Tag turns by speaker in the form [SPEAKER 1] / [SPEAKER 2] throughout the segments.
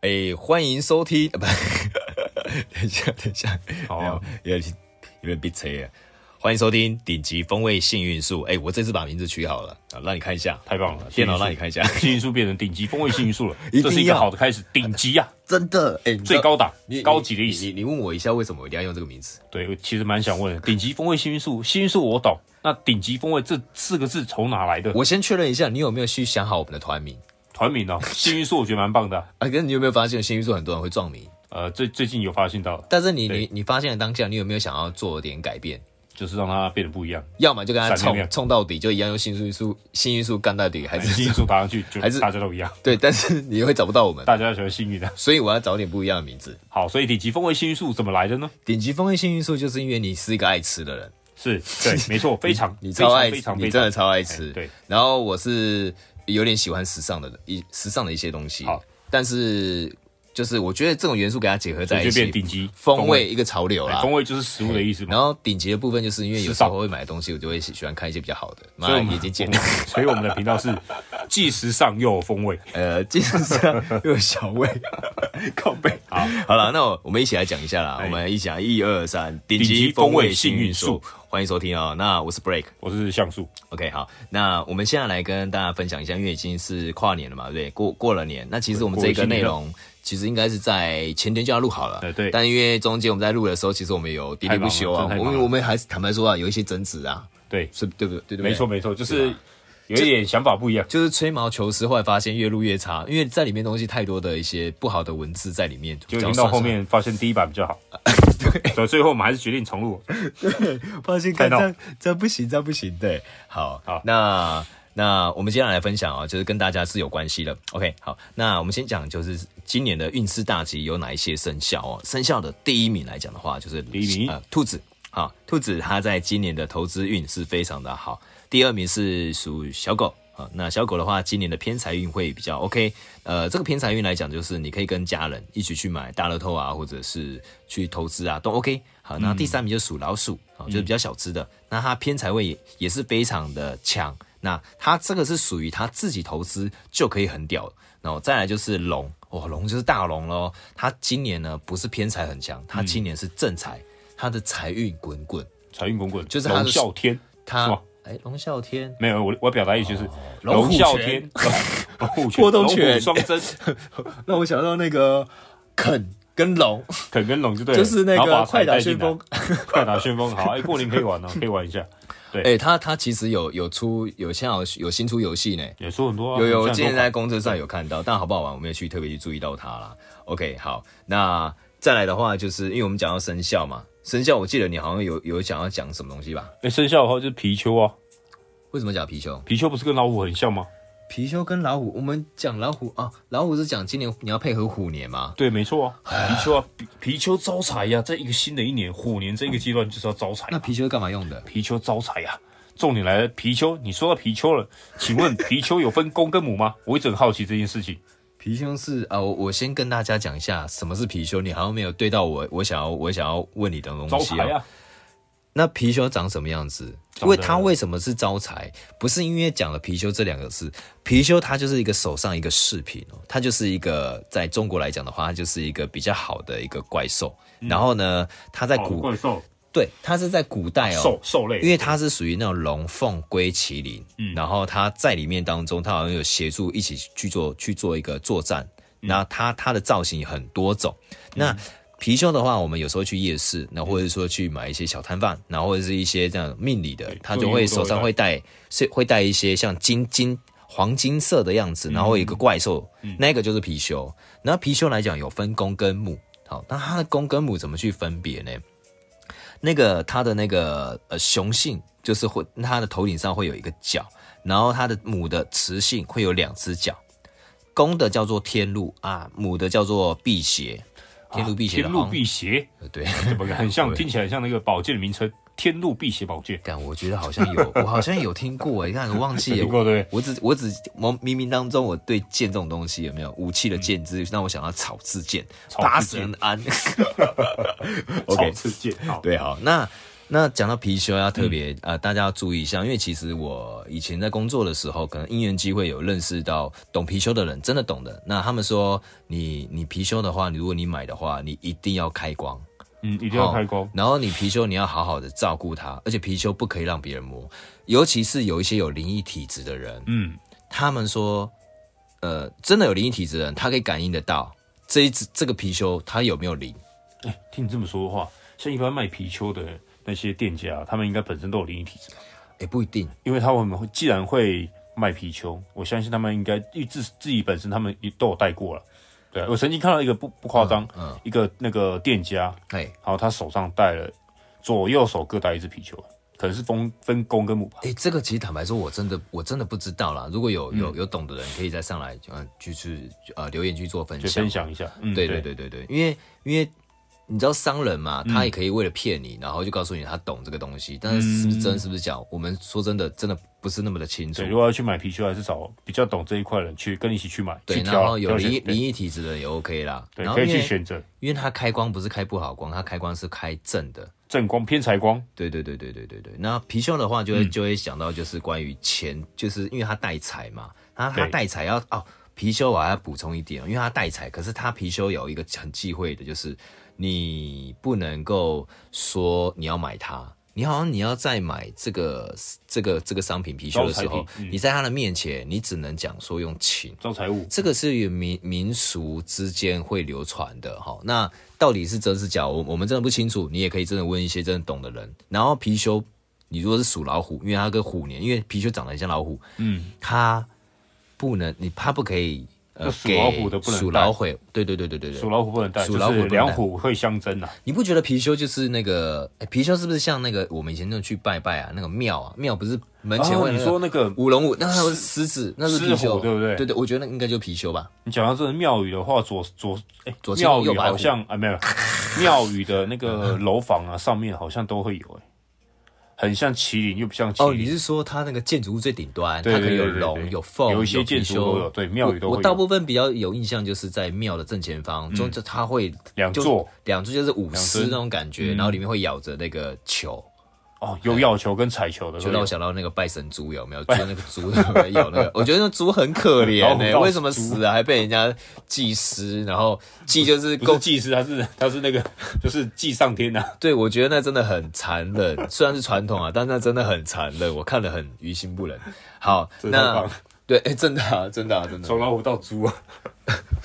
[SPEAKER 1] 哎、欢迎收听， 啊不，等一下，等一下，
[SPEAKER 2] 好
[SPEAKER 1] 没
[SPEAKER 2] 啊
[SPEAKER 1] 有，有点有点逼车啊。欢迎收听顶级风味幸运树。哎、我这次把名字取好了，啊，让你看一下，
[SPEAKER 2] 太棒了！
[SPEAKER 1] 电脑让
[SPEAKER 2] 那
[SPEAKER 1] 你看一 下，
[SPEAKER 2] 幸运树变成顶级风味幸运树了，
[SPEAKER 1] 一定要
[SPEAKER 2] 这是一个好的开始，顶级啊，
[SPEAKER 1] 真的，哎、
[SPEAKER 2] 最高档
[SPEAKER 1] 你、
[SPEAKER 2] 高级的意思
[SPEAKER 1] 你。你你问我一下，为什么我一定要用这个名字？
[SPEAKER 2] 对，我其实蛮想问的，顶级风味幸运树，幸运树我懂，那顶级风味这四个字从哪来的？
[SPEAKER 1] 我先确认一下，你有没有去想好我们的团名？
[SPEAKER 2] 团 名哦，幸运树我觉得蛮棒的啊，
[SPEAKER 1] 啊，可是你有没有发现，新运树很多人会撞名？
[SPEAKER 2] 呃，最最近有发现到，
[SPEAKER 1] 但是你
[SPEAKER 2] 对
[SPEAKER 1] 你你发现了当下，你有没有想要做点改变？
[SPEAKER 2] 就是让它变得不 一样，
[SPEAKER 1] 要么就跟他
[SPEAKER 2] 闪亮
[SPEAKER 1] 冲
[SPEAKER 2] 亮
[SPEAKER 1] 冲到底，就一样用新运树新运树干到底，还
[SPEAKER 2] 幸
[SPEAKER 1] 是
[SPEAKER 2] 运树打上去就
[SPEAKER 1] 还是
[SPEAKER 2] 大家都一样，
[SPEAKER 1] 对？但是你会找不到我们，
[SPEAKER 2] 大家都喜欢幸运的。
[SPEAKER 1] 所以我要找点不一样的名字。
[SPEAKER 2] 好，所以顶级风味幸运树怎么来的呢？
[SPEAKER 1] 顶级风味幸运树就是因为你是一个爱吃的人，
[SPEAKER 2] 是 对，没错，非常
[SPEAKER 1] 你
[SPEAKER 2] 非
[SPEAKER 1] 超
[SPEAKER 2] 常
[SPEAKER 1] 爱
[SPEAKER 2] 非
[SPEAKER 1] 吃，
[SPEAKER 2] 常
[SPEAKER 1] 你
[SPEAKER 2] 非
[SPEAKER 1] 真的
[SPEAKER 2] 常
[SPEAKER 1] 超爱吃。
[SPEAKER 2] 哎对，
[SPEAKER 1] 然后我是有点喜欢时尚的一时尚的一些东西
[SPEAKER 2] 好，
[SPEAKER 1] 但是就是我觉得这种元素给它结合在一
[SPEAKER 2] 就变
[SPEAKER 1] 起，
[SPEAKER 2] 顶级
[SPEAKER 1] 风味一个潮流
[SPEAKER 2] 哎
[SPEAKER 1] 啦
[SPEAKER 2] 风。味就是食物的意思嘛
[SPEAKER 1] 然。后顶级的部分就是因为有
[SPEAKER 2] 时
[SPEAKER 1] 时
[SPEAKER 2] 尚
[SPEAKER 1] 候会买东西，我就会喜喜欢看一些比较好的，妈
[SPEAKER 2] 所以我们
[SPEAKER 1] 已经
[SPEAKER 2] 我
[SPEAKER 1] 见
[SPEAKER 2] 们 所以我们的频道是既时尚又有风味。
[SPEAKER 1] 呃，基本上又有小味， 靠背。好，好了，那我我们一起来讲一下啦。
[SPEAKER 2] 哎
[SPEAKER 1] 我们一起来，一二三，顶
[SPEAKER 2] 级
[SPEAKER 1] 级风
[SPEAKER 2] 风味
[SPEAKER 1] 味幸
[SPEAKER 2] 幸
[SPEAKER 1] 运
[SPEAKER 2] 运
[SPEAKER 1] 树，欢迎收听哦。那我是 Break。
[SPEAKER 2] 我是像素，
[SPEAKER 1] OK，好，那我们现在来跟大家分享一下，因为已经是跨年了嘛，对不对？过过了年，那其实我们这个内容其实应该是在前天就要录好了，
[SPEAKER 2] 哎对对
[SPEAKER 1] 但因为中间我们在录的时候，其实我们有喋喋不休啊
[SPEAKER 2] 太忙了真的，太
[SPEAKER 1] 我
[SPEAKER 2] 忙了
[SPEAKER 1] 们我们还是坦白说啊，有一些争执啊，
[SPEAKER 2] 对，
[SPEAKER 1] 是对不对？对对不对
[SPEAKER 2] 没错没错，就是有一点想法不一样。
[SPEAKER 1] 就是吹毛求疵，后来发现越录越差，因为在里面东西太多的一些不好的文字在里面，
[SPEAKER 2] 就
[SPEAKER 1] 讲
[SPEAKER 2] 听到
[SPEAKER 1] 算
[SPEAKER 2] 后面发现第一版比 较好，所以最后我们还是决定重录。
[SPEAKER 1] 算发现，
[SPEAKER 2] 太
[SPEAKER 1] 看这
[SPEAKER 2] 闹
[SPEAKER 1] 样这样不行，这样不行，对，好，
[SPEAKER 2] 好
[SPEAKER 1] 那那我们接下来分享啊、就是跟大家是有关系的。OK，好，那我们先讲就是今年的运势大吉有哪一些生肖哦？生肖的第一名来讲的话，就是
[SPEAKER 2] 第一名
[SPEAKER 1] 呃兔子，好，兔子它在今年的投资运是非常的好。第二名是属小狗啊，那小狗的话，今年的偏财运会比较 OK。呃，这个偏财运来讲，就是你可以跟家人一起去买大乐透啊，或者是去投资啊，都 OK。好，那第三名就是属老鼠啊，就是比较小只的，那它偏财位也也是非常的强。那它这个是属于它自己投资就可以很屌了。然后再来就是龙，哦，龙就是大龙喽。它今年呢不是偏财很强，它今年是正财，它的财运滚滚。
[SPEAKER 2] 财运滚滚，
[SPEAKER 1] 就是它的
[SPEAKER 2] 龙啸天，是
[SPEAKER 1] 它
[SPEAKER 2] 吗
[SPEAKER 1] 哎，龙啸天，
[SPEAKER 2] 没有我我表达意思就是
[SPEAKER 1] 哦龙虎
[SPEAKER 2] 龙
[SPEAKER 1] 拳
[SPEAKER 2] 啸天，龙虎 拳，
[SPEAKER 1] 破洞
[SPEAKER 2] 龙虎
[SPEAKER 1] 拳
[SPEAKER 2] 双针，
[SPEAKER 1] 让我想到那个肯跟龙，
[SPEAKER 2] 肯跟龙就对了，
[SPEAKER 1] 就是那
[SPEAKER 2] 然后把
[SPEAKER 1] 个
[SPEAKER 2] 彩
[SPEAKER 1] 快打
[SPEAKER 2] 带进
[SPEAKER 1] 旋
[SPEAKER 2] 来
[SPEAKER 1] 风，。
[SPEAKER 2] 快打旋风，好，哎，过年可以玩哦，可以玩一下，
[SPEAKER 1] 哎、他他其实有有出有现在有有新出游戏呢，
[SPEAKER 2] 也出很多啊，
[SPEAKER 1] 有有，我
[SPEAKER 2] 现
[SPEAKER 1] 今
[SPEAKER 2] 在
[SPEAKER 1] 天
[SPEAKER 2] 都
[SPEAKER 1] 在公车上有看到，但好不好玩我没有去特别去注意到它啦。OK，好，那再来的话就是因为我们讲到生肖嘛，生肖我记得你好像有有想要讲什么东西吧？
[SPEAKER 2] 哎生肖的话就是貔貅啊，
[SPEAKER 1] 为什么讲貔貅？
[SPEAKER 2] 貔貅不是跟老虎很像吗？
[SPEAKER 1] 貔貅跟老虎，我们讲老虎啊，老虎是讲今年你要配合虎年嘛？
[SPEAKER 2] 对，没错啊，貔貅啊，貔貔貅招财呀、在一个新的一年虎年这个阶段就是要招财
[SPEAKER 1] 那
[SPEAKER 2] 嘛，
[SPEAKER 1] 貔貅是干嘛用的？
[SPEAKER 2] 貔貅招财呀、重点来了，貔貅，你说到貔貅了，请 问貔貅有分公跟母吗？我一直很好奇这件事情。
[SPEAKER 1] 貔貅是啊，我我先跟大家讲一下什么是貔貅，你好像没有对到我，我想要我想要问你的东
[SPEAKER 2] 招
[SPEAKER 1] 西、
[SPEAKER 2] 财
[SPEAKER 1] 哦。
[SPEAKER 2] 啊，
[SPEAKER 1] 那貔貅长什么样子？因
[SPEAKER 2] 长得
[SPEAKER 1] 为它为什么是招财？不是因为讲了貔貅这两个字，貔貅它就是一个手上一个饰品哦，它就是一个在中国来讲的话，它就是一个比较好的一个怪兽。然后呢，它在古、
[SPEAKER 2] 嗯哦怪兽，
[SPEAKER 1] 对，它是在古代哦，
[SPEAKER 2] 兽兽类，
[SPEAKER 1] 因为它是属于那种龙凤龟麒麟，
[SPEAKER 2] 嗯
[SPEAKER 1] 然后它在里面当中，它好像有协助一起去做去做一个作战。
[SPEAKER 2] 嗯
[SPEAKER 1] 那它它的造型很多种。那貔貅的话，我们有时候去夜市，那或者说去买一些小摊贩，然后或者是一些这样命理的
[SPEAKER 2] 对，
[SPEAKER 1] 它
[SPEAKER 2] 做
[SPEAKER 1] 就
[SPEAKER 2] 业务
[SPEAKER 1] 会
[SPEAKER 2] 都
[SPEAKER 1] 手
[SPEAKER 2] 会
[SPEAKER 1] 上
[SPEAKER 2] 带
[SPEAKER 1] 会带是会带一些像金金黄金色的样子，
[SPEAKER 2] 嗯
[SPEAKER 1] 然后有一个怪兽，那个就是貔貅。那貔貅来讲有分公跟母，好，那它的公跟母怎么去分别呢？那个它的那个呃雄性就是会它的头顶上会有一个角，然后它的母的雌性会有两只脚，公的叫做天禄啊，母的叫做辟邪，天禄辟邪的
[SPEAKER 2] 啊天
[SPEAKER 1] 好
[SPEAKER 2] 禄
[SPEAKER 1] 像、
[SPEAKER 2] 辟邪，
[SPEAKER 1] 呃对。
[SPEAKER 2] 怎么个很像？
[SPEAKER 1] 对
[SPEAKER 2] 听起来很像那个宝剑的名称，天禄辟邪宝剑。
[SPEAKER 1] 干，我觉得好像有， 我好像有听过哎，你看我忘记了，
[SPEAKER 2] 有听 过对不对
[SPEAKER 1] 我只我只我冥冥当中我对剑这种东西有没有武器的剑之，让我想到草字剑，
[SPEAKER 2] 嗯草
[SPEAKER 1] 八
[SPEAKER 2] 字剑
[SPEAKER 1] 神庵。
[SPEAKER 2] 草
[SPEAKER 1] OK，
[SPEAKER 2] 刺剑，好，
[SPEAKER 1] 对，好，那那讲到貔貅，要特别、呃，大家要注意一下，因为其实我以前在工作的时候，可能因缘机会有认识到懂貔貅的人，真的懂的。那他们说，你你貔貅的话，如果你买的话，你一定要开光，
[SPEAKER 2] 嗯，一定要
[SPEAKER 1] 哦
[SPEAKER 2] 开光。
[SPEAKER 1] 然后你貔貅你要好好的照顾它，而且貔貅不可以让别人摸，尤其是有一些有灵异体质的人，
[SPEAKER 2] 嗯，
[SPEAKER 1] 他们说，呃，真的有灵异体质的人，他可以感应得到这一只这个貔貅它有没有灵。
[SPEAKER 2] 哎听你这么说的话，像一般卖貔貅的那些店家，他们应该本身都有灵异体质吧，
[SPEAKER 1] 也不一定，
[SPEAKER 2] 因为他们会既然会卖貔貅，我相信他们应该因为自自己本身他们也都有带过了。对啊，我曾经看到一个不不夸张，
[SPEAKER 1] 嗯，
[SPEAKER 2] 一个那个店家，
[SPEAKER 1] 哎，
[SPEAKER 2] 然后他手上戴了左右手各戴一只貔貅，可能是分分公跟母吧。
[SPEAKER 1] 哎、这个其实坦白说，我真的我真的不知道啦。如果有
[SPEAKER 2] 嗯
[SPEAKER 1] 有有懂的人，可以再上来，嗯，就是呃留言去做分
[SPEAKER 2] 就
[SPEAKER 1] 享
[SPEAKER 2] 分。享一下，嗯，
[SPEAKER 1] 对
[SPEAKER 2] 对嗯
[SPEAKER 1] 对，对对对，因为因为你知道商人嘛，他也可以为了骗你，然后就告诉你他懂这个东西，但是是不是真，是不是假，我们说真的，真的不是那么的清楚
[SPEAKER 2] 嗯对，。如果要去买貔貅，还是找比较懂这一块的人去跟你一起去买，
[SPEAKER 1] 对，
[SPEAKER 2] 去
[SPEAKER 1] 然
[SPEAKER 2] 挑
[SPEAKER 1] 后
[SPEAKER 2] 啦，
[SPEAKER 1] 有
[SPEAKER 2] 挑
[SPEAKER 1] 灵
[SPEAKER 2] 选
[SPEAKER 1] 异
[SPEAKER 2] 对
[SPEAKER 1] 灵异体质的也 OK 啦。
[SPEAKER 2] 对，
[SPEAKER 1] 然后
[SPEAKER 2] 可以
[SPEAKER 1] 因
[SPEAKER 2] 去
[SPEAKER 1] 为
[SPEAKER 2] 选择
[SPEAKER 1] 因为他开光不是开不好光，他开光是开正的。
[SPEAKER 2] 正光、偏财光，
[SPEAKER 1] 对对对对对对对。那貔貅的话，
[SPEAKER 2] 嗯
[SPEAKER 1] 就会、就会想到就是关于钱，就是因为它带财嘛，它它
[SPEAKER 2] 对
[SPEAKER 1] 带财要哦。貔貅我还要补充一点哦，因为它带财，可是它貔貅有一个很忌讳的，就是你不能够说你要买它，你好像你要在买这个这个这个商品貔貅的时
[SPEAKER 2] 招
[SPEAKER 1] 候
[SPEAKER 2] 财，品嗯
[SPEAKER 1] 你在它的面前，你只能讲说用请。
[SPEAKER 2] 招财物。
[SPEAKER 1] 这个是与民民俗之间会流传的哈。那到底是真是假，我我们真的不清楚。你也可以真的问一些真的懂的人。然后貔貅，你如果是属老虎，因为它跟虎年，因为貔貅长得很像老虎，
[SPEAKER 2] 嗯，
[SPEAKER 1] 它不能，你它不可以呃
[SPEAKER 2] 就属老虎的不能
[SPEAKER 1] 给属
[SPEAKER 2] 带
[SPEAKER 1] 老虎，对对对对对对
[SPEAKER 2] 属。老虎不能带，
[SPEAKER 1] 属
[SPEAKER 2] 就
[SPEAKER 1] 老虎不
[SPEAKER 2] 是
[SPEAKER 1] 能带
[SPEAKER 2] 两虎会相争啊呐、
[SPEAKER 1] 你不觉得貔貅就是那个诶貔貅是不是像那个我们以前那种去拜拜啊，那个庙啊，庙不是门前
[SPEAKER 2] 哦
[SPEAKER 1] 会、
[SPEAKER 2] 你说那个
[SPEAKER 1] 舞龙舞，那它是狮子，那是貔
[SPEAKER 2] 狮
[SPEAKER 1] 貅
[SPEAKER 2] 虎对不对
[SPEAKER 1] 对对，我觉得那应该就是貔貅吧。
[SPEAKER 2] 你讲到这个庙宇的话，左左哎
[SPEAKER 1] 左，青
[SPEAKER 2] 庙
[SPEAKER 1] 右
[SPEAKER 2] 宇
[SPEAKER 1] 白虎
[SPEAKER 2] 好像啊 没有，庙宇的那个楼房啊上面好像都会有哎、很像麒麟又不像麒
[SPEAKER 1] 哦，你
[SPEAKER 2] 麟。
[SPEAKER 1] 是说它那个建筑物最顶端，
[SPEAKER 2] 对
[SPEAKER 1] 它可能有
[SPEAKER 2] 对对对
[SPEAKER 1] 龙、
[SPEAKER 2] 对
[SPEAKER 1] 有凤、
[SPEAKER 2] 有一些建筑都有
[SPEAKER 1] 貔貅
[SPEAKER 2] 对庙宇都
[SPEAKER 1] 我我
[SPEAKER 2] 会有嗯
[SPEAKER 1] 大部分比较有印象，就是在庙的正前方，中就它会
[SPEAKER 2] 两
[SPEAKER 1] 就
[SPEAKER 2] 座
[SPEAKER 1] 两座就是舞狮
[SPEAKER 2] 尊
[SPEAKER 1] 那种感觉，然后里面会咬着那个球，
[SPEAKER 2] 哦，有药球跟彩球的都
[SPEAKER 1] 就让
[SPEAKER 2] 有
[SPEAKER 1] 我。想到那个拜神猪有没 有？就是那个猪有没有那个？我觉得那猪很可怜
[SPEAKER 2] 老虎
[SPEAKER 1] 呢、
[SPEAKER 2] 道
[SPEAKER 1] 为什么
[SPEAKER 2] 猪
[SPEAKER 1] 死了还被人家祭师，然后祭就是
[SPEAKER 2] 不
[SPEAKER 1] 够
[SPEAKER 2] 是祭司，他是他是那个， 就是祭上天呐、啊。
[SPEAKER 1] 对，我觉得那真的很残忍，虽然是传统啊，但那真的很残忍，我看了很于心不忍。好，
[SPEAKER 2] 这太棒
[SPEAKER 1] 那
[SPEAKER 2] 了
[SPEAKER 1] 对，哎、真的啊，真的啊，真的，
[SPEAKER 2] 从老虎到猪啊。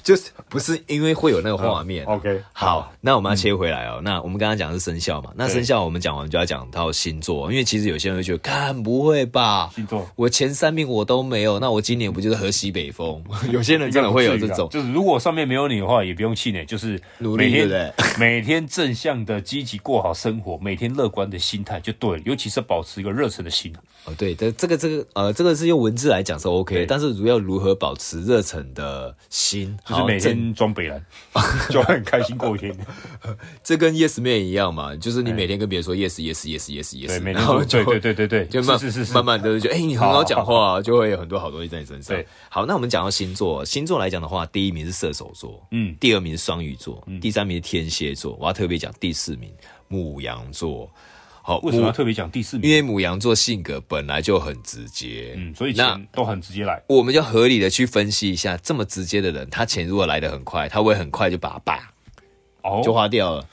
[SPEAKER 1] 就是不是因为会有那个画面、啊
[SPEAKER 2] 嗯，OK，
[SPEAKER 1] 好，那我们要切回来哦。那我们刚刚讲的是生肖嘛，那生肖我们讲完就要讲到星座，因为其实有些人会觉得，看不会吧，
[SPEAKER 2] 星座
[SPEAKER 1] 我前三名我都没有，那我今年不就是喝西北 风？有些人真的会有这种，
[SPEAKER 2] 就是如果上面没有你的话，也不用气馁，就是
[SPEAKER 1] 努力
[SPEAKER 2] 每天
[SPEAKER 1] 对
[SPEAKER 2] 每天正向的、积极过好生活，每天乐观的心态就对了，尤其是保持一个热忱的心。啊
[SPEAKER 1] 哦，对，这这个这个呃，这个是用文字来讲是 OK，的
[SPEAKER 2] 对
[SPEAKER 1] 但是如要如何保持热忱的心，
[SPEAKER 2] 就是
[SPEAKER 1] 好
[SPEAKER 2] 每
[SPEAKER 1] 这
[SPEAKER 2] 天 装北蓝，就会很开心过一天。
[SPEAKER 1] 这跟 Yes Man 一样嘛，就是你每天跟别人说 Yes Yes Yes Yes
[SPEAKER 2] 哎对，
[SPEAKER 1] Yes，
[SPEAKER 2] 每天
[SPEAKER 1] 然后
[SPEAKER 2] 都
[SPEAKER 1] 就
[SPEAKER 2] 对对对对对，
[SPEAKER 1] 就是慢
[SPEAKER 2] 是是是，
[SPEAKER 1] 慢慢的就哎、你很好
[SPEAKER 2] 好
[SPEAKER 1] 讲话、就会有很多好东西在你身上
[SPEAKER 2] 对。
[SPEAKER 1] 好，那我们讲到星座，星座来讲的话，第一名是射手座，
[SPEAKER 2] 嗯，
[SPEAKER 1] 第二名是双鱼座，第三名是天蝎座，我要特别讲第四名母羊座。好，
[SPEAKER 2] 为什么
[SPEAKER 1] 母
[SPEAKER 2] 要特别讲第四
[SPEAKER 1] 因
[SPEAKER 2] 名？
[SPEAKER 1] 为母羊座性格本来就很直接，
[SPEAKER 2] 嗯，所以
[SPEAKER 1] 那
[SPEAKER 2] 钱都很直接来。
[SPEAKER 1] 我们就合理的去分析一下，这么直接的人，他钱如果来的很快，他会很快就把它把
[SPEAKER 2] 哦，嗯
[SPEAKER 1] 就花掉了。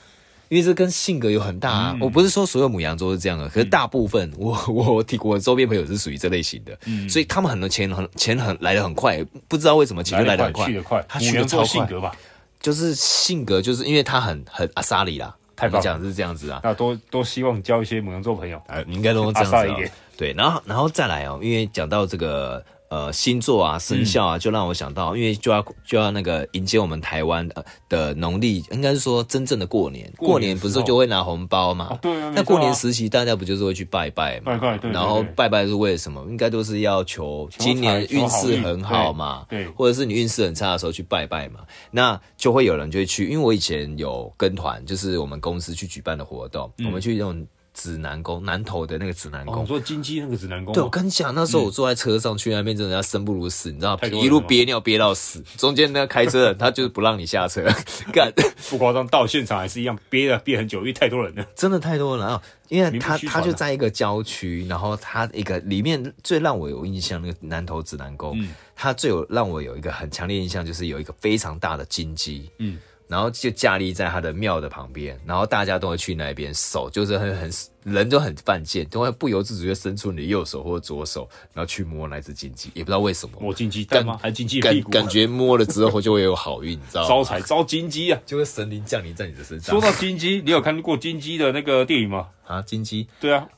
[SPEAKER 1] 因为这跟性格有很大、啊，我不是说所有母羊座是这样啊的，可是大部分我我提我周边朋友是属于这类型的，
[SPEAKER 2] 嗯
[SPEAKER 1] 所以他们很多钱很钱很来的很快，不知道为什么钱就来
[SPEAKER 2] 来
[SPEAKER 1] 的
[SPEAKER 2] 得
[SPEAKER 1] 很快，
[SPEAKER 2] 去得快
[SPEAKER 1] 他，
[SPEAKER 2] 母
[SPEAKER 1] 去的
[SPEAKER 2] 羊
[SPEAKER 1] 超
[SPEAKER 2] 座性
[SPEAKER 1] 快，
[SPEAKER 2] 格吧，
[SPEAKER 1] 就是性格就是因为他很很阿莎里啦，
[SPEAKER 2] 太棒了
[SPEAKER 1] 我们讲是这样子啊，
[SPEAKER 2] 那多多希望交一些母羊座朋友。
[SPEAKER 1] 呃，你应该都这样子、
[SPEAKER 2] 阿萨
[SPEAKER 1] 哦
[SPEAKER 2] 啊一点。
[SPEAKER 1] 对，然后然后再来哦，因为讲到这个呃星座啊、
[SPEAKER 2] 嗯
[SPEAKER 1] 生肖啊，就让我想到，因为就要就要那个迎接我们台湾呃的农历，应该是说真正的过年，
[SPEAKER 2] 过年
[SPEAKER 1] 过年不
[SPEAKER 2] 时
[SPEAKER 1] 是
[SPEAKER 2] 候
[SPEAKER 1] 就会拿红包嘛？
[SPEAKER 2] 啊，对啊，没
[SPEAKER 1] 那过
[SPEAKER 2] 错啊
[SPEAKER 1] 年时期，大家不就是会去拜拜嘛？
[SPEAKER 2] 拜拜对对
[SPEAKER 1] 然后
[SPEAKER 2] 对
[SPEAKER 1] 拜拜是为了什么？应该都是要求
[SPEAKER 2] 求财
[SPEAKER 1] 今年运势
[SPEAKER 2] 求好运
[SPEAKER 1] 很好嘛，
[SPEAKER 2] 对对
[SPEAKER 1] 或者是你运势很差的时候去拜拜嘛。那就会有人就会去，因为我以前有跟团，就是我们公司去举办的活动，我们去那种指南宫，南投的那个指南
[SPEAKER 2] 嗯哦，
[SPEAKER 1] 宫
[SPEAKER 2] 你。说金鸡那个指南宫吗，
[SPEAKER 1] 对，我跟你讲，那时候我坐在车上去那边，真的要生不如死，你知道，
[SPEAKER 2] 太多人
[SPEAKER 1] 一路
[SPEAKER 2] 了
[SPEAKER 1] 憋尿憋到死。中间呢，开车的他就是不让你下车， 干，
[SPEAKER 2] 不夸张，到现场还是一样憋了憋很久，因为太多人了。
[SPEAKER 1] 真的太多人了。然后因为
[SPEAKER 2] 名不
[SPEAKER 1] 他
[SPEAKER 2] 虚
[SPEAKER 1] 他
[SPEAKER 2] 传啊
[SPEAKER 1] 就在一个郊区，然后他一个里面最让我有印象那个南投指南
[SPEAKER 2] 嗯
[SPEAKER 1] 宫，它最有让我有一个很强烈印象，就是有一个非常大的金鸡，嗯，然后就架立在他的庙的旁边，然后大家都会去那边，手就是很很人都很犯贱，都会不由自主就伸出你的右手或左手，然后去摸那只金鸡，也不知道为什 么。
[SPEAKER 2] 摸金鸡蛋
[SPEAKER 1] 感
[SPEAKER 2] 吗？还是金鸡的
[SPEAKER 1] 感
[SPEAKER 2] 屁股？啊
[SPEAKER 1] 感觉哦摸了之后就会有好运，你知道
[SPEAKER 2] 招
[SPEAKER 1] 吗？
[SPEAKER 2] 财招金鸡啊！
[SPEAKER 1] 就会神灵降临在你的身上
[SPEAKER 2] 说。到金鸡，你有看过金鸡的那个电影吗？
[SPEAKER 1] 啊，金鸡
[SPEAKER 2] 对啊，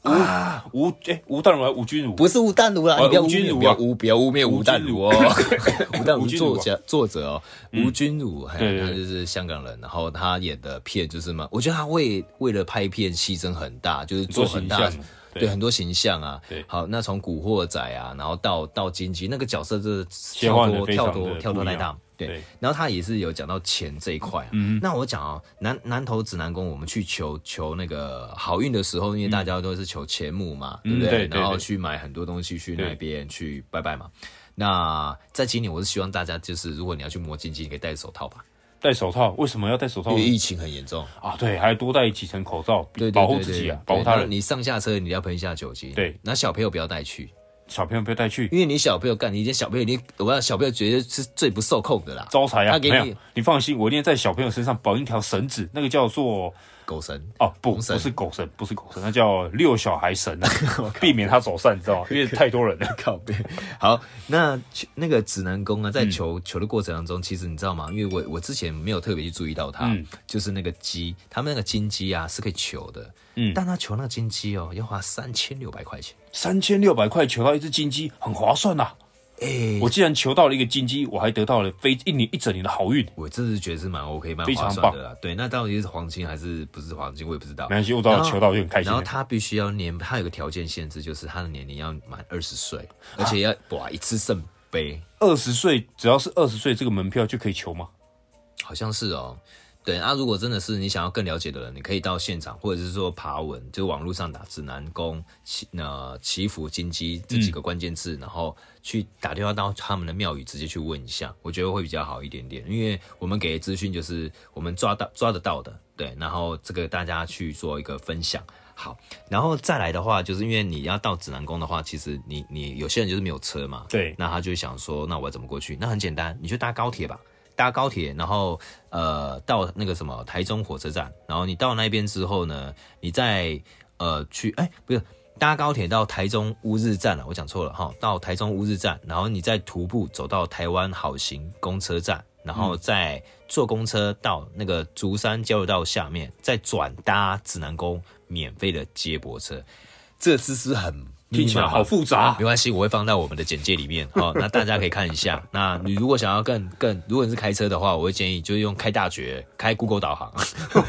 [SPEAKER 2] 吴吴哎吴淡如还是吴君如？
[SPEAKER 1] 不是吴淡如啦，
[SPEAKER 2] 啊
[SPEAKER 1] 你不要污
[SPEAKER 2] 吴君
[SPEAKER 1] 蔑，
[SPEAKER 2] 如啊
[SPEAKER 1] 不要污，不要污蔑吴淡如 哦。吴淡如
[SPEAKER 2] 啊吴君如啊嗯
[SPEAKER 1] 作家作者哦，吴君如，嘿
[SPEAKER 2] 对对
[SPEAKER 1] 他
[SPEAKER 2] 对
[SPEAKER 1] 就是香港人，然后他演的片就是嘛，我觉得他为为了拍片牺牲很大，就是做很
[SPEAKER 2] 很
[SPEAKER 1] 大
[SPEAKER 2] 多形象。对
[SPEAKER 1] 对很多形象啊
[SPEAKER 2] 对，
[SPEAKER 1] 好，那从古惑仔啊，然后到到金鸡那个角色，真的
[SPEAKER 2] 切
[SPEAKER 1] 跳
[SPEAKER 2] 换得
[SPEAKER 1] 脱
[SPEAKER 2] 非
[SPEAKER 1] 跳
[SPEAKER 2] 常
[SPEAKER 1] 脱
[SPEAKER 2] 的
[SPEAKER 1] 跳脱
[SPEAKER 2] 不一
[SPEAKER 1] 太
[SPEAKER 2] 样
[SPEAKER 1] 大，对
[SPEAKER 2] 对，嗯
[SPEAKER 1] 然后他也是有讲到钱这一块、啊。那我讲啊，南南投指南宫，我们去求求那个好运的时候，因为大家都是求钱母嘛，
[SPEAKER 2] 嗯
[SPEAKER 1] 对不
[SPEAKER 2] 对对
[SPEAKER 1] 然后
[SPEAKER 2] 对
[SPEAKER 1] 去买很多东西去
[SPEAKER 2] 对
[SPEAKER 1] 那边去拜拜嘛。那在今年，我是希望大家就是，如果你要去摸金鸡，你可以戴手套吧，
[SPEAKER 2] 戴手套，为什么要戴手套
[SPEAKER 1] 因
[SPEAKER 2] 呢
[SPEAKER 1] 为疫情很严重。
[SPEAKER 2] 啊？对，还多戴几层口罩，
[SPEAKER 1] 对对
[SPEAKER 2] 保护
[SPEAKER 1] 对
[SPEAKER 2] 自
[SPEAKER 1] 对
[SPEAKER 2] 己啊，
[SPEAKER 1] 对
[SPEAKER 2] 保护他
[SPEAKER 1] 然后
[SPEAKER 2] 人。
[SPEAKER 1] 你上下车，你要喷一下酒精。
[SPEAKER 2] 对，
[SPEAKER 1] 那小朋友不要带去，
[SPEAKER 2] 小朋友不要带去
[SPEAKER 1] 因为你小朋友干，你这小朋友一定，我让小朋友觉得是最不受控的啦。
[SPEAKER 2] 招财啊！
[SPEAKER 1] 他给
[SPEAKER 2] 没
[SPEAKER 1] 你
[SPEAKER 2] 有，你放心，我一定在小朋友身上绑一条绳子，那个叫做
[SPEAKER 1] 狗神，
[SPEAKER 2] 哦不，
[SPEAKER 1] 红
[SPEAKER 2] 不
[SPEAKER 1] 绳
[SPEAKER 2] 是狗绳，不是狗绳，那叫六小孩 绳啊，避免他走散，你知道吗？因为太多人了。
[SPEAKER 1] 靠背。好，那去那个指南宫啊，
[SPEAKER 2] 嗯
[SPEAKER 1] 在求、求的过程当中，其实你知道吗？因为我我之前没有特别去注意到它，
[SPEAKER 2] 嗯
[SPEAKER 1] 就是那个鸡，他们那个金鸡啊是可以求的，
[SPEAKER 2] 嗯
[SPEAKER 1] 但他求那个金鸡哦，要花三千六百块钱。
[SPEAKER 2] 三千六百块求到一只金鸡，很划算呐、啊
[SPEAKER 1] 哎、
[SPEAKER 2] 我既然求到了一个金鸡，我还得到了非一年一整年的好运。
[SPEAKER 1] 我这是觉得是蛮 OK 蛮
[SPEAKER 2] 非
[SPEAKER 1] 划
[SPEAKER 2] 常
[SPEAKER 1] 算的啦。对，那到底是黄金还是不是黄金，我也不知道。
[SPEAKER 2] 没关系，我只要
[SPEAKER 1] 然后
[SPEAKER 2] 求到就很开心
[SPEAKER 1] 然
[SPEAKER 2] 了
[SPEAKER 1] 后。他必须要年，他有个条件限制，就是他的年龄要满二十岁，而且要哇一次圣杯。
[SPEAKER 2] 二十岁，只要是二十岁，这个门票就可以求吗？
[SPEAKER 1] 好像是哦。对啊，如果真的是你想要更了解的人，你可以到现场，或者是说爬文，就网络上打指南宫、祈呃祈福金鸡这几个关键字，然后去打电话到他们的庙宇直接去问一下，我觉得会比较好一点点，因为我们给的资讯就是我们抓到抓得到的，对，然后这个大家去做一个分享。好，然后再来的话，就是因为你要到指南宫的话，其实你你有些人就是没有车嘛，
[SPEAKER 2] 对
[SPEAKER 1] 那他就会想说，那我要怎么过去？那很简单，你就搭高铁吧，搭高铁，然后呃到那个什么台中火车站，然后你到那边之后呢，你再呃去，哎、不是。搭高铁到台中乌日站了，我讲错了哈，到台中乌日站，然后你再徒步走到台湾好行公车站，然后再坐公车到那个竹山交流道下面，再转搭指南宫免费的接驳车，这次是很
[SPEAKER 2] 听起来好复杂 啊
[SPEAKER 1] 没关系，我会放在我们的简介里面。 好、那大家可以看一下。那你如果想要更更，如果你是开车的话，我会建议就是用开大绝，开 Google 导航。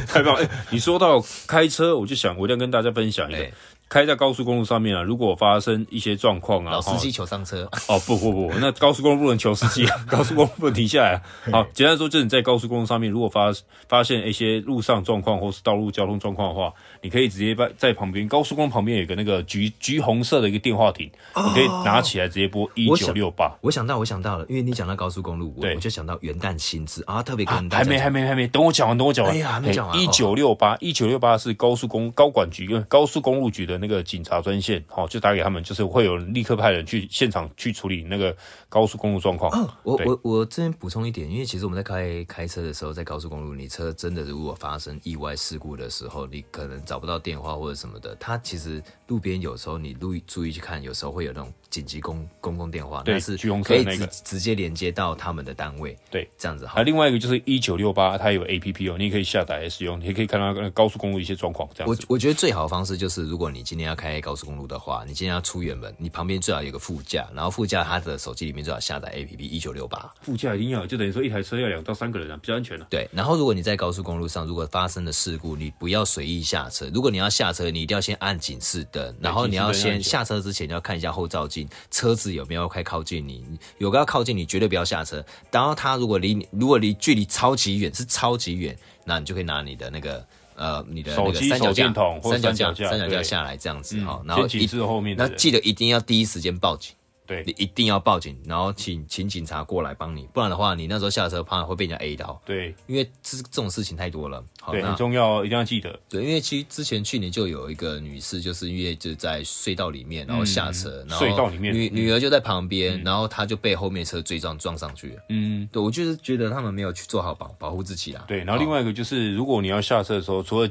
[SPEAKER 2] 太棒了！哎你说到开车，我就想，我一定要跟大家分享一个
[SPEAKER 1] 哎，
[SPEAKER 2] 开在高速公路上面啊，如果发生一些状况啊，
[SPEAKER 1] 老司机求上车，
[SPEAKER 2] 哈哦，不不不，那高速公路不能求司 机啊，高速公路不能停下来啊。好，简单说，就是你在高速公路上面，如果发发现一些路上状况或是道路交通状况的话，你可以直接在在旁边高速公路旁边有一个那个橘橘红色的一个电话亭，你可以拿起来直接拨一
[SPEAKER 1] 我
[SPEAKER 2] 九
[SPEAKER 1] 想
[SPEAKER 2] 六八。
[SPEAKER 1] 哦我想到我想到了，因为你讲到高速公路，我
[SPEAKER 2] 对
[SPEAKER 1] 我就想到元旦新制啊，特别跟大
[SPEAKER 2] 还
[SPEAKER 1] 家
[SPEAKER 2] 没，
[SPEAKER 1] 讲
[SPEAKER 2] 还没，还没，等我讲完，等我讲完。
[SPEAKER 1] 哎呀还没讲完
[SPEAKER 2] 一九六八，一九六八是高速公高管局、高速公路局的那个警察专线，哦，就打给他们，就是会有立刻派人去现场去处理那个高速公路状况。
[SPEAKER 1] 我
[SPEAKER 2] 哦对
[SPEAKER 1] 我我这边补充一点，因为其实我们在开开车的时候，在高速公路，你车真的如果发生意外事故的时候，你可能找不到电话或者什么的，它其实路边有时候你注意注意去看，有时候会有那种紧急公公共电话，
[SPEAKER 2] 对
[SPEAKER 1] 但是
[SPEAKER 2] 橘红色
[SPEAKER 1] 可以
[SPEAKER 2] 那
[SPEAKER 1] 直
[SPEAKER 2] 个
[SPEAKER 1] 直接连接到他们的单位，
[SPEAKER 2] 对，
[SPEAKER 1] 这样子好
[SPEAKER 2] 还。有另外一个就是一九六八，它有 A P P 哦，你也可以下载来使用，你也可以看到那个高速公路一些状况这样
[SPEAKER 1] 我
[SPEAKER 2] 子。
[SPEAKER 1] 我觉得最好的方式就是，如果你今天要开高速公路的话，你今天要出远门，你旁边最好有个副驾，然后副驾它的手机里面最好下载 APP 一九六八。
[SPEAKER 2] 副驾一定要，就等于说一台车要两到三个人啊，比较安全啊。
[SPEAKER 1] 对，然后如果你在高速公路上，如果发生了事故，你不要随意下车。如果你要下车，你一定要先按警示灯，然后你要
[SPEAKER 2] 警示灯要
[SPEAKER 1] 先下
[SPEAKER 2] 按
[SPEAKER 1] 车之前要看一下后照镜，车子有没有快靠近你，有个要靠近你，绝对不要下车。然后他如果离你，如果离距离超级远，是超级远，那你就可以拿你的那个呃你的那
[SPEAKER 2] 手
[SPEAKER 1] 个
[SPEAKER 2] 机
[SPEAKER 1] 三脚
[SPEAKER 2] 嗯手
[SPEAKER 1] 架
[SPEAKER 2] 电筒、或
[SPEAKER 1] 三脚
[SPEAKER 2] 三脚
[SPEAKER 1] 架、
[SPEAKER 2] 架
[SPEAKER 1] 三脚架
[SPEAKER 2] 对
[SPEAKER 1] 下来这样子哈、
[SPEAKER 2] 嗯
[SPEAKER 1] 然后
[SPEAKER 2] 先警
[SPEAKER 1] 一
[SPEAKER 2] 示后面的
[SPEAKER 1] 那
[SPEAKER 2] 人
[SPEAKER 1] 记得一定要第一时间报警，
[SPEAKER 2] 对
[SPEAKER 1] 你一定要报警，然后请请警察过来帮你，不然的话你那时候下车怕会被人家 A 到，
[SPEAKER 2] 对
[SPEAKER 1] 因为这这种事情太多了。好，
[SPEAKER 2] 对，
[SPEAKER 1] 那
[SPEAKER 2] 很重要，一定要记得。
[SPEAKER 1] 对，因为其实之前去年就有一个女士，就是因为就在隧道里面，然后下车，然后
[SPEAKER 2] 嗯隧道里面嗯
[SPEAKER 1] 女女儿就在旁边，然后她就被后面车追撞撞上去了。
[SPEAKER 2] 嗯，
[SPEAKER 1] 对，我就是觉得他们没有去做好保保护自己啊啦。
[SPEAKER 2] 对。然后另外一个就是，如果你要下车的时候，除了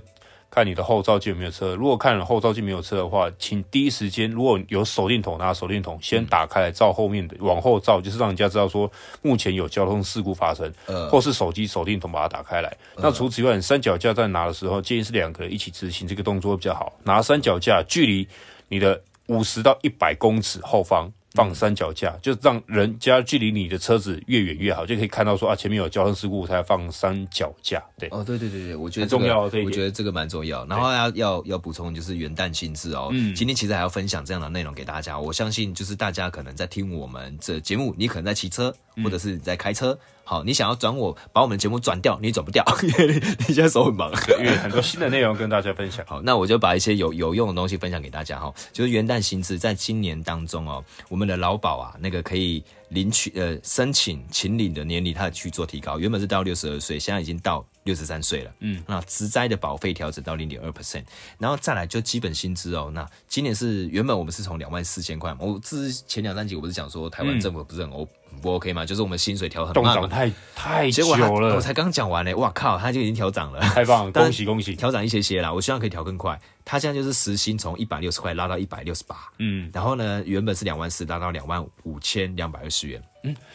[SPEAKER 2] 看你的后照镜有没有车，如果看了后照镜没有车的话，请第一时间，如果有手电筒，拿手电筒先打开来照后面的，往后照，就是让人家知道说目前有交通事故发生，
[SPEAKER 1] 呃
[SPEAKER 2] 或是手机手电筒把它打开来。那除此以外，你三脚架在拿的时候，建议是两个人一起执行这个动作会比较好。拿三脚架，距离你的五十到一百公尺后方放三脚架，就让人家距离你的车子越远越好，就可以看到说啊前面有交通事故才放三脚架。对，
[SPEAKER 1] 哦，对对对对，我觉得
[SPEAKER 2] 很
[SPEAKER 1] 这个
[SPEAKER 2] 重要哦这一
[SPEAKER 1] 我
[SPEAKER 2] 点
[SPEAKER 1] 觉得这个蛮重要。然后要要要补充就是元旦心智哦，
[SPEAKER 2] 嗯
[SPEAKER 1] 今天其实还要分享这样的内容给大家。我相信就是大家可能在听我们这节目，你可能在骑车
[SPEAKER 2] 嗯
[SPEAKER 1] 或者是你在开车，好，你想要转我把我们的节目转掉，你转不掉， 因为你你现在手很忙。
[SPEAKER 2] 因为很多新的内容跟大家分享。
[SPEAKER 1] 好，那我就把一些有有用的东西分享给大家哈、就是元旦薪资在今年当中哦，我们的劳保啊，那个可以领取呃申请请领的年龄，它去做提高，原本是到六十二岁，现在已经到六十三岁了。嗯，那职灾的保费调整到零点二 percent，然后再来就基本薪资哦，那今年是原本我们是从两万四千块嘛，我之前两三集我不是讲说台湾政府不是很 O、不 OK 嘛，就是我们薪水调很
[SPEAKER 2] 嗯动
[SPEAKER 1] 慢
[SPEAKER 2] 涨
[SPEAKER 1] 嘛，
[SPEAKER 2] 太太
[SPEAKER 1] 结
[SPEAKER 2] 久
[SPEAKER 1] 果他我
[SPEAKER 2] 了，
[SPEAKER 1] 才刚讲完嘞，哇靠，他就已经调涨了。
[SPEAKER 2] 太棒了，
[SPEAKER 1] 但
[SPEAKER 2] 恭喜恭喜！
[SPEAKER 1] 调涨一些些啦，我希望可以调更快。它现在就是时薪从一百六十块拉到一百六十八，
[SPEAKER 2] 嗯，
[SPEAKER 1] 然后呢，原本是两万四，拉到两万五千两百二十元。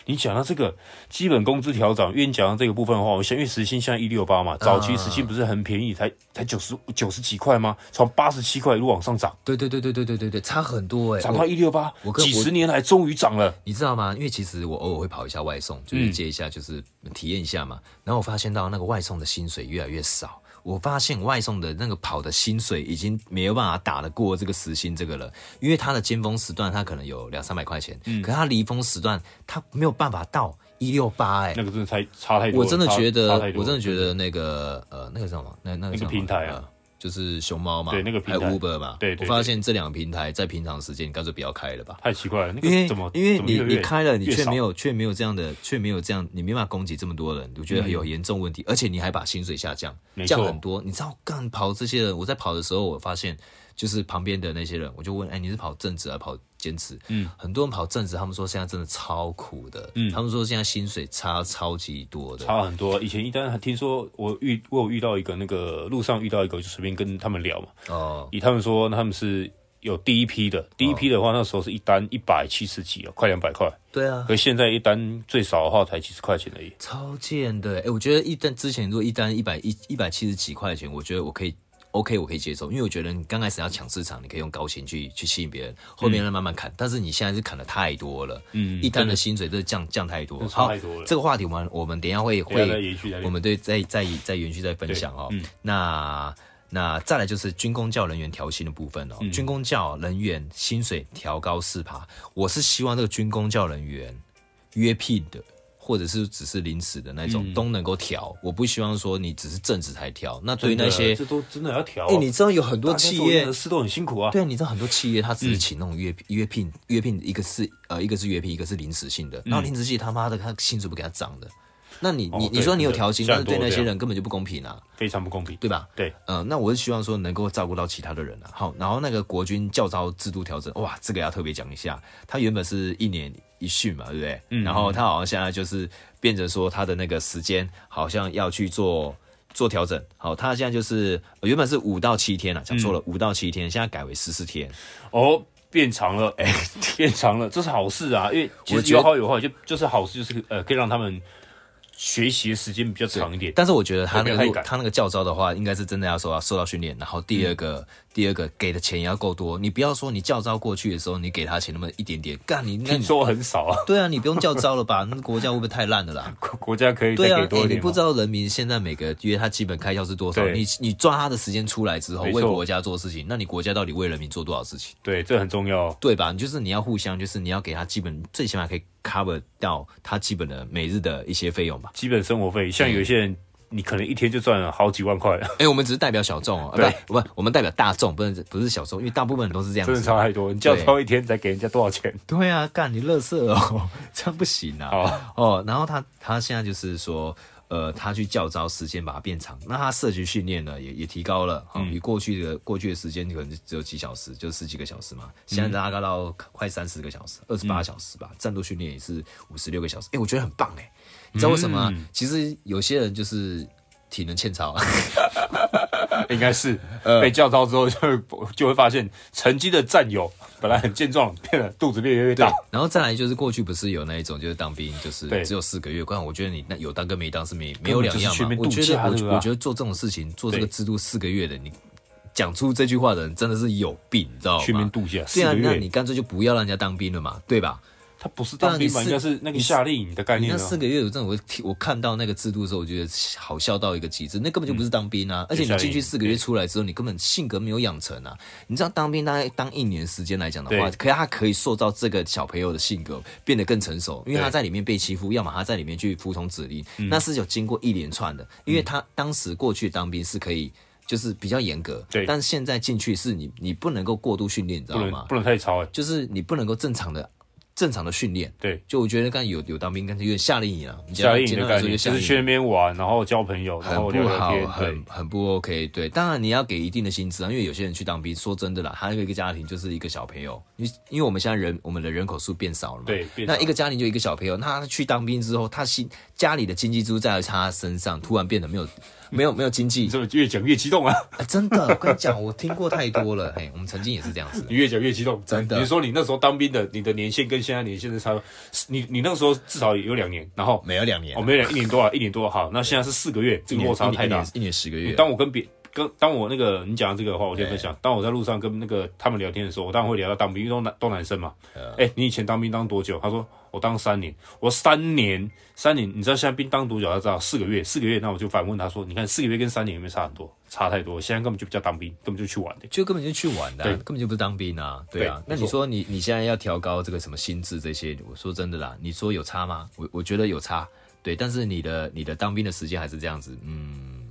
[SPEAKER 2] 你讲到这个基本工资调整，因为你讲到这个部分的话，我想因为时薪现在一六八
[SPEAKER 1] 啊
[SPEAKER 2] 嘛，早期时薪不是很便宜，才才九十九十几块吗？从八十七块一路往上涨，
[SPEAKER 1] 对对对对对对对对，差很多哎、
[SPEAKER 2] 涨到一六八
[SPEAKER 1] 我，跟
[SPEAKER 2] 几十年来终于涨了。
[SPEAKER 1] 你知道吗？因为其实我偶尔会跑一下外送，就是接一下，就是体验一下嘛。然后我发现到那个外送的薪水越来越少，我发现外送的那个跑的薪水已经没有办法打得过这个时薪这个了，因为它的尖峰时段它可能有两三百块钱，可它离峰时段它没有办法到一六八哎，
[SPEAKER 2] 那个真的太差太多了，
[SPEAKER 1] 我真的
[SPEAKER 2] 差
[SPEAKER 1] 觉得
[SPEAKER 2] 差太，多
[SPEAKER 1] 我
[SPEAKER 2] 了
[SPEAKER 1] 真的觉得那个呃，那个叫什么？那那个
[SPEAKER 2] 那个
[SPEAKER 1] 叫什么
[SPEAKER 2] 平台啊
[SPEAKER 1] 呃就是熊猫嘛，
[SPEAKER 2] 对那个平台
[SPEAKER 1] 还有 Uber 嘛，
[SPEAKER 2] 对对对
[SPEAKER 1] 我发现这两个平台在平常时间，你干脆不要开了吧。
[SPEAKER 2] 太奇怪了。那
[SPEAKER 1] 因为
[SPEAKER 2] 个怎么
[SPEAKER 1] 因为
[SPEAKER 2] 怎么
[SPEAKER 1] 你
[SPEAKER 2] 越来
[SPEAKER 1] 你
[SPEAKER 2] 越
[SPEAKER 1] 开了，你
[SPEAKER 2] 越
[SPEAKER 1] 却
[SPEAKER 2] 少
[SPEAKER 1] 没有却没有这样的却没有这样，你没办法供给这么多人，我觉得有严重问题，而且你还把薪水下降，
[SPEAKER 2] 嗯没
[SPEAKER 1] 降
[SPEAKER 2] 错
[SPEAKER 1] 很多。你知道干跑这些人，我在跑的时候，我发现就是旁边的那些人，我就问，哎，你是跑正职还是跑兼职？嗯，很多人跑正职，他们说现在真的超苦的，嗯，他们说现在薪水差超级多的，
[SPEAKER 2] 差很多。以前一单还听说我遇我有遇到一个那个路上遇到一个，我就随便跟他们聊嘛，
[SPEAKER 1] 哦，
[SPEAKER 2] 以他们说他们是。有第一批的，第一批的话，那时候是一单一百七十几哦，快两百块。
[SPEAKER 1] 对啊，
[SPEAKER 2] 可是现在一单最少的话才几十块钱而已。
[SPEAKER 1] 超贱的。哎、我觉得一单之前如果一单一百一一百七十几块钱，我觉得我可以 OK，我可以接受，因为我觉得你刚开始要抢市场，你可以用高薪去去吸引别人，后面再慢慢砍。
[SPEAKER 2] 嗯
[SPEAKER 1] 但是你现在是砍的太多了，嗯，一单的薪水真的降降太多，
[SPEAKER 2] 真的
[SPEAKER 1] 好，
[SPEAKER 2] 太多了
[SPEAKER 1] 这个话题我们我们等一下会
[SPEAKER 2] 等一下再
[SPEAKER 1] 会
[SPEAKER 2] 延续再聊
[SPEAKER 1] 我们对在在在园区再分享哦。
[SPEAKER 2] 嗯
[SPEAKER 1] 那那再来就是军工教人员调薪的部分哦，
[SPEAKER 2] 嗯
[SPEAKER 1] 军工教人员薪水调高四趴，我是希望这个军工教人员约聘的。或者是只是临时的那种、
[SPEAKER 2] 嗯
[SPEAKER 1] 都能够调，我不希望说你只是正职才调。那对于那些，
[SPEAKER 2] 这都真的要调、啊。
[SPEAKER 1] 哎、你知道有很多
[SPEAKER 2] 大家
[SPEAKER 1] 企
[SPEAKER 2] 做
[SPEAKER 1] 业
[SPEAKER 2] 任何事都很辛苦啊。
[SPEAKER 1] 对啊，你知道很多企业他只是请那种约约聘约聘，一个是呃一个是约聘，一个是临时性的，然后临时性他妈的他薪水不给他涨的，那你你
[SPEAKER 2] 哦
[SPEAKER 1] 你
[SPEAKER 2] 对
[SPEAKER 1] 说你有
[SPEAKER 2] 真的
[SPEAKER 1] 调薪，
[SPEAKER 2] 像
[SPEAKER 1] 但是
[SPEAKER 2] 很
[SPEAKER 1] 对
[SPEAKER 2] 多
[SPEAKER 1] 那
[SPEAKER 2] 这
[SPEAKER 1] 些
[SPEAKER 2] 样
[SPEAKER 1] 人根本就不公平啊，
[SPEAKER 2] 非常不公平。
[SPEAKER 1] 对吧？
[SPEAKER 2] 对，
[SPEAKER 1] 呃，那我是希望说能够照顾到其他的人啊。好，然后那个国军教招制度调整，哇，这个要特别讲一下。它原本是一年一训嘛，对不对？嗯。然后它好像现在就是变成说它的那个时间好像要去做做调整。好，它现在就是呃原本是五到七天啊，讲错了，五、到七天，现在改为十四天。
[SPEAKER 2] 哦，变长了， 哎、变长了，这是好事啊，因为其
[SPEAKER 1] 我
[SPEAKER 2] 实
[SPEAKER 1] 觉得
[SPEAKER 2] 有好有坏，就就是好事，就是呃，可以让他们学习的时间比较长一点。
[SPEAKER 1] 但是我觉得他那
[SPEAKER 2] 对
[SPEAKER 1] 个
[SPEAKER 2] 没有
[SPEAKER 1] 如
[SPEAKER 2] 太赶
[SPEAKER 1] 他那个教招的话，应该是真的要受到受到训练。然后第二个、第二个给的钱也要够多，你不要说你教招过去的时候，你给他钱那么一点点，干你应该
[SPEAKER 2] 听说很少啊，
[SPEAKER 1] 对啊，你不用叫招了吧？ 那国家会不会太烂了 啦？
[SPEAKER 2] 国国家可以再
[SPEAKER 1] 对啊
[SPEAKER 2] 给，多一
[SPEAKER 1] 你
[SPEAKER 2] 点、哦
[SPEAKER 1] 不
[SPEAKER 2] 嘛。
[SPEAKER 1] 知道人民现在每个月他基本开销是多少？
[SPEAKER 2] 对
[SPEAKER 1] 你你抓他的时间出来之后，
[SPEAKER 2] 没
[SPEAKER 1] 为
[SPEAKER 2] 错
[SPEAKER 1] 国家做事情，那你国家到底为人民做多少事情？
[SPEAKER 2] 对，这很重要哦。
[SPEAKER 1] 对吧？你就是你要互相，就是你要给他基本最起码可以 cover 到他基本的每日的一些费用吧。
[SPEAKER 2] 嗯基本生活费，像有一些人你可能一天就赚了好几万 块了，
[SPEAKER 1] 哎、我们只是代表小众哦、啊，
[SPEAKER 2] 对
[SPEAKER 1] 不不，我们代表大众，不是不是小众，因为大部分人都是这样
[SPEAKER 2] 真的
[SPEAKER 1] 子。
[SPEAKER 2] 差太多。你叫超一天才给人家多少钱？
[SPEAKER 1] 对啊，干你乐色哦， 这样不行啊。
[SPEAKER 2] 好
[SPEAKER 1] 哦，然后他他现在就是说，呃，他去教招时间把它变长，那他社区训练呢也也提高了，嗯、比过去的过去的时间可能只有几小时，就十几个小时
[SPEAKER 2] 嗯
[SPEAKER 1] 嘛，现在拉高到快三十个小时，二十八小时吧，战斗训练也是五十六个小时，哎、我觉得很棒哎、你
[SPEAKER 2] 嗯
[SPEAKER 1] 知道为什么吗？其实有些人就是体能欠操啊，
[SPEAKER 2] 应该 是被叫到之后就会就会发现，曾经的战友本来很健壮，变得肚子越来越大。
[SPEAKER 1] 然后再来就是过去不是有那一种就是当兵就是
[SPEAKER 2] 对
[SPEAKER 1] 只有四个月，关我觉得你那有当跟没当是没没有两样
[SPEAKER 2] 根
[SPEAKER 1] 嘛
[SPEAKER 2] 本。就
[SPEAKER 1] 我
[SPEAKER 2] 是
[SPEAKER 1] 觉
[SPEAKER 2] 去
[SPEAKER 1] 得
[SPEAKER 2] 那边度假对吧
[SPEAKER 1] 我我觉得做这种事情做这个制度四个月的你。讲出这句话的人真的是有病，你知道吗？
[SPEAKER 2] 全民度假
[SPEAKER 1] 对啊
[SPEAKER 2] 四，个月
[SPEAKER 1] 那你干脆就不要让人家当兵了嘛，对吧？
[SPEAKER 2] 他不是当兵
[SPEAKER 1] 对啊
[SPEAKER 2] 嘛，
[SPEAKER 1] 你
[SPEAKER 2] 应
[SPEAKER 1] 是
[SPEAKER 2] 该是那个夏令营的概
[SPEAKER 1] 你
[SPEAKER 2] 念
[SPEAKER 1] 那
[SPEAKER 2] 啊。
[SPEAKER 1] 四个月，我真的我听我看到那个制度的时候，我觉得好笑到一个极致。那根本就不是当兵
[SPEAKER 2] 嗯
[SPEAKER 1] 啊，而且你进去四个月出来之后，你根本性格没有养成啊。你知道当兵大概当一年时间来讲的话，
[SPEAKER 2] 对
[SPEAKER 1] 可他可以塑造这个小朋友的性格变得更成熟，因为他在里面被欺负，要么他在里面去服从指令，
[SPEAKER 2] 嗯
[SPEAKER 1] 那是有经过一连串的。因为他当时过去当兵是可以。就是比较严格，
[SPEAKER 2] 对
[SPEAKER 1] 但是现在进去是你你不能够过度训练，你知道
[SPEAKER 2] 不
[SPEAKER 1] 吗
[SPEAKER 2] 能？不能太超哎、
[SPEAKER 1] 就是你不能够正常的正常的训练，
[SPEAKER 2] 对，
[SPEAKER 1] 就我觉得刚才有有当兵，刚才有点夏令营啊，你简
[SPEAKER 2] 夏
[SPEAKER 1] 单
[SPEAKER 2] 令营
[SPEAKER 1] 简
[SPEAKER 2] 的
[SPEAKER 1] 单来
[SPEAKER 2] 概
[SPEAKER 1] 说就
[SPEAKER 2] 念就
[SPEAKER 1] 夏
[SPEAKER 2] 是
[SPEAKER 1] 令
[SPEAKER 2] 去那
[SPEAKER 1] 营。
[SPEAKER 2] 边玩，然后交朋友，然
[SPEAKER 1] 很
[SPEAKER 2] 后聊
[SPEAKER 1] 不
[SPEAKER 2] 聊
[SPEAKER 1] 好，
[SPEAKER 2] 天，对
[SPEAKER 1] 很，很不 OK。对，当然你要给一定的薪资啊，因为有些人去当兵，说真的啦，他有一个家庭就是一个小朋友，因为因为我们现在人我们的人口数变少了嘛，
[SPEAKER 2] 对变少
[SPEAKER 1] 那一个家庭就一个小朋友，那他去当兵之后，他心家里的经济支柱在他身上，突然变得没有没有没有经济
[SPEAKER 2] 你， 怎么越讲越激动 啊？
[SPEAKER 1] 啊真的，我跟你讲，我听过太多了，哎，我们曾经也是这样子的
[SPEAKER 2] 你，越讲越激动，
[SPEAKER 1] 真的
[SPEAKER 2] 你说你那时候当兵的，你的年限跟现在年限是差不多，你你那个时候至少也有两年，然后
[SPEAKER 1] 没有两年
[SPEAKER 2] 哦，，没有一年多啊，一年多好，那现在是四个月，这
[SPEAKER 1] 一
[SPEAKER 2] 个
[SPEAKER 1] 年
[SPEAKER 2] 落差太
[SPEAKER 1] 一
[SPEAKER 2] 大
[SPEAKER 1] 年。一年十个月，
[SPEAKER 2] 当我跟别跟当我那个你讲到这个的话，我先分享。当我在路上跟那个他们聊天的时候，我当然会聊到当兵，因为都男都男生嘛。哎、你以前当兵当多久？他说我当三年。我说三年，三年，你知道现在兵当多久？他知道四个月，四个月。那我就反问他说，你看四个月跟三年有没有差很多？差太多，现在根本就不叫当兵，根本就去玩的、
[SPEAKER 1] 就根本就去玩的啊、
[SPEAKER 2] 对
[SPEAKER 1] 根本就不是当兵啊，对啊。
[SPEAKER 2] 对
[SPEAKER 1] 那
[SPEAKER 2] 没错
[SPEAKER 1] 你说你你现在要调高这个什么薪资这些，我说真的啦，你说有差吗？我我觉得有差，对。但是你的你的当兵的时间还是这样子，嗯，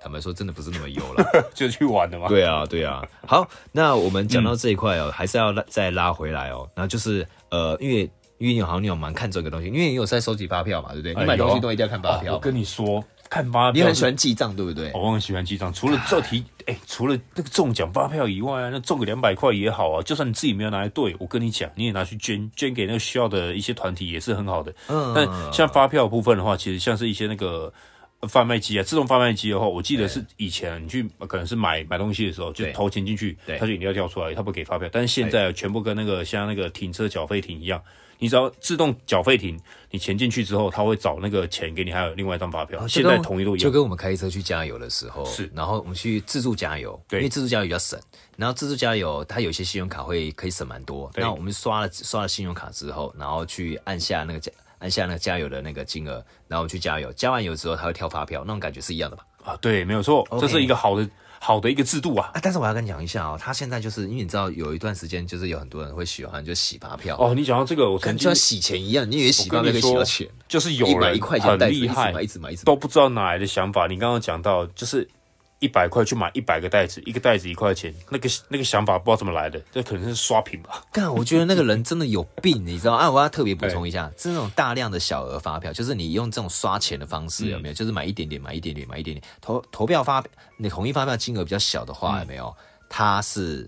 [SPEAKER 1] 坦白说真的不是那么优了。
[SPEAKER 2] 就去玩的 嘛。
[SPEAKER 1] 对啊，对啊。好，那我们讲到这一块哦，还是要拉再拉回来哦。然后就是呃，因为因为你好像你有蛮看重一个东西，因为你有在收集发票嘛，对不对？
[SPEAKER 2] 哎
[SPEAKER 1] 你买东
[SPEAKER 2] 有
[SPEAKER 1] 西都一定要看发
[SPEAKER 2] 哦
[SPEAKER 1] 票
[SPEAKER 2] 我
[SPEAKER 1] 嘛，
[SPEAKER 2] 跟你说，看发
[SPEAKER 1] 你
[SPEAKER 2] 票
[SPEAKER 1] 很
[SPEAKER 2] 是
[SPEAKER 1] 喜欢记账，对不对？
[SPEAKER 2] 我很喜欢记账，除了这题，哎、除了那个中奖发票以外啊，那中个两百块也好啊，就算你自己没有拿来兑，我跟你讲，你也拿去捐，捐给那个需要的一些团体也是很好的。
[SPEAKER 1] 嗯
[SPEAKER 2] 但像发票部分的话，其实像是一些那个。呃贩卖机啊，自动贩卖机的话，我记得是以前你去呃可能是买买东西的时候，就
[SPEAKER 1] 对
[SPEAKER 2] 投钱进去，
[SPEAKER 1] 对
[SPEAKER 2] 它就饮料跳出来，它不给发票。但是现在啊全部跟那个像那个停车缴费亭一样，你只要自动缴费亭，你钱进去之后，它会找那个钱给你，还有另外一张发票。现
[SPEAKER 1] 哦就
[SPEAKER 2] 在
[SPEAKER 1] 跟
[SPEAKER 2] 统一都一
[SPEAKER 1] 就
[SPEAKER 2] 样。
[SPEAKER 1] 跟我们开车去加油的时候是，然后我们去自助加油，
[SPEAKER 2] 对
[SPEAKER 1] 因为自助加油比较省。然后自助加油它有些信用卡会可以省蛮多。那我们刷了刷了信用卡之后，然后去按下那个加按下那个加油的那个金额，然后去加油，加完油之后它会跳发票，那种感觉是一样的吧？
[SPEAKER 2] 啊，对，没有错，这是一个好的好的一个制度啊。
[SPEAKER 1] 啊，但是我要跟你讲一下哦，它现在就是因为你知道有一段时间就是有很多人会喜欢就洗发票，
[SPEAKER 2] 哦，你讲到这个，我
[SPEAKER 1] 可
[SPEAKER 2] 曾
[SPEAKER 1] 能就
[SPEAKER 2] 经
[SPEAKER 1] 像洗钱一样，你以为洗
[SPEAKER 2] 我
[SPEAKER 1] 发票
[SPEAKER 2] 跟你
[SPEAKER 1] 可以洗
[SPEAKER 2] 说
[SPEAKER 1] 到钱，
[SPEAKER 2] 就是有
[SPEAKER 1] 一买
[SPEAKER 2] 人
[SPEAKER 1] 一块钱
[SPEAKER 2] 很
[SPEAKER 1] 袋子，一
[SPEAKER 2] 厉
[SPEAKER 1] 直
[SPEAKER 2] 害
[SPEAKER 1] 买，一直买一直买，
[SPEAKER 2] 都不知道哪来的想法。你刚刚讲到，就是一百块去买一百个袋子，一个袋子一块钱，那个那个想法不知道怎么来的，这可能是刷屏吧。
[SPEAKER 1] 干，我觉得那个人真的有病，你知道吗啊？我要特别补充一下，这种大量的小额发票，就是你用这种刷钱的方
[SPEAKER 2] 嗯
[SPEAKER 1] 式，有没有？就是买一点点，买一点点，买一点点。投投票发，你统一发票金额比较小的话，有没有？它是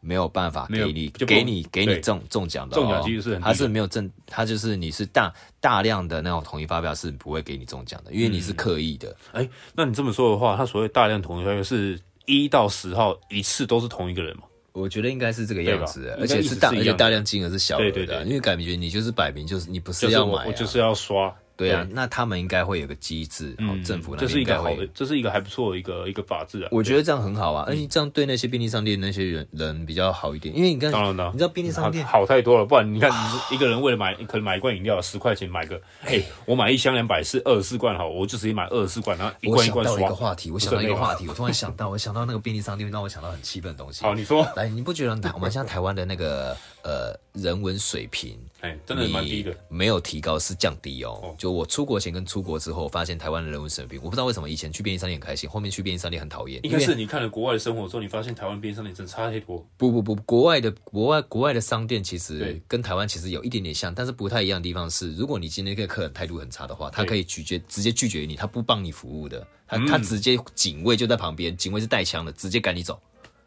[SPEAKER 1] 没有办法
[SPEAKER 2] 嗯没有
[SPEAKER 1] 给你
[SPEAKER 2] 就不
[SPEAKER 1] 给你给你
[SPEAKER 2] 对
[SPEAKER 1] 中中奖的哦，
[SPEAKER 2] 中奖几率是很低的
[SPEAKER 1] 它是没有正，它就是你是大大量的那种统一发票是不会给你中奖的，因为你是刻意的。
[SPEAKER 2] 哎，那你这么说的话，他所谓大量统一消费是一到十号一次都是同一个人嘛？
[SPEAKER 1] 我觉得应该是这个样子
[SPEAKER 2] 对吧，
[SPEAKER 1] 而且
[SPEAKER 2] 应该意思
[SPEAKER 1] 大
[SPEAKER 2] 是一
[SPEAKER 1] 而
[SPEAKER 2] 样的
[SPEAKER 1] 且大量金额是小额
[SPEAKER 2] 对对
[SPEAKER 1] 的，
[SPEAKER 2] 对
[SPEAKER 1] 因为感觉你就是摆明就是你不
[SPEAKER 2] 就是是
[SPEAKER 1] 要
[SPEAKER 2] 我
[SPEAKER 1] 买啊，
[SPEAKER 2] 我就是要刷。
[SPEAKER 1] 对啊，那他们应该会有个机制，好，哦政府那
[SPEAKER 2] 嗯这
[SPEAKER 1] 边
[SPEAKER 2] 是一
[SPEAKER 1] 应该
[SPEAKER 2] 个好的
[SPEAKER 1] 会。，
[SPEAKER 2] 这是一个还不错的一个一个法制啊。
[SPEAKER 1] 我觉得这样很好啊，而且这样对那些便利商店那些人人比较好一点，因为你看
[SPEAKER 2] 当然啦，
[SPEAKER 1] 你知道便利商店
[SPEAKER 2] 好好太多了，不然你看，你是一个人为了买可能买一罐饮料十块钱买个，哎， 我买一箱两百是二十四罐好，我就直接买二十四罐，然后一
[SPEAKER 1] 我
[SPEAKER 2] 罐一
[SPEAKER 1] 想
[SPEAKER 2] 罐
[SPEAKER 1] 到一
[SPEAKER 2] 刷
[SPEAKER 1] 个。话题，我想到一个
[SPEAKER 2] 啊
[SPEAKER 1] 话题，我突然想到，我想到那个便利商店让我想到很气愤的东西。
[SPEAKER 2] 好，你说，
[SPEAKER 1] 来，你不觉得台我们现在台湾的那个呃人文水平
[SPEAKER 2] 哎，真的蛮低的，
[SPEAKER 1] 你没有提高是降低哦，
[SPEAKER 2] 哦
[SPEAKER 1] 就我出国前跟出国之后，发现台湾的人文神病，我不知道为什么以前去便利商店很开心，后面去便利商店很讨厌。因
[SPEAKER 2] 应该
[SPEAKER 1] 为
[SPEAKER 2] 是你看了国外的生活之后，你发现台湾边上的真的差太多。
[SPEAKER 1] 不不不，国外的国外国外的商店其实
[SPEAKER 2] 对
[SPEAKER 1] 跟台湾其实有一点点像，但是不太一样的地方是，如果你今天跟客人态度很差的话，他
[SPEAKER 2] 对嗯
[SPEAKER 1] 可以拒绝直接拒绝你，他不帮你服务的，他、他直接警卫就在旁边，警卫是带枪的，直接赶你走。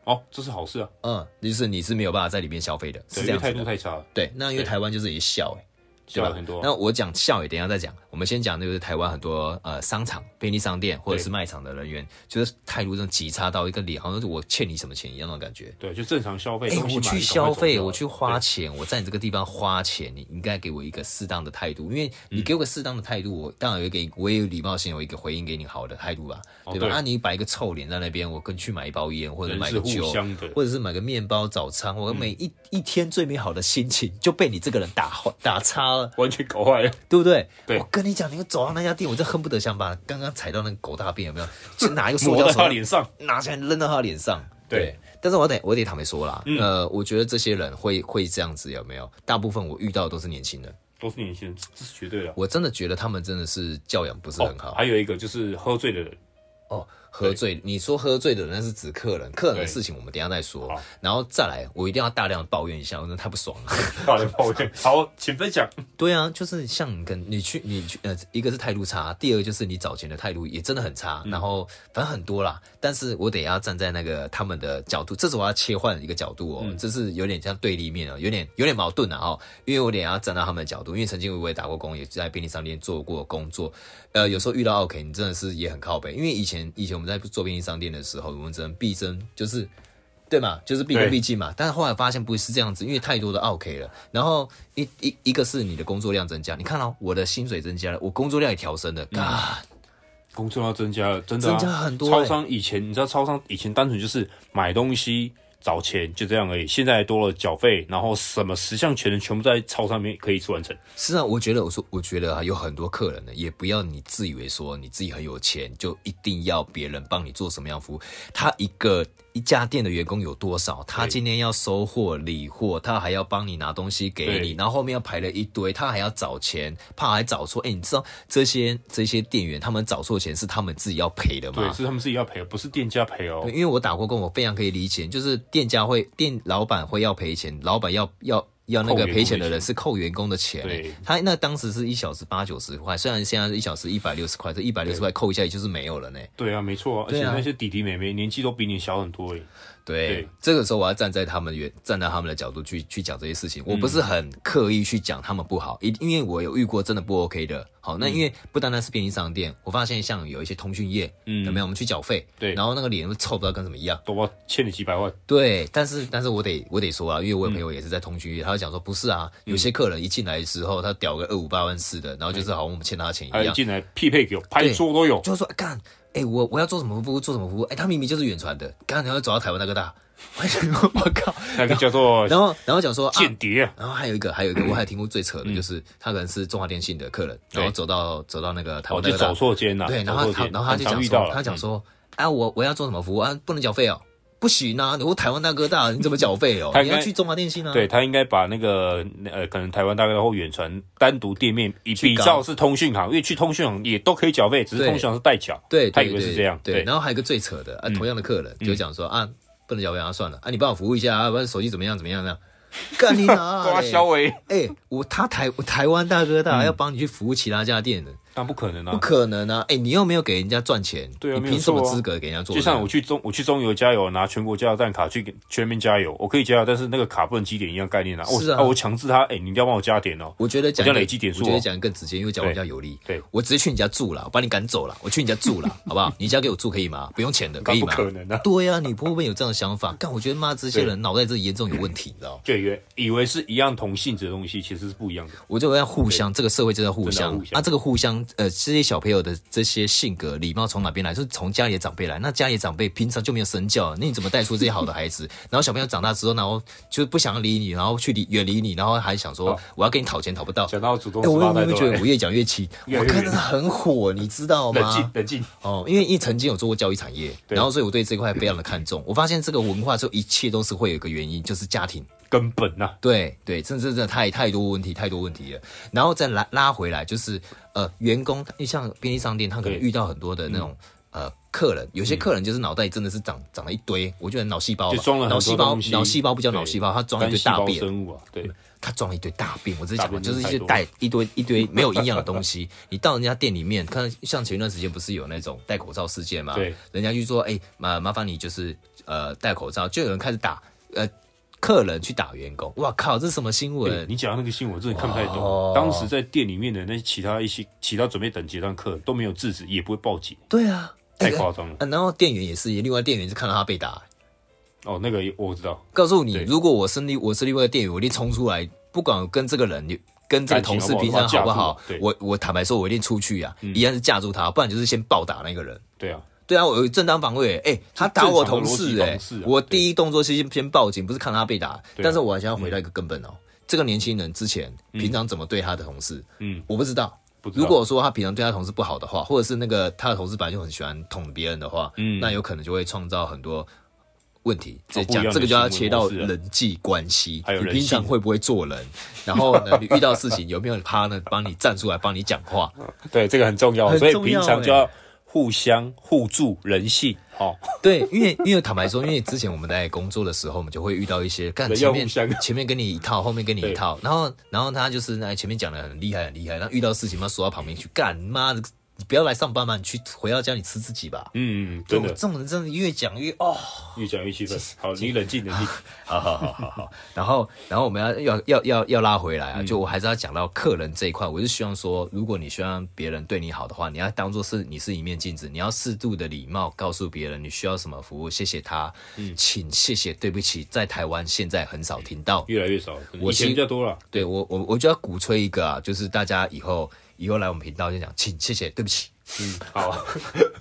[SPEAKER 2] 哦，这是好事啊，
[SPEAKER 1] 嗯，就是你是没有办法在里面消费的，是这
[SPEAKER 2] 对因为
[SPEAKER 1] 样
[SPEAKER 2] 态
[SPEAKER 1] 子
[SPEAKER 2] 度
[SPEAKER 1] 的。
[SPEAKER 2] 太差了，
[SPEAKER 1] 对，那因为
[SPEAKER 2] 对
[SPEAKER 1] 台湾就是一笑、欸，对
[SPEAKER 2] 下
[SPEAKER 1] 吧？
[SPEAKER 2] 了很多啊。
[SPEAKER 1] 那我讲笑也等一下再讲，我们先讲就是台湾很多呃商场、便利商店或者是卖场的人员，就是态度真的极差到一个脸，好像是我欠你什么钱一样那种感觉。
[SPEAKER 2] 对，就正常消费。
[SPEAKER 1] 哎、
[SPEAKER 2] 东西
[SPEAKER 1] 我
[SPEAKER 2] 买
[SPEAKER 1] 去
[SPEAKER 2] 赶快
[SPEAKER 1] 消
[SPEAKER 2] 走
[SPEAKER 1] 费，
[SPEAKER 2] 掉
[SPEAKER 1] 我去花
[SPEAKER 2] 对
[SPEAKER 1] 钱，我在你这个地方花钱，你应该给我一个适当的态度，因为
[SPEAKER 2] 嗯
[SPEAKER 1] 你给我个适当的态度，我当然有给，我也有礼貌性有一个回应给你好的态度吧，
[SPEAKER 2] 哦
[SPEAKER 1] 对吧？
[SPEAKER 2] 对
[SPEAKER 1] 啊，你摆一个臭脸在那边，我跟去买一包烟或者
[SPEAKER 2] 人
[SPEAKER 1] 买
[SPEAKER 2] 是
[SPEAKER 1] 个
[SPEAKER 2] 互
[SPEAKER 1] 酒，
[SPEAKER 2] 相的嗯
[SPEAKER 1] 或者是买个面包早餐，我每一、一天最美好的心情就被你这个人打坏打叉了。
[SPEAKER 2] 完全搞坏了。
[SPEAKER 1] 对不对？
[SPEAKER 2] 对
[SPEAKER 1] 我跟你讲，你走到那家店，我真恨不得想把刚刚踩到那个狗大便有没有，就拿一个塑
[SPEAKER 2] 抹
[SPEAKER 1] 胶
[SPEAKER 2] 在
[SPEAKER 1] 手
[SPEAKER 2] 他
[SPEAKER 1] 套
[SPEAKER 2] 脸上，
[SPEAKER 1] 拿起来扔到他脸上。
[SPEAKER 2] 对嗯
[SPEAKER 1] 但是我得我得坦白说啦，呃，我觉得这些人会会这样子有没有？大部分我遇到的都是年轻人，
[SPEAKER 2] 都是年轻人，这这是绝对的啊。
[SPEAKER 1] 我真的觉得他们真的是教养不是很好
[SPEAKER 2] 哦还有一个就是喝醉的人，
[SPEAKER 1] 哦。喝醉，你说喝醉的人那是指客人，客人的事情我们等一下再说
[SPEAKER 2] 好。
[SPEAKER 1] 然后再来，我一定要大量地抱怨一下，我真的太不爽了。
[SPEAKER 2] 大人抱怨。好，请分享。
[SPEAKER 1] 对啊，就是像你跟你去你去呃，一个是态度差，第二个就是你找钱的态度也真的很差，然后反正很多啦。但是我得要站在那个他们的角度，这是我要切换一个角度哦，这是有点像对立面哦，有点有点矛盾啊哦，因为我得要站到他们的角度，因为曾经我也打过工，也在便利商店做过工作，呃，有时候遇到 OK，你真的是也很靠背，因为以前以前我们在做便利商店的时候，我们只能必争，就是对嘛，就是毕恭
[SPEAKER 2] 对
[SPEAKER 1] 毕敬嘛。但是后来发现不是这样子，因为太多的 OK 了。然后一一一个是你的工作量增加，你看哦，我的薪水增加了，我工作量也调升了，啊、
[SPEAKER 2] 工作量增加了，真的、啊、
[SPEAKER 1] 增加很多欸
[SPEAKER 2] 超商以前你知道，超商以前单纯就是买东西找钱就这样而已，现在多了缴费，然后什么十项全能全部在超商里面可以一次完成。
[SPEAKER 1] 是啊，我觉得我说，我觉得啊，有很多客人呢，也不要你自以为说你自己很有钱，就一定要别人帮你做什么样服务。他一个一家店的员工有多少？他今天要收货、理货，他还要帮你拿东西给你，
[SPEAKER 2] 对
[SPEAKER 1] 然后后面要排了一堆，他还要找钱，怕还找错。哎，你知道这些这些店员他们找错钱是他们自己要赔的吗？
[SPEAKER 2] 对，是他们自己要赔，不是店家赔哦
[SPEAKER 1] 对，。因为我打过工，我非常可以理解，就是店家会店老板会要赔钱，老板要要要那
[SPEAKER 2] 扣
[SPEAKER 1] 个
[SPEAKER 2] 员工
[SPEAKER 1] 赔钱的
[SPEAKER 2] 的
[SPEAKER 1] 人
[SPEAKER 2] 钱
[SPEAKER 1] 是扣员工的钱、欸
[SPEAKER 2] 对
[SPEAKER 1] 他那当时是一小时八九十块，虽然现在是一小时一百六十块，这一百六十块扣一下也就是没有了呢、
[SPEAKER 2] 对啊，没错、啊，而
[SPEAKER 1] 对
[SPEAKER 2] 且
[SPEAKER 1] 啊
[SPEAKER 2] 那些弟弟妹妹年纪都比你小很多诶。
[SPEAKER 1] 对，
[SPEAKER 2] 对
[SPEAKER 1] 这个时候我要站在他们的原站在他们的角度去去讲这些事情，我不是
[SPEAKER 2] 嗯
[SPEAKER 1] 很刻意去讲他们不好，因、因为我有遇过真的不 OK 的。好，
[SPEAKER 2] 嗯
[SPEAKER 1] 那因为不单单是便利商店，我发现像有一些通讯业，嗯，有没有我们去缴费，
[SPEAKER 2] 对
[SPEAKER 1] 然后那个脸都臭不到跟什么一样。
[SPEAKER 2] 都要欠你几百万，
[SPEAKER 1] 对，但是但是我得我得说啊，因为我有
[SPEAKER 2] 嗯
[SPEAKER 1] 朋友也是在同区域，他就讲说不是啊，有些客人一进来之后，他屌个二五八万四的，然后就是好像我们欠他钱
[SPEAKER 2] 嗯还
[SPEAKER 1] 一
[SPEAKER 2] 有
[SPEAKER 1] 样，
[SPEAKER 2] 进来匹配给我，拍桌都有。
[SPEAKER 1] 就是说干，哎、我我要做什么服务做什么服务，哎、他明明就是远传的，干然后走到台湾那个大，我想说我 靠，
[SPEAKER 2] 那个叫做
[SPEAKER 1] 然后然后讲说啊。
[SPEAKER 2] 间谍、啊，
[SPEAKER 1] 然后还有一个，还有一个，我还 听过最扯的，就是他可能是中华电信的客人，然后
[SPEAKER 2] 嗯对
[SPEAKER 1] 走到走到那个台
[SPEAKER 2] 哦，
[SPEAKER 1] 湾那
[SPEAKER 2] 就
[SPEAKER 1] 个大
[SPEAKER 2] 走错间了。
[SPEAKER 1] 对，然后
[SPEAKER 2] 走错
[SPEAKER 1] 他
[SPEAKER 2] 间
[SPEAKER 1] 然后他就
[SPEAKER 2] 很常
[SPEAKER 1] 讲
[SPEAKER 2] 遇到
[SPEAKER 1] 说，
[SPEAKER 2] 了，嗯
[SPEAKER 1] 他讲说，啊，我我要做什么服务啊，不能缴费哦，不行啊，我台湾大哥大，你怎么缴费哦？
[SPEAKER 2] 他
[SPEAKER 1] 你
[SPEAKER 2] 应
[SPEAKER 1] 要
[SPEAKER 2] 该
[SPEAKER 1] 去中华电信啊，
[SPEAKER 2] 对他应该把那个呃，可能台湾大概或远传单独店面以
[SPEAKER 1] 去
[SPEAKER 2] 比
[SPEAKER 1] 搞
[SPEAKER 2] 照是通讯行，因为去通讯行也都可以缴费，只是
[SPEAKER 1] 对
[SPEAKER 2] 通讯行是代缴。
[SPEAKER 1] 对，
[SPEAKER 2] 他
[SPEAKER 1] 对
[SPEAKER 2] 以为
[SPEAKER 1] 对
[SPEAKER 2] 是这样。
[SPEAKER 1] 对，
[SPEAKER 2] 对，嗯
[SPEAKER 1] 然后还有一个最扯的，啊，同样的客人就讲说啊，不能缴费啊，算了啊，你帮我服务一下啊，不然手机怎么样怎么样怎么样， 干你哪
[SPEAKER 2] 抓
[SPEAKER 1] 嘞
[SPEAKER 2] 肖维，
[SPEAKER 1] 哎，我他台我台湾大哥大要帮你去服务其他家店的，
[SPEAKER 2] 那不可能
[SPEAKER 1] 不
[SPEAKER 2] 嗯啊！
[SPEAKER 1] 可能啊！哎，你又没有给人家赚钱，
[SPEAKER 2] 对啊
[SPEAKER 1] 你
[SPEAKER 2] 没有
[SPEAKER 1] 凭什么
[SPEAKER 2] 错啊
[SPEAKER 1] 资格给人家做
[SPEAKER 2] 就
[SPEAKER 1] 这个？
[SPEAKER 2] 像我去中我去中油加油，拿全国加油站卡去给全民加油，我可以加油，但是那个卡不能积点一样概念啊。我
[SPEAKER 1] 是啊
[SPEAKER 2] 我强制他，哎，你一定要帮我加点哦。
[SPEAKER 1] 我觉得讲
[SPEAKER 2] 我叫累积点数
[SPEAKER 1] 我觉得
[SPEAKER 2] 哦
[SPEAKER 1] 讲得更直接，因为讲我比较有力。
[SPEAKER 2] 对对
[SPEAKER 1] 我直接去你家住了，我把你赶走了，我去你家住 了，好不好？你家给我住可以吗？不用钱的，可以
[SPEAKER 2] 不
[SPEAKER 1] 吗？
[SPEAKER 2] 可能啊！
[SPEAKER 1] 对呀、你会不会有这样的想 法？但我觉得妈，这些人脑袋真的严重有问题，你知道吗？
[SPEAKER 2] 就以为以为是一样同性质的东西，其实是不一样的。
[SPEAKER 1] 我就要互相，这个社会就在互
[SPEAKER 2] 真的
[SPEAKER 1] 相。
[SPEAKER 2] 要互相
[SPEAKER 1] 啊，这个互相，呃，这些小朋友的这些性格、礼貌从哪边来？就是从家里的长辈来。那家里的长辈平常就没有身教，那你怎么带出这些好的孩 子？然后小朋友长大之后，然后就是不想理你，然后去离远离你，然后还想说、我要跟你讨钱讨不到。
[SPEAKER 2] 讲到主动
[SPEAKER 1] 哎、
[SPEAKER 2] 十
[SPEAKER 1] 我
[SPEAKER 2] 八
[SPEAKER 1] 有没
[SPEAKER 2] 代
[SPEAKER 1] 有
[SPEAKER 2] 都
[SPEAKER 1] 觉
[SPEAKER 2] 来
[SPEAKER 1] 得我越讲越气？
[SPEAKER 2] 越
[SPEAKER 1] 我
[SPEAKER 2] 来越
[SPEAKER 1] 看真的很火，你知道
[SPEAKER 2] 冷静
[SPEAKER 1] 吗？
[SPEAKER 2] 冷静，
[SPEAKER 1] 哦，因为一曾经有做过教育产业，然后所以我对这块非常的看重。我发现这个文化就一切都是会有一个原因，就是家庭。
[SPEAKER 2] 根本啊呐、
[SPEAKER 1] 对对，这这这太太多问题，太多问题了。然后再拉拉回来，就是呃，员工，因为像便利商店，他可能
[SPEAKER 2] 对嗯
[SPEAKER 1] 遇到很多的那种、呃客人，有些客人就是脑袋里真的是长长了一堆，我觉得脑细胞吧
[SPEAKER 2] 就装了很
[SPEAKER 1] 脑
[SPEAKER 2] 多
[SPEAKER 1] 细胞
[SPEAKER 2] 东，西
[SPEAKER 1] 脑细胞不叫脑细胞，他装一
[SPEAKER 2] 单
[SPEAKER 1] 堆
[SPEAKER 2] 细
[SPEAKER 1] 大
[SPEAKER 2] 胞
[SPEAKER 1] 便，
[SPEAKER 2] 生物啊，对，
[SPEAKER 1] 他装了一堆大便，我只是讲嘛，
[SPEAKER 2] 大便
[SPEAKER 1] 就是一
[SPEAKER 2] 太
[SPEAKER 1] 些
[SPEAKER 2] 多
[SPEAKER 1] 带一堆一堆没有营养的东西。 你到人家店里面，看像前一段时间不是有那种戴口罩事件嘛？
[SPEAKER 2] 对，
[SPEAKER 1] 人家就说，哎、麻麻烦你就是呃戴口罩，就有人开始打呃客人去打员工，哇靠，这是什么新
[SPEAKER 2] 对
[SPEAKER 1] 闻？
[SPEAKER 2] 哎你讲那个新闻，我真的看不太懂
[SPEAKER 1] 哇。
[SPEAKER 2] 当时在店里面的那其他一些其他准备等结账客人都没有制止，也不会报警，
[SPEAKER 1] 对啊，
[SPEAKER 2] 太夸张了。
[SPEAKER 1] 啊然后店员也是，另外店员是看到他被打，
[SPEAKER 2] 哦，那个也我知道，
[SPEAKER 1] 告诉你，
[SPEAKER 2] 对
[SPEAKER 1] 如果我是另我是另外一个店员，我一定冲出来，不管我跟这个人有跟这个同事
[SPEAKER 2] 感
[SPEAKER 1] 平
[SPEAKER 2] 情
[SPEAKER 1] 常好不
[SPEAKER 2] 好不好
[SPEAKER 1] 好
[SPEAKER 2] 架住，对嗯
[SPEAKER 1] 我我坦白说，我一定出去啊，一样是架住他，不然就是先暴打那个人。
[SPEAKER 2] 对啊，
[SPEAKER 1] 对啊，我有正当防卫。哎、他打我同事、
[SPEAKER 2] 正常的逻辑
[SPEAKER 1] 哎、
[SPEAKER 2] 方式啊
[SPEAKER 1] 我第一动作是先先报警，不是看他被打。
[SPEAKER 2] 对啊
[SPEAKER 1] 但是我还想要回到一个根本哦、这个年轻人之前平常怎么对他的同事，
[SPEAKER 2] 嗯，
[SPEAKER 1] 我不知道。
[SPEAKER 2] 不知道
[SPEAKER 1] 如果说他平常对他同事不好的话，或者是那个他的同事本来就很喜欢捅别人的话，
[SPEAKER 2] 嗯哦
[SPEAKER 1] 那有可能就会创造很多问题。这
[SPEAKER 2] 不一样
[SPEAKER 1] 讲
[SPEAKER 2] 的
[SPEAKER 1] 这个就要
[SPEAKER 2] 行为
[SPEAKER 1] 切到
[SPEAKER 2] 模式啊
[SPEAKER 1] 人际关系，
[SPEAKER 2] 还有
[SPEAKER 1] 你
[SPEAKER 2] 人
[SPEAKER 1] 平常
[SPEAKER 2] 性
[SPEAKER 1] 会不会做人？然后呢，你遇到事情有没有 partner 帮你站出来帮你讲话？
[SPEAKER 2] 对，这个很重要
[SPEAKER 1] 很重
[SPEAKER 2] 所
[SPEAKER 1] 要哎
[SPEAKER 2] 以平常就要互相互助人性， 哦，
[SPEAKER 1] 对，因为因为坦白说，因为之前我们在工作的时候，我们就会遇到一些，干
[SPEAKER 2] 人
[SPEAKER 1] 前
[SPEAKER 2] 要
[SPEAKER 1] 面
[SPEAKER 2] 互相
[SPEAKER 1] 前面跟你一套，后面跟你一套，然后然后他就是那前面讲的很厉害很厉害，然后遇到事情嘛，说到旁边去，干妈的，你不要来上班嘛，你去回到家里吃自己吧。
[SPEAKER 2] 嗯，真
[SPEAKER 1] 我
[SPEAKER 2] 的
[SPEAKER 1] 这种人真的越讲越哦，
[SPEAKER 2] 越讲越气 愤。好，你冷静冷静，
[SPEAKER 1] 好好好好好。然后然后我们要要要要要拉回
[SPEAKER 2] 嗯
[SPEAKER 1] 来啊，就我还是要讲到客人这一块，我是希望说，如果你希望别人对你好的话，你要当做是你是一面镜子，你要适度的礼貌告诉别人你需要什么服务，谢谢他，
[SPEAKER 2] 嗯
[SPEAKER 1] 请谢谢，对不起，在台湾现在很少听到。
[SPEAKER 2] 越来越少，可能
[SPEAKER 1] 我
[SPEAKER 2] 以前
[SPEAKER 1] 是
[SPEAKER 2] 比较多了。
[SPEAKER 1] 对我我我就要鼓吹一个啊，就是大家以后以后来我们频道就讲，请谢谢，对不起。
[SPEAKER 2] 嗯， 好，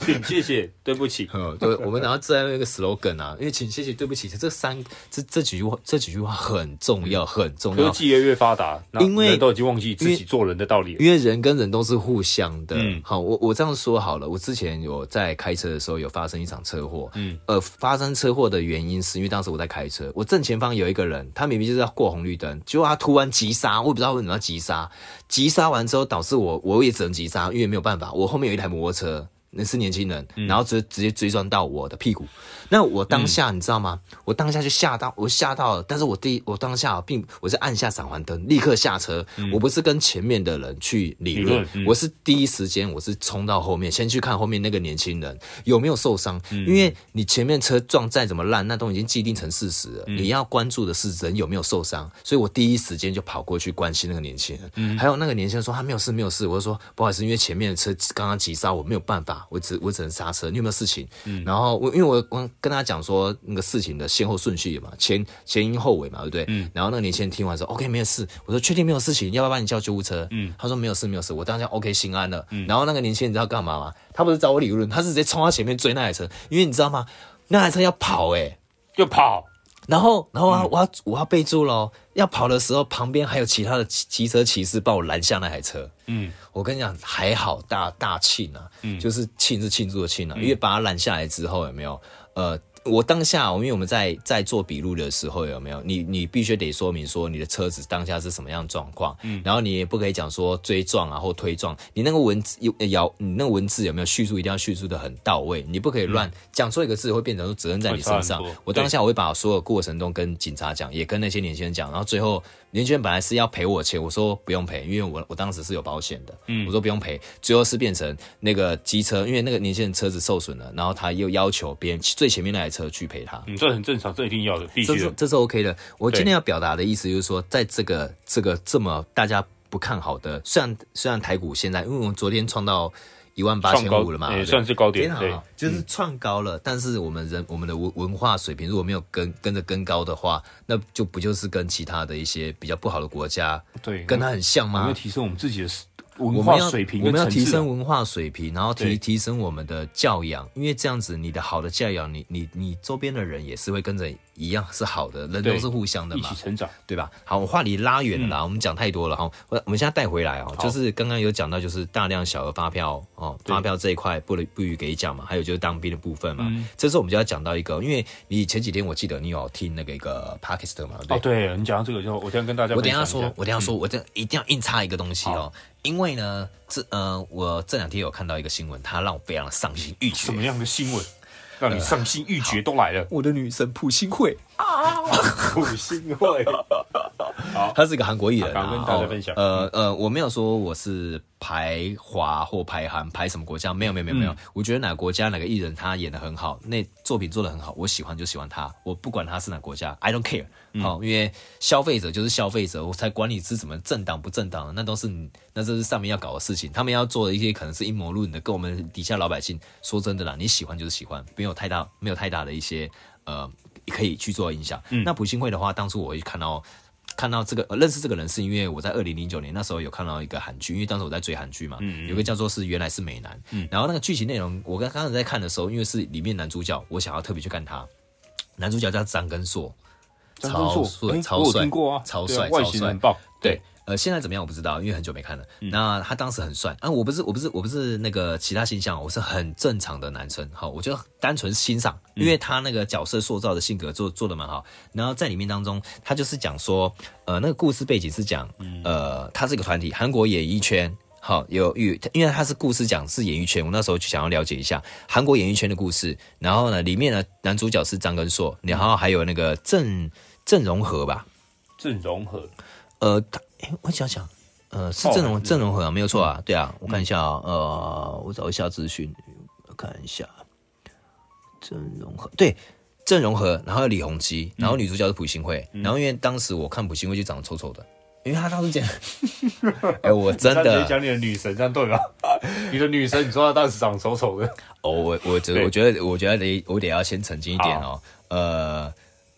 [SPEAKER 2] 请谢谢，对不起，
[SPEAKER 1] 嗯， 对，我们然后再用一个 slogan 啊，因为请谢谢对不起，这三这这几句话这几句话很重要，很重
[SPEAKER 2] 嗯科
[SPEAKER 1] 要。
[SPEAKER 2] 技越来越发达，那
[SPEAKER 1] 因为
[SPEAKER 2] 人都已经忘记自己做人的道理了。
[SPEAKER 1] 因为人跟人都是互相的。
[SPEAKER 2] 嗯
[SPEAKER 1] 好，我我这样说好了，我之前有在开车的时候有发生一场车祸。
[SPEAKER 2] 嗯，
[SPEAKER 1] 呃，发生车祸的原因是因为当时我在开车，我正前方有一个人，他明明就是要过红绿灯，结果他突然急刹，我也不知道为什么要急刹。急刹完之后导致我我也只能急刹，因为没有办法，我后面有一台摩托车。那是年轻人，
[SPEAKER 2] 嗯
[SPEAKER 1] 然后直直接追撞到我的屁股。那我当
[SPEAKER 2] 嗯
[SPEAKER 1] 下你知道吗？我当下就吓到，我吓到了。但是我第一我当下并我是按下闪环灯，立刻下车。我不是跟前面的人去理
[SPEAKER 2] 嗯理
[SPEAKER 1] 论
[SPEAKER 2] 论，嗯
[SPEAKER 1] 我是第一时间我是冲到后面，先去看后面那个年轻人有没有受伤。
[SPEAKER 2] 嗯
[SPEAKER 1] 因为你前面车撞再怎么烂，那都已经既定成事实了。
[SPEAKER 2] 嗯
[SPEAKER 1] 你要关注的是人有没有受伤，所以我第一时间就跑过去关心那个年轻人。
[SPEAKER 2] 嗯
[SPEAKER 1] 还有那个年轻人说他没有事，没有事。我就说不好意思，因为前面的车刚刚急刹，我没有办法，我只我只能刹车。你有没有事情？然后我因为我我跟他讲说那个事情的先后顺序嘛，前前因后尾嘛，对不对？然后那个年轻人听完说 OK 没有事，我说确定没有事情，要不要帮你叫救护车？他说没有事没有事，我当下 OK 心安了。然后那个年轻人你知道干嘛吗？他不是找我理论，他是直接冲到前面追那台车，因为你知道吗？那台车要跑哎、欸
[SPEAKER 2] 就跑，
[SPEAKER 1] 然后，然后
[SPEAKER 2] 嗯
[SPEAKER 1] 啊，我要我要备注喽，要跑的时候，旁边还有其他的骑骑车骑士把我拦下那台车。
[SPEAKER 2] 嗯，
[SPEAKER 1] 我跟你讲，还好大大庆啊，就是庆是庆祝的
[SPEAKER 2] 嗯
[SPEAKER 1] 庆啊，因为把他拦下来之后，有没有？呃，我当下，因为我们在在做笔录的时候，有没有？你你必须得说明说你的车子当下是什么样的状况，
[SPEAKER 2] 嗯
[SPEAKER 1] 然后你也不可以讲说追撞啊或推撞，你那个文字有呃咬，你那个文字有没有叙述一定要叙述的很到位，你不可以乱、讲错一个字会变成说责任在你身上
[SPEAKER 2] 嗯会差很多。
[SPEAKER 1] 我当下我会把所有过程中跟警察讲，也跟那些年轻人讲，然后最后年轻人本来是要赔我钱，我说不用赔，因为我我当时是有保险的，
[SPEAKER 2] 嗯
[SPEAKER 1] 我说不用赔，最后是变成那个机车，因为那个年轻人车子受损了，然后他又要求别人最前面那台车去赔他，
[SPEAKER 2] 嗯，这很正常，这一定要的，必
[SPEAKER 1] 这
[SPEAKER 2] 须
[SPEAKER 1] 是
[SPEAKER 2] 的。
[SPEAKER 1] 这是 OK 的。我
[SPEAKER 2] 对
[SPEAKER 1] 今天要表达的意思就是说，在这个这个这么大家不看好的，虽然虽然台股现在，因为我们昨天创到一万八
[SPEAKER 2] 创
[SPEAKER 1] 千
[SPEAKER 2] 高
[SPEAKER 1] 五了嘛，
[SPEAKER 2] 也
[SPEAKER 1] 对
[SPEAKER 2] 算是高点
[SPEAKER 1] 天，
[SPEAKER 2] 对嗯
[SPEAKER 1] 啊，，就是创高了。但是我们人我们的文文化水平如果没有跟跟着跟高的话，那就不就是跟其他的一些比较不好的国家
[SPEAKER 2] 对，
[SPEAKER 1] 跟它很像
[SPEAKER 2] 我们
[SPEAKER 1] 吗
[SPEAKER 2] 要？提升我们自己的
[SPEAKER 1] 我
[SPEAKER 2] 嗯文
[SPEAKER 1] 们
[SPEAKER 2] 化
[SPEAKER 1] 要
[SPEAKER 2] 水平
[SPEAKER 1] 我
[SPEAKER 2] 跟
[SPEAKER 1] 们要
[SPEAKER 2] 层
[SPEAKER 1] 提
[SPEAKER 2] 次啊
[SPEAKER 1] 升文化水平，然后提
[SPEAKER 2] 对
[SPEAKER 1] 提升我们的教养，因为这样子你的好的教养，你你你周边的人也是会跟着一样是好的，人
[SPEAKER 2] 对
[SPEAKER 1] 都是互相的
[SPEAKER 2] 一
[SPEAKER 1] 嘛
[SPEAKER 2] 起，成长。
[SPEAKER 1] 对吧？好，我话题拉远了啦，我们讲太多了哈。我我们现在带回来哦，
[SPEAKER 2] 好
[SPEAKER 1] 就是刚刚有讲到，就是大量小额发票哦，
[SPEAKER 2] 对
[SPEAKER 1] 发票这一块不能不予给讲嘛，还有就是当兵的部分嘛。
[SPEAKER 2] 嗯
[SPEAKER 1] 这次我们就要讲到一个，因为你前几天我记得你有听那个一个 p a k i s t a 嘛，对不对
[SPEAKER 2] 哦，对你讲到这个之后，我等一下跟大家
[SPEAKER 1] 我等
[SPEAKER 2] 分
[SPEAKER 1] 一
[SPEAKER 2] 享
[SPEAKER 1] 下
[SPEAKER 2] 一
[SPEAKER 1] 说，我嗯等一下说，我这一定要硬插一个东西哦，因为呢，这呃，我这两天有看到一个新闻，它让我非常的伤心欲绝
[SPEAKER 2] 什。么样的新闻让你丧心欲绝都来了？
[SPEAKER 1] 我的女神朴信惠，
[SPEAKER 2] 不 新会，
[SPEAKER 1] 她是一个韩国艺人
[SPEAKER 2] 好
[SPEAKER 1] 啊，
[SPEAKER 2] 跟大家
[SPEAKER 1] 哦
[SPEAKER 2] 分享
[SPEAKER 1] 呃呃，我没有说我是排华或排韩，排什么国家，没有没有没有没有。
[SPEAKER 2] 嗯
[SPEAKER 1] 我觉得哪个国家哪个艺人他演的很好，那作品做的很好，我喜欢就喜欢他，我不管他是哪国家，I don't care。好，
[SPEAKER 2] 嗯
[SPEAKER 1] 因为消费者就是消费者，我才管你是怎么正当不正当，那都是你那这是上面要搞的事情，他们要做的一些可能是阴谋论的，跟我们底下老百姓说真的啦，你喜欢就是喜欢，没有太大没有太大的一些呃可以去做的影响。
[SPEAKER 2] 嗯
[SPEAKER 1] 那朴信惠的话，当初我会看到。看到这个、呃认识这个人，是因为我在二零零九年那时候有看到一个韩剧，因为当时我在追韩剧嘛，有个叫做是原来是美男，然后那个剧情内容，我刚刚才在看的时候，因为是里面男主角，我想要特别去看他，男主角叫张根硕，
[SPEAKER 2] 张根
[SPEAKER 1] 超
[SPEAKER 2] 硕，
[SPEAKER 1] 帅
[SPEAKER 2] 哎
[SPEAKER 1] 超
[SPEAKER 2] 我有
[SPEAKER 1] 帅
[SPEAKER 2] 听过啊，
[SPEAKER 1] 超
[SPEAKER 2] 对啊
[SPEAKER 1] 帅
[SPEAKER 2] 外
[SPEAKER 1] 超
[SPEAKER 2] 形
[SPEAKER 1] 帅
[SPEAKER 2] 很棒，
[SPEAKER 1] 对，，呃，现在怎么样我不知道，因为很久没看了。那他当时很帅啊，我不是我不是我不是那个其他形象，哦我是很正常的男生。好，我就单纯欣赏，因为他那个角色塑造的性格做做的蛮好。然后在里面当中，他就是讲说，呃，那个故事背景是讲，呃，他是一个团体，韩国演艺圈。好，有与，因为他是故事讲是演艺圈，我那时候就想要了解一下韩国演艺圈的故事。然后呢，里面呢男主角是张根硕，然后还有那个郑郑容和吧，
[SPEAKER 2] 郑容和，
[SPEAKER 1] 呃，他，诶我想想，呃，是
[SPEAKER 2] 哦嗯
[SPEAKER 1] 阵容
[SPEAKER 2] 是
[SPEAKER 1] 阵容合啊，没有错啊，对啊，我看一下啊，呃，我找一下资讯，我看一下，阵容合，对，郑容和，然后有李弘基，
[SPEAKER 2] 嗯
[SPEAKER 1] 然后女主角是朴信惠，然后因为当时我看朴信惠就长得丑丑的，因为她当时 讲，哎、我真
[SPEAKER 2] 你直接
[SPEAKER 1] 的，
[SPEAKER 2] 讲你的女神，这样对 吧？你的女神，你说她当时长丑丑的，
[SPEAKER 1] 哦，我我觉得
[SPEAKER 2] 对
[SPEAKER 1] 我觉得我觉得得我得要先澄清一点哦，呃。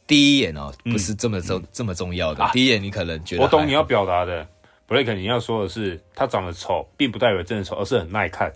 [SPEAKER 1] 第一眼哦，不是这么重、这么重要的。第一眼你可能觉得
[SPEAKER 2] 嗯啊我懂
[SPEAKER 1] 还
[SPEAKER 2] 你要表达的。Blake，你要说的是，她长得丑，并不代表真的丑，而是很耐看。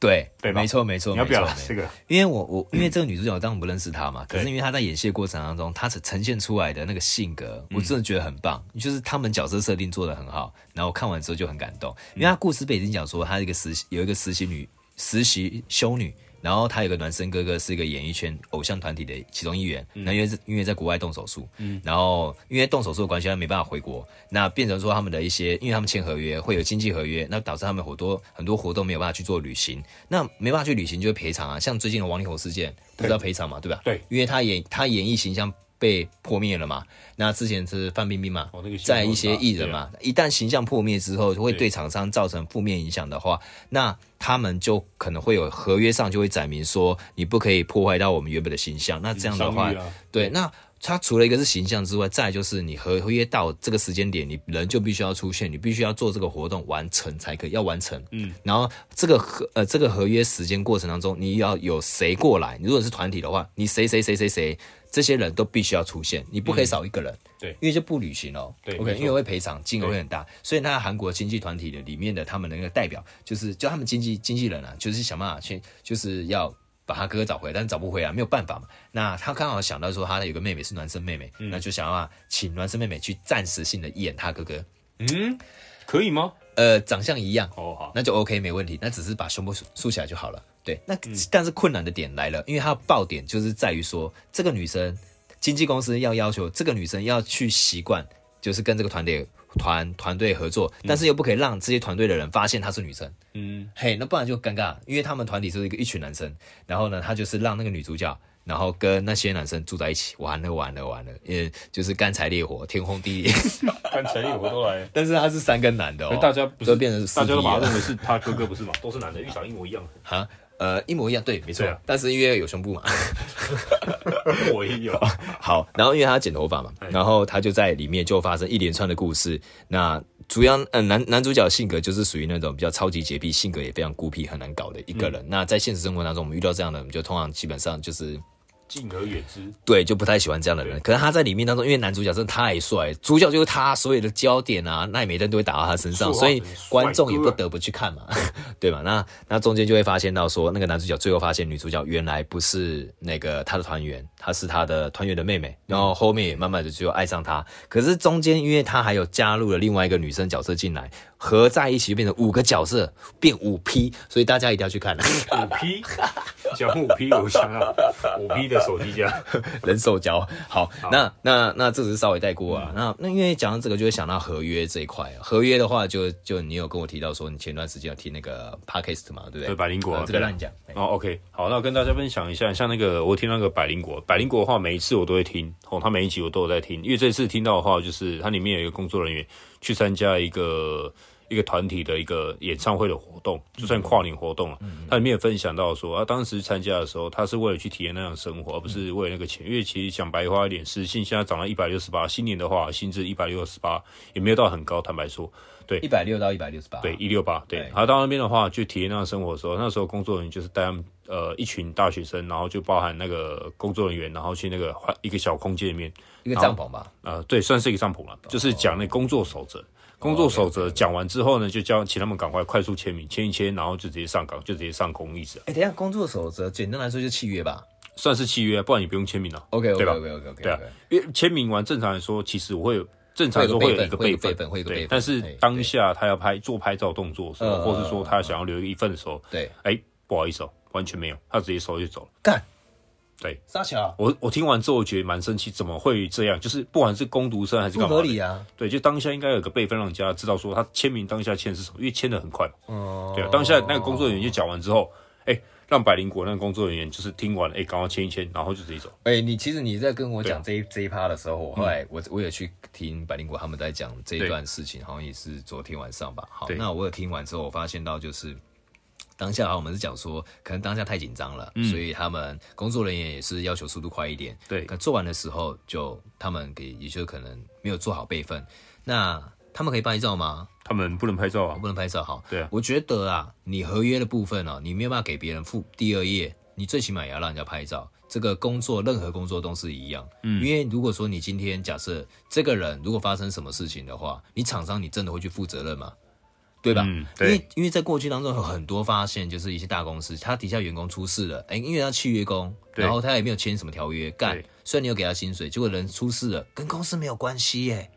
[SPEAKER 1] 对，
[SPEAKER 2] 对吧
[SPEAKER 1] 没错没错，
[SPEAKER 2] 你要
[SPEAKER 1] 没错
[SPEAKER 2] 表达
[SPEAKER 1] 没
[SPEAKER 2] 这个，
[SPEAKER 1] 因为我我因为这个女主角我当然不认识她嘛，可是因为她在演戏的过程当中，她呈呈现出来的那个性格，我真的觉得很棒，就是他们角色设定做得很好，然后我看完之后就很感动，因为她故事背景讲说，她一个实习有一个实习女实习修女。然后她有个孪生哥哥，是一个演艺圈偶像团体的其中一员。
[SPEAKER 2] 嗯
[SPEAKER 1] 那、因为是因为在国外动手术，然后因为动手术的关系，他没办法回国，那变成说他们的一些，因为他们签合约会有经济合约，那导致他们很多很多活动没有办法去做旅行，那没办法去旅行就会赔偿啊，像最近的王力宏事件，不知道赔偿嘛，对吧？
[SPEAKER 2] 对，
[SPEAKER 1] 因为他演他演艺形象被破灭了嘛，那之前是范冰冰嘛，
[SPEAKER 2] 哦那个新闻
[SPEAKER 1] 在一些
[SPEAKER 2] 吧
[SPEAKER 1] 艺人嘛，一旦形象破灭之后，会对厂商造成负面影响的话，那他们就可能会有合约上就会载明说，你不可以破坏到我们原本的形象，那这样的话
[SPEAKER 2] 商誉，啊
[SPEAKER 1] 对，那它除了一个是形象之外，再来就是你合约到这个时间点，你人就必须要出现，你必须要做这个活动完成才可以，要完成。嗯，然后这个合呃这个合约时间过程当中，你要有谁过来？你如果是团体的话，你谁谁谁谁谁，这些人都必须要出现，你不可以少一个人。
[SPEAKER 2] 对
[SPEAKER 1] 因为就不履行哦。
[SPEAKER 2] 对没
[SPEAKER 1] ，OK，
[SPEAKER 2] 错
[SPEAKER 1] 因为会赔偿，金额会很大，所以那韩国经济团体的里面的他们的那个代表，就是叫他们经济经纪人啊，就是想办法去，就是要把他哥哥找回来，但是找不回来，没有办法嘛。那他刚好想到说，他有个妹妹是孪生妹妹，
[SPEAKER 2] 嗯
[SPEAKER 1] 那就想要啊请孪生妹妹去暂时性的演他哥哥，
[SPEAKER 2] 嗯，可以吗？
[SPEAKER 1] 呃，长相一样，
[SPEAKER 2] 哦，好，
[SPEAKER 1] 那就 OK 没问题，那只是把胸部竖竖起来就好了。对，那、
[SPEAKER 2] 嗯
[SPEAKER 1] 但是困难的点来了，因为它的爆点就是在于说，这个女生经纪公司要要求这个女生要去习惯，就是跟这个团队团团队合作，但是又不可以让这些团队的人发现她是女生。
[SPEAKER 2] 嗯，
[SPEAKER 1] 嘿，那不然就尴尬，因为他们团体就是一个一群男生，然后呢，他就是让那个女主角，然后跟那些男生住在一起，完了完了完了，也就是干柴烈火，天轰地裂。
[SPEAKER 2] 看陈立我都来。
[SPEAKER 1] 但是他是三跟男的
[SPEAKER 2] 可
[SPEAKER 1] 哦
[SPEAKER 2] 是，哎大家不是
[SPEAKER 1] 都变成啊四
[SPEAKER 2] 大家都
[SPEAKER 1] P
[SPEAKER 2] 把
[SPEAKER 1] 了
[SPEAKER 2] 他认为是他哥哥，不是吗？都是男的，玉长一模一样，
[SPEAKER 1] 啊，呃，一模一样，对，没错。
[SPEAKER 2] 对啊
[SPEAKER 1] 但是因为有胸部嘛，
[SPEAKER 2] 我也 有。
[SPEAKER 1] 好，然后因为他剪头发嘛
[SPEAKER 2] 啊哎，
[SPEAKER 1] 然后他就在里面就发生一连串的故事。那主要，呃，男男主角性格就是属于那种比较超级洁癖，
[SPEAKER 2] 嗯
[SPEAKER 1] 性格也非常孤僻，很难搞的一个人。那在现实生活当中，我们遇到这样的，我们就通常基本上就是
[SPEAKER 2] 敬而远之。
[SPEAKER 1] 对，就不太喜欢这样的人。可是他在里面当中，因为男主角真的太帅，主角就是他，所有的焦点啊，奈美灯都会打到他身上，
[SPEAKER 2] 是啊
[SPEAKER 1] 所以
[SPEAKER 2] 很帅
[SPEAKER 1] 观众也
[SPEAKER 2] 哥
[SPEAKER 1] 不
[SPEAKER 2] 啊
[SPEAKER 1] 得不去看嘛， 对吧？那那中间就会发现到说，那个男主角最后发现女主角原来不是那个他的团员，她是他的团员的妹妹，然
[SPEAKER 2] 嗯
[SPEAKER 1] 后后面也慢慢的就爱上他。可是中间因为他还有加入了另外一个女生角色进来，合在一起就变成五个角色，变五批，所以大家一定要去看。啊
[SPEAKER 2] 五 P 讲五 P，我想到五 P 的手机架，
[SPEAKER 1] 人手交。好，那那那这只是稍微带过啊。那那因为讲到这个，就会想到合约这一块啊。合约的话就，就你有跟我提到说，你前段时间有听那个 podcast 嘛，对不对？
[SPEAKER 2] 对百灵果啊
[SPEAKER 1] 呃这个
[SPEAKER 2] 对啊
[SPEAKER 1] 让你讲。哎
[SPEAKER 2] 哦，OK，好，那我跟大家分享一下，像那个我听那个百灵果，百灵果的话，每一次我都会听，哦，他每一集我都有在听，因为这次听到的话，就是它里面有一个工作人员去参加一个一个团体的一个演唱会的活动，就算跨年活动了、啊它里面也分享到说，啊，当时参加的时候，他是为了去体验那样的生活，而不是为了那个钱，因为其实讲白话一点，时薪现在涨到一百六十八，新年的话，薪资一百六十八，也没有到很高，坦白说，
[SPEAKER 1] 一百六到一百六十八，
[SPEAKER 2] 对，，一六八，啊对
[SPEAKER 1] 对。
[SPEAKER 2] 他到那边的话，去体验那样的生活的时候，那时候工作人员就是带他们呃一群大学生，然后就包含那个工作人员，然后去那个环一个小空间里面，
[SPEAKER 1] 一个帐篷吧。
[SPEAKER 2] 呃，对，算是一个帐篷了，就是讲那工作守则。工作守则讲完之后呢，就叫请他们赶快快速签名，签一签，然后就直接上岗，就直接上工，意思啊
[SPEAKER 1] 哎，等一下，工作守则简单来说就是契约吧。
[SPEAKER 2] 算是契约啊，不然你不用签名了。
[SPEAKER 1] OK OK
[SPEAKER 2] 对吧
[SPEAKER 1] OK OK OK，
[SPEAKER 2] 对啊，因为签名完，正常来说，其实我会有正常来说
[SPEAKER 1] 会有
[SPEAKER 2] 会
[SPEAKER 1] 个
[SPEAKER 2] 有一个
[SPEAKER 1] 备
[SPEAKER 2] 备
[SPEAKER 1] 份
[SPEAKER 2] 份，
[SPEAKER 1] 会有个备份会有个备
[SPEAKER 2] 对
[SPEAKER 1] 份。
[SPEAKER 2] 呃但是
[SPEAKER 1] 哎
[SPEAKER 2] 当下他要拍做拍照动作的时候，
[SPEAKER 1] 嗯
[SPEAKER 2] 或是说他想要留一份的时候，
[SPEAKER 1] 对，
[SPEAKER 2] 哎，不好意思哦，完全没有，他直接收就走了。
[SPEAKER 1] 干
[SPEAKER 2] 对
[SPEAKER 1] 沙小
[SPEAKER 2] 我，我听完之后觉得蛮生气，怎么会这样？就是不管是攻读生还是
[SPEAKER 1] 不
[SPEAKER 2] 干嘛
[SPEAKER 1] 合
[SPEAKER 2] 的，
[SPEAKER 1] 理啊。
[SPEAKER 2] 对，就当下应该有个备份，让人家知道说他签名当下签的是什么，因为签的很快嘛。
[SPEAKER 1] 嗯，
[SPEAKER 2] 对啊，当下那个工作人员就讲完之后，哎，让百灵果那个工作人员就是听完，哎，赶快签一签，然后就直接走。
[SPEAKER 1] 哎、你其实你在跟我
[SPEAKER 2] 对啊嗯
[SPEAKER 1] 讲这一这一趴的时候，我后来我我有去听百灵果他们在讲这一
[SPEAKER 2] 对
[SPEAKER 1] 段事情，好像也是昨天晚上吧。好，
[SPEAKER 2] 对
[SPEAKER 1] 那我有听完之后，我发现到就是当下啊，我们是讲说，可能当下太紧张了，
[SPEAKER 2] 嗯
[SPEAKER 1] 所以他们工作人员也是要求速度快一点。
[SPEAKER 2] 对
[SPEAKER 1] 可做完的时候就他们给也就可能没有做好备份，那他们可以拍照吗？
[SPEAKER 2] 他们不能拍照啊
[SPEAKER 1] 我，不能拍照好。
[SPEAKER 2] 对啊
[SPEAKER 1] 我觉得啊，你合约的部分哦、你没有办法给别人付第二页，你最起码也要让人家拍照。这个工作，任何工作都是一样。嗯，因为如果说你今天假设这个人如果发生什么事情的话，你厂商你真的会去负责任吗？对吧？
[SPEAKER 2] 嗯对
[SPEAKER 1] 因为因为在过去当中有很多发现，就是一些大公司，他底下员工出事了，哎、因为他契约工，
[SPEAKER 2] 对
[SPEAKER 1] 然后他也没有签什么条约，干
[SPEAKER 2] 对，
[SPEAKER 1] 虽然你有给他薪水，结果人出事了，跟公司没有关系耶、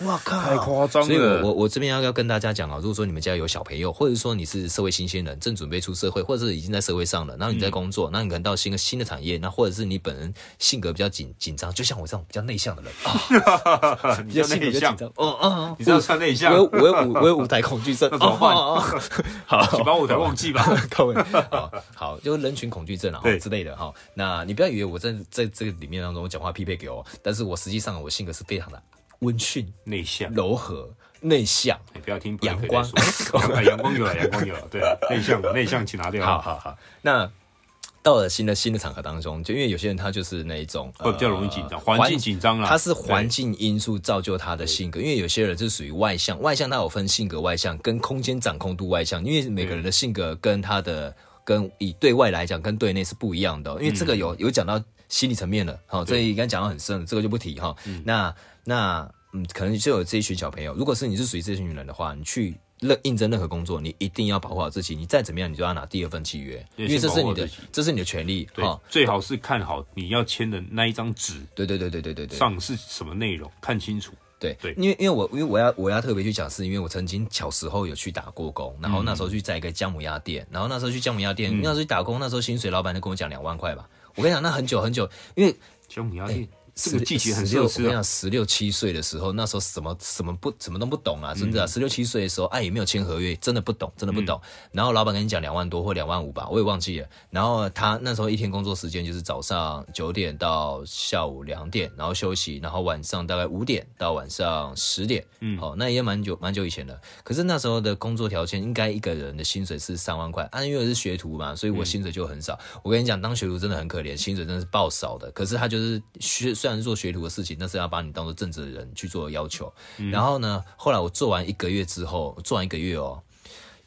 [SPEAKER 1] 哇靠！
[SPEAKER 2] 太夸张了
[SPEAKER 1] 所以我 我我这边要要跟大家讲啊，如果说你们家有小朋友，或者说你是社会新鲜人，正准备出社会，或者是已经在社会上了，然后你在
[SPEAKER 2] 嗯
[SPEAKER 1] 工作，那、你可能到新的新的产业，那或者是你本人性格比较紧紧张，就像我这种比较内向的人，啊、
[SPEAKER 2] 你
[SPEAKER 1] 比较性格比较紧，张，哦哦哦，
[SPEAKER 2] 你这样算内向
[SPEAKER 1] 我有我有舞我有舞台恐惧症，
[SPEAKER 2] 那怎么办
[SPEAKER 1] 哦哦哦好，
[SPEAKER 2] 请把我的 忘记吧。
[SPEAKER 1] 各位，好好，就是人群恐惧症啊
[SPEAKER 2] 对
[SPEAKER 1] 之类的哈。那你不要以为我在在这个里面当中我讲话匹配给我，但是我实际上我性格是非常的温驯、
[SPEAKER 2] 内向，
[SPEAKER 1] 柔和、内向。
[SPEAKER 2] 你不要听
[SPEAKER 1] 阳光
[SPEAKER 2] 哎阳光有了，阳光有了，对啊，内向，内向，请拿掉。
[SPEAKER 1] 好，好好，那。到了新的新的场合当中，就因为有些人他就是那一种呃
[SPEAKER 2] 会比较容易紧张环境紧张啦
[SPEAKER 1] 他是环境因素造就他的性格。因为有些人是属于外向，外向他有分性格外向跟空间掌控度外向，因为每个人的性格跟他的跟以对外来讲跟对内是不一样的哦、因为这个
[SPEAKER 2] 嗯
[SPEAKER 1] 有、有讲到心理层面了，好、这应该讲到很深了，这个就不提哈、
[SPEAKER 2] 嗯
[SPEAKER 1] 那那嗯，可能就有这一群小朋友，如果是你是属于这群人的话，你去。任应征任何工作，你一定要保护好自己。你再怎么样，你就要拿第二份契约，因
[SPEAKER 2] 对
[SPEAKER 1] 为这是
[SPEAKER 2] 先保护
[SPEAKER 1] 你
[SPEAKER 2] 好
[SPEAKER 1] 的
[SPEAKER 2] 自己，
[SPEAKER 1] 这是你的权利。
[SPEAKER 2] 对
[SPEAKER 1] 哈，
[SPEAKER 2] 最好是看好你要签的那一张纸
[SPEAKER 1] 对对对对对对对。
[SPEAKER 2] 上是什么内容，看清楚。
[SPEAKER 1] 对，
[SPEAKER 2] 对
[SPEAKER 1] 因为因为我因为我要我要特别去讲，是因为我曾经小时候有去打过工，然后那时
[SPEAKER 2] 嗯
[SPEAKER 1] 候去在一个姜母鸭店，然后那时候去姜母鸭店，那时候去打工，那时候薪水老板就跟我讲两万块吧。我跟你讲，那很久很久，因为
[SPEAKER 2] 姜母鸭店这
[SPEAKER 1] 哎十
[SPEAKER 2] 个季节很
[SPEAKER 1] 十
[SPEAKER 2] 适
[SPEAKER 1] 六，
[SPEAKER 2] 合
[SPEAKER 1] 我
[SPEAKER 2] 吃
[SPEAKER 1] 跟你
[SPEAKER 2] 啊
[SPEAKER 1] 讲，十六七岁的时候，那时候什么什么不什么都不懂啊，真
[SPEAKER 2] 嗯
[SPEAKER 1] 的、啊，十六七岁的时候，哎、也没有签合约，真的不懂，真的不懂。然后老板跟你讲两万多或两万五吧，我也忘记了。然后他那时候一天工作时间就是早上九点到下午两点，然后休息，然后晚上大概五点到晚上十点。嗯，好、那也蛮久蛮久以前了。可是那时候的工作条件，应该一个人的薪水是三万块啊，因为我是学徒嘛，所以
[SPEAKER 2] 嗯
[SPEAKER 1] 我薪水就很少。我跟你讲，当学徒真的很可怜，薪水真的是爆少的。可是他就是学，虽然是做学徒的事情，但是要把你当做正职的
[SPEAKER 2] 嗯
[SPEAKER 1] 人去做要求。然后呢，后来我做完一个月之后，我做完一个月哦，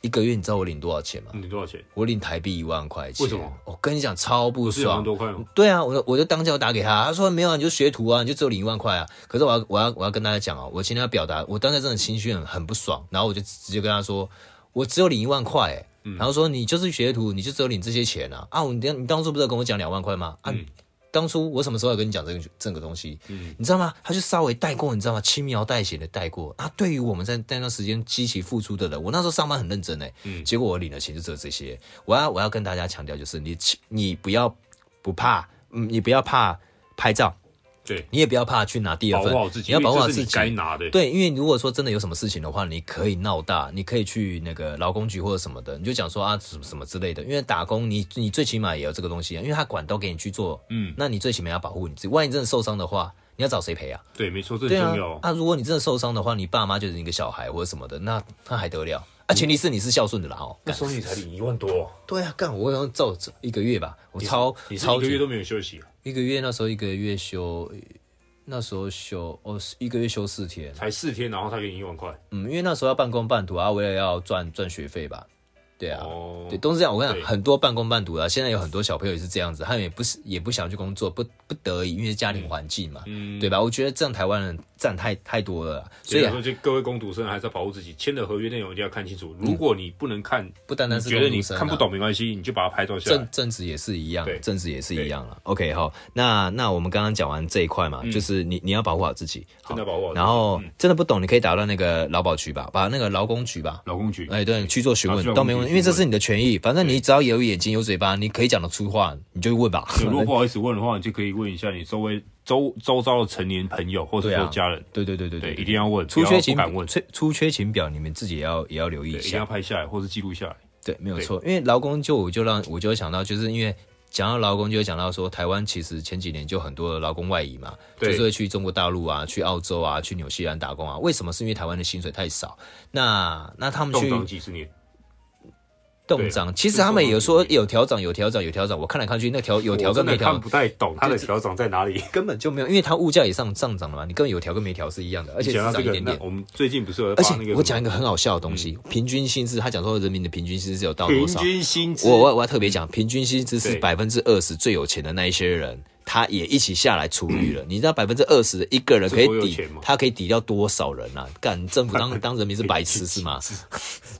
[SPEAKER 1] 一一个月你知道我领多少钱吗？
[SPEAKER 2] 你多少钱？
[SPEAKER 1] 我领台币一万块钱。
[SPEAKER 2] 嗯为什么？
[SPEAKER 1] 我跟你讲，超不
[SPEAKER 2] 不是两
[SPEAKER 1] 爽。
[SPEAKER 2] 万多块哦吗？
[SPEAKER 1] 对啊，我就我就当下我打给他，他说没有啊，你就学徒啊，你就只有领一万块啊。可是我要我要我要跟大家讲哦，我今天要表达，我当下真的情绪很很不爽，然后我就直接跟他说，我只有领一万块、欸，
[SPEAKER 2] 嗯
[SPEAKER 1] 然后说你就是学徒，你就只有领这些钱啊啊！我你当你当初不是有跟我讲两万块吗？
[SPEAKER 2] 嗯
[SPEAKER 1] 啊，当初我什么时候有跟你讲这个这个东西？你知道吗？他就稍微带过，你知道吗？轻描淡写的带过啊。对于我们在那段时间积极付出的人，我那时候上班很认真哎、
[SPEAKER 2] 嗯
[SPEAKER 1] 结果我领的钱就只有这些。我要我要跟大家强调，就是你你不要不怕，嗯，你不要怕拍照，
[SPEAKER 2] 对，
[SPEAKER 1] 你也不要怕去拿第
[SPEAKER 2] 保
[SPEAKER 1] 二份
[SPEAKER 2] 护好自，己，
[SPEAKER 1] 你要
[SPEAKER 2] 因为
[SPEAKER 1] 保护好
[SPEAKER 2] 这是
[SPEAKER 1] 自
[SPEAKER 2] 你
[SPEAKER 1] 己。
[SPEAKER 2] 该拿的。
[SPEAKER 1] 对，因为如果说真的有什么事情的话，你可以闹大，你可以去那个劳工局或者什么的，你就讲说啊什么什么之类的。因为打工你你最起码也有这个东西啊，因为他管都给你去做，
[SPEAKER 2] 嗯，
[SPEAKER 1] 那你最起码要保护你自己。万一真的受伤的话，你要找谁赔啊？
[SPEAKER 2] 对，没错，这很
[SPEAKER 1] 对啊
[SPEAKER 2] 重要哦，。
[SPEAKER 1] 啊，如果你真的受伤的话，你爸妈就是你一个小孩或者什么的，那那还得了？啊，前提是你是孝顺的 啦哦。
[SPEAKER 2] 那时候你才领一万多哦，
[SPEAKER 1] 对啊，干我好像照着一个月吧，我超
[SPEAKER 2] 你是
[SPEAKER 1] 超
[SPEAKER 2] 一个
[SPEAKER 1] 级
[SPEAKER 2] 月都没有休息啊，
[SPEAKER 1] 一个月那时候一个月休，那时候休哦是一个月休四天，
[SPEAKER 2] 才四天，然后他给你一万块。
[SPEAKER 1] 嗯，因为那时候要半工半读啊，为了要赚赚学费吧，对啊，
[SPEAKER 2] 哦
[SPEAKER 1] 对，，都是这样。我跟你
[SPEAKER 2] 对
[SPEAKER 1] 讲，很多半工半读啊，现在有很多小朋友也是这样子，他们也不是也不想去工作，不不得已，因为家庭环境嘛，
[SPEAKER 2] 嗯，
[SPEAKER 1] 对吧？我觉得这样台湾人占太太多了啦，所以啊、
[SPEAKER 2] 所以说，就各位工读生还是要保护自己，签的合约内容一定要看清楚。如果你不能看，
[SPEAKER 1] 不单嗯单是
[SPEAKER 2] 你觉得
[SPEAKER 1] 工
[SPEAKER 2] 你
[SPEAKER 1] 读生啊
[SPEAKER 2] 看不懂没关系，你就把它拍照下来
[SPEAKER 1] 政。政治也是一样
[SPEAKER 2] 对，
[SPEAKER 1] 政治也是一样了。OK 好，那那我们刚刚讲完这一块嘛，就是你你要保护好自己，好
[SPEAKER 2] 嗯真的要保护好自己嗯
[SPEAKER 1] 然后真的不懂，你可以打到那个劳保局吧，把那个劳工局吧。
[SPEAKER 2] 劳工局，
[SPEAKER 1] 哎，对，去做询
[SPEAKER 2] 啊去劳
[SPEAKER 1] 问
[SPEAKER 2] 工
[SPEAKER 1] 都
[SPEAKER 2] 局
[SPEAKER 1] 没问题，
[SPEAKER 2] 询
[SPEAKER 1] 因为这是你的权益。反正你只要有眼睛有嘴巴，你可以讲得出话，你就问吧。
[SPEAKER 2] 对如果不好意思问的话，你就可以问一下你周围周周遭的成年朋友或者
[SPEAKER 1] 对
[SPEAKER 2] 说
[SPEAKER 1] 啊
[SPEAKER 2] 家人，
[SPEAKER 1] 对对对对
[SPEAKER 2] 对，一
[SPEAKER 1] 对，
[SPEAKER 2] 定要问，
[SPEAKER 1] 出
[SPEAKER 2] 不要
[SPEAKER 1] 缺勤
[SPEAKER 2] 不敢问，
[SPEAKER 1] 出出缺勤表，你们自己也要也要留意
[SPEAKER 2] 对，
[SPEAKER 1] 一
[SPEAKER 2] 一定要
[SPEAKER 1] 下。
[SPEAKER 2] 拍下来或者记录下来。
[SPEAKER 1] 对，没有
[SPEAKER 2] 对
[SPEAKER 1] 错，因为劳工就我就让我就会想到，就是因为讲到劳工，就会讲到说，台湾其实前几年就很多的劳工外移嘛，
[SPEAKER 2] 对
[SPEAKER 1] 就是会去中国大陆啊、去澳洲啊、去纽西兰打工啊。为什么？是因为台湾的薪水太少。那那他们
[SPEAKER 2] 动
[SPEAKER 1] 去
[SPEAKER 2] 荡几十年，
[SPEAKER 1] 动涨，其实
[SPEAKER 2] 就是
[SPEAKER 1] 他们
[SPEAKER 2] 动荡
[SPEAKER 1] 有
[SPEAKER 2] 几
[SPEAKER 1] 说
[SPEAKER 2] 年
[SPEAKER 1] 有调涨，有调涨，有调涨。我看来看去，那调有调
[SPEAKER 2] 我
[SPEAKER 1] 跟
[SPEAKER 2] 真
[SPEAKER 1] 没
[SPEAKER 2] 的
[SPEAKER 1] 调
[SPEAKER 2] 看不太懂它的调整在哪里。
[SPEAKER 1] 根本就没有，因为它物价也上上涨了嘛，你根本有调跟没调是一样的，而且只
[SPEAKER 2] 讲到
[SPEAKER 1] 涨
[SPEAKER 2] 这
[SPEAKER 1] 一
[SPEAKER 2] 个，
[SPEAKER 1] 点
[SPEAKER 2] 那
[SPEAKER 1] 点。
[SPEAKER 2] 我们最近不是有
[SPEAKER 1] 而
[SPEAKER 2] 把那
[SPEAKER 1] 且
[SPEAKER 2] 个嗯
[SPEAKER 1] 我讲一个很好笑的东西，平均薪资，他讲说人民的平均薪资有到
[SPEAKER 2] 平
[SPEAKER 1] 多少？
[SPEAKER 2] 均薪资，
[SPEAKER 1] 我我我要特别讲，平均薪资是
[SPEAKER 2] 对
[SPEAKER 1] 百分之二十最有钱的那一些人，他也一起下来除
[SPEAKER 2] 嗯
[SPEAKER 1] 以了。你知道百分之二十一个人可以
[SPEAKER 2] 是多有
[SPEAKER 1] 抵
[SPEAKER 2] 钱吗，
[SPEAKER 1] 他可以抵掉多少人啊？干政府 当当人民是白痴是吗？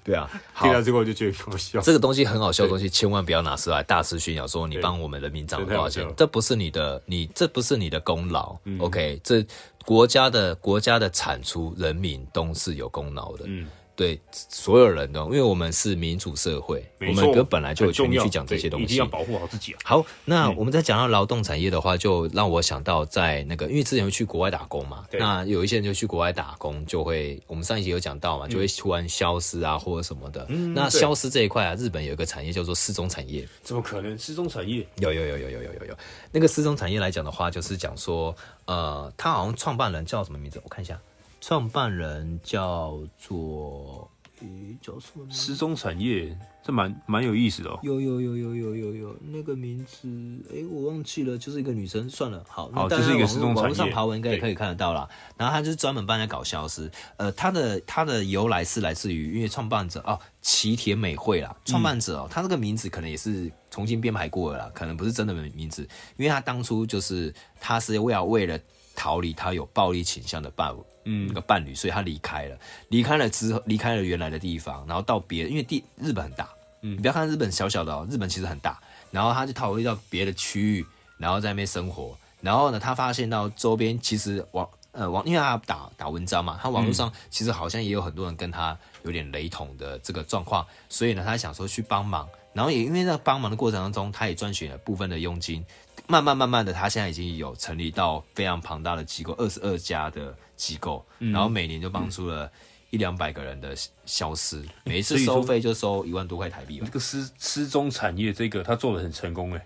[SPEAKER 1] 对啊，好
[SPEAKER 2] 听。到这个我就觉得很好笑。
[SPEAKER 1] 这个东西很好笑的东西，千万不要拿出来大肆炫耀，说你帮我们人民涨了多少
[SPEAKER 2] 对太
[SPEAKER 1] 钱
[SPEAKER 2] 好笑了，嗯
[SPEAKER 1] 这不是你的，你这不是你的功劳。OK，这国家的国家的产出，人民都是有功劳的。
[SPEAKER 2] 嗯
[SPEAKER 1] 对，所有人都，因为我们是民主社会，我
[SPEAKER 2] 没
[SPEAKER 1] 们
[SPEAKER 2] 错，
[SPEAKER 1] 哥本来就有
[SPEAKER 2] 很
[SPEAKER 1] 权
[SPEAKER 2] 重
[SPEAKER 1] 利
[SPEAKER 2] 要
[SPEAKER 1] 去讲这些
[SPEAKER 2] 对
[SPEAKER 1] 东
[SPEAKER 2] 一定
[SPEAKER 1] 西
[SPEAKER 2] 要。保护好自己啊。
[SPEAKER 1] 好，那我们在讲到劳动产业的话，就让我想到在那个，因为之前有去国外打工嘛，
[SPEAKER 2] 对
[SPEAKER 1] 那有一些人就去国外打工，就会我们上一集有讲到嘛，就会突然消失啊，或者什么的。那
[SPEAKER 2] 对
[SPEAKER 1] 消失这一块啊，日本有一个产业叫做失踪产业，
[SPEAKER 2] 怎么可能？失踪产业
[SPEAKER 1] 有有有有有有有有，那个失踪产业来讲的话，就是讲说，呃，他好像创办人叫什么名字？我看一下，创办人叫做，诶，叫什么名字？
[SPEAKER 2] 失踪产业，这蛮蛮有意思的哦。
[SPEAKER 1] 有有有有有有有那个名字，诶，我忘记了，就是一个女生，算了，好，
[SPEAKER 2] 好
[SPEAKER 1] 那大家
[SPEAKER 2] 就是一个
[SPEAKER 1] 网
[SPEAKER 2] 失踪
[SPEAKER 1] 网
[SPEAKER 2] 产
[SPEAKER 1] 络上
[SPEAKER 2] 业
[SPEAKER 1] 爬文应该也
[SPEAKER 2] 对
[SPEAKER 1] 可以看得到啦。然后她就是专门帮人家搞消失，呃，她的她的由来是来自于因为创办者哦，齐田美惠啦，创办者哦，她这个名字可能也是重新编排过了啦，可能不是真的名名字，因为她当初就是她是为了为了逃离她有暴力倾向的伴嗯那个伴侣，所以她离开了，离开了之后离开了原来的地方，然后到别因为地日本很大。
[SPEAKER 2] 嗯
[SPEAKER 1] 你不要看日本小小的哦，日本其实很大。然后他就逃离到别的区域，然后在那边生活。然后呢，他发现到周边其实网呃网，因为他打打文章嘛，他网络
[SPEAKER 2] 嗯
[SPEAKER 1] 上其实好像也有很多人跟他有点雷同的这个状况，所以呢，他想说去帮忙。然后也因为在帮忙的过程当中，他也赚取了部分的佣金。慢慢慢慢的，他现在已经有成立到非常庞大的机构，二十二家的机构，
[SPEAKER 2] 嗯
[SPEAKER 1] 然后每年就帮助了一两百个人的消失，每一次
[SPEAKER 2] 嗯所以说
[SPEAKER 1] 收费就收一万多块台币吧
[SPEAKER 2] 这。个失失踪产业这个，他做的很成功哎。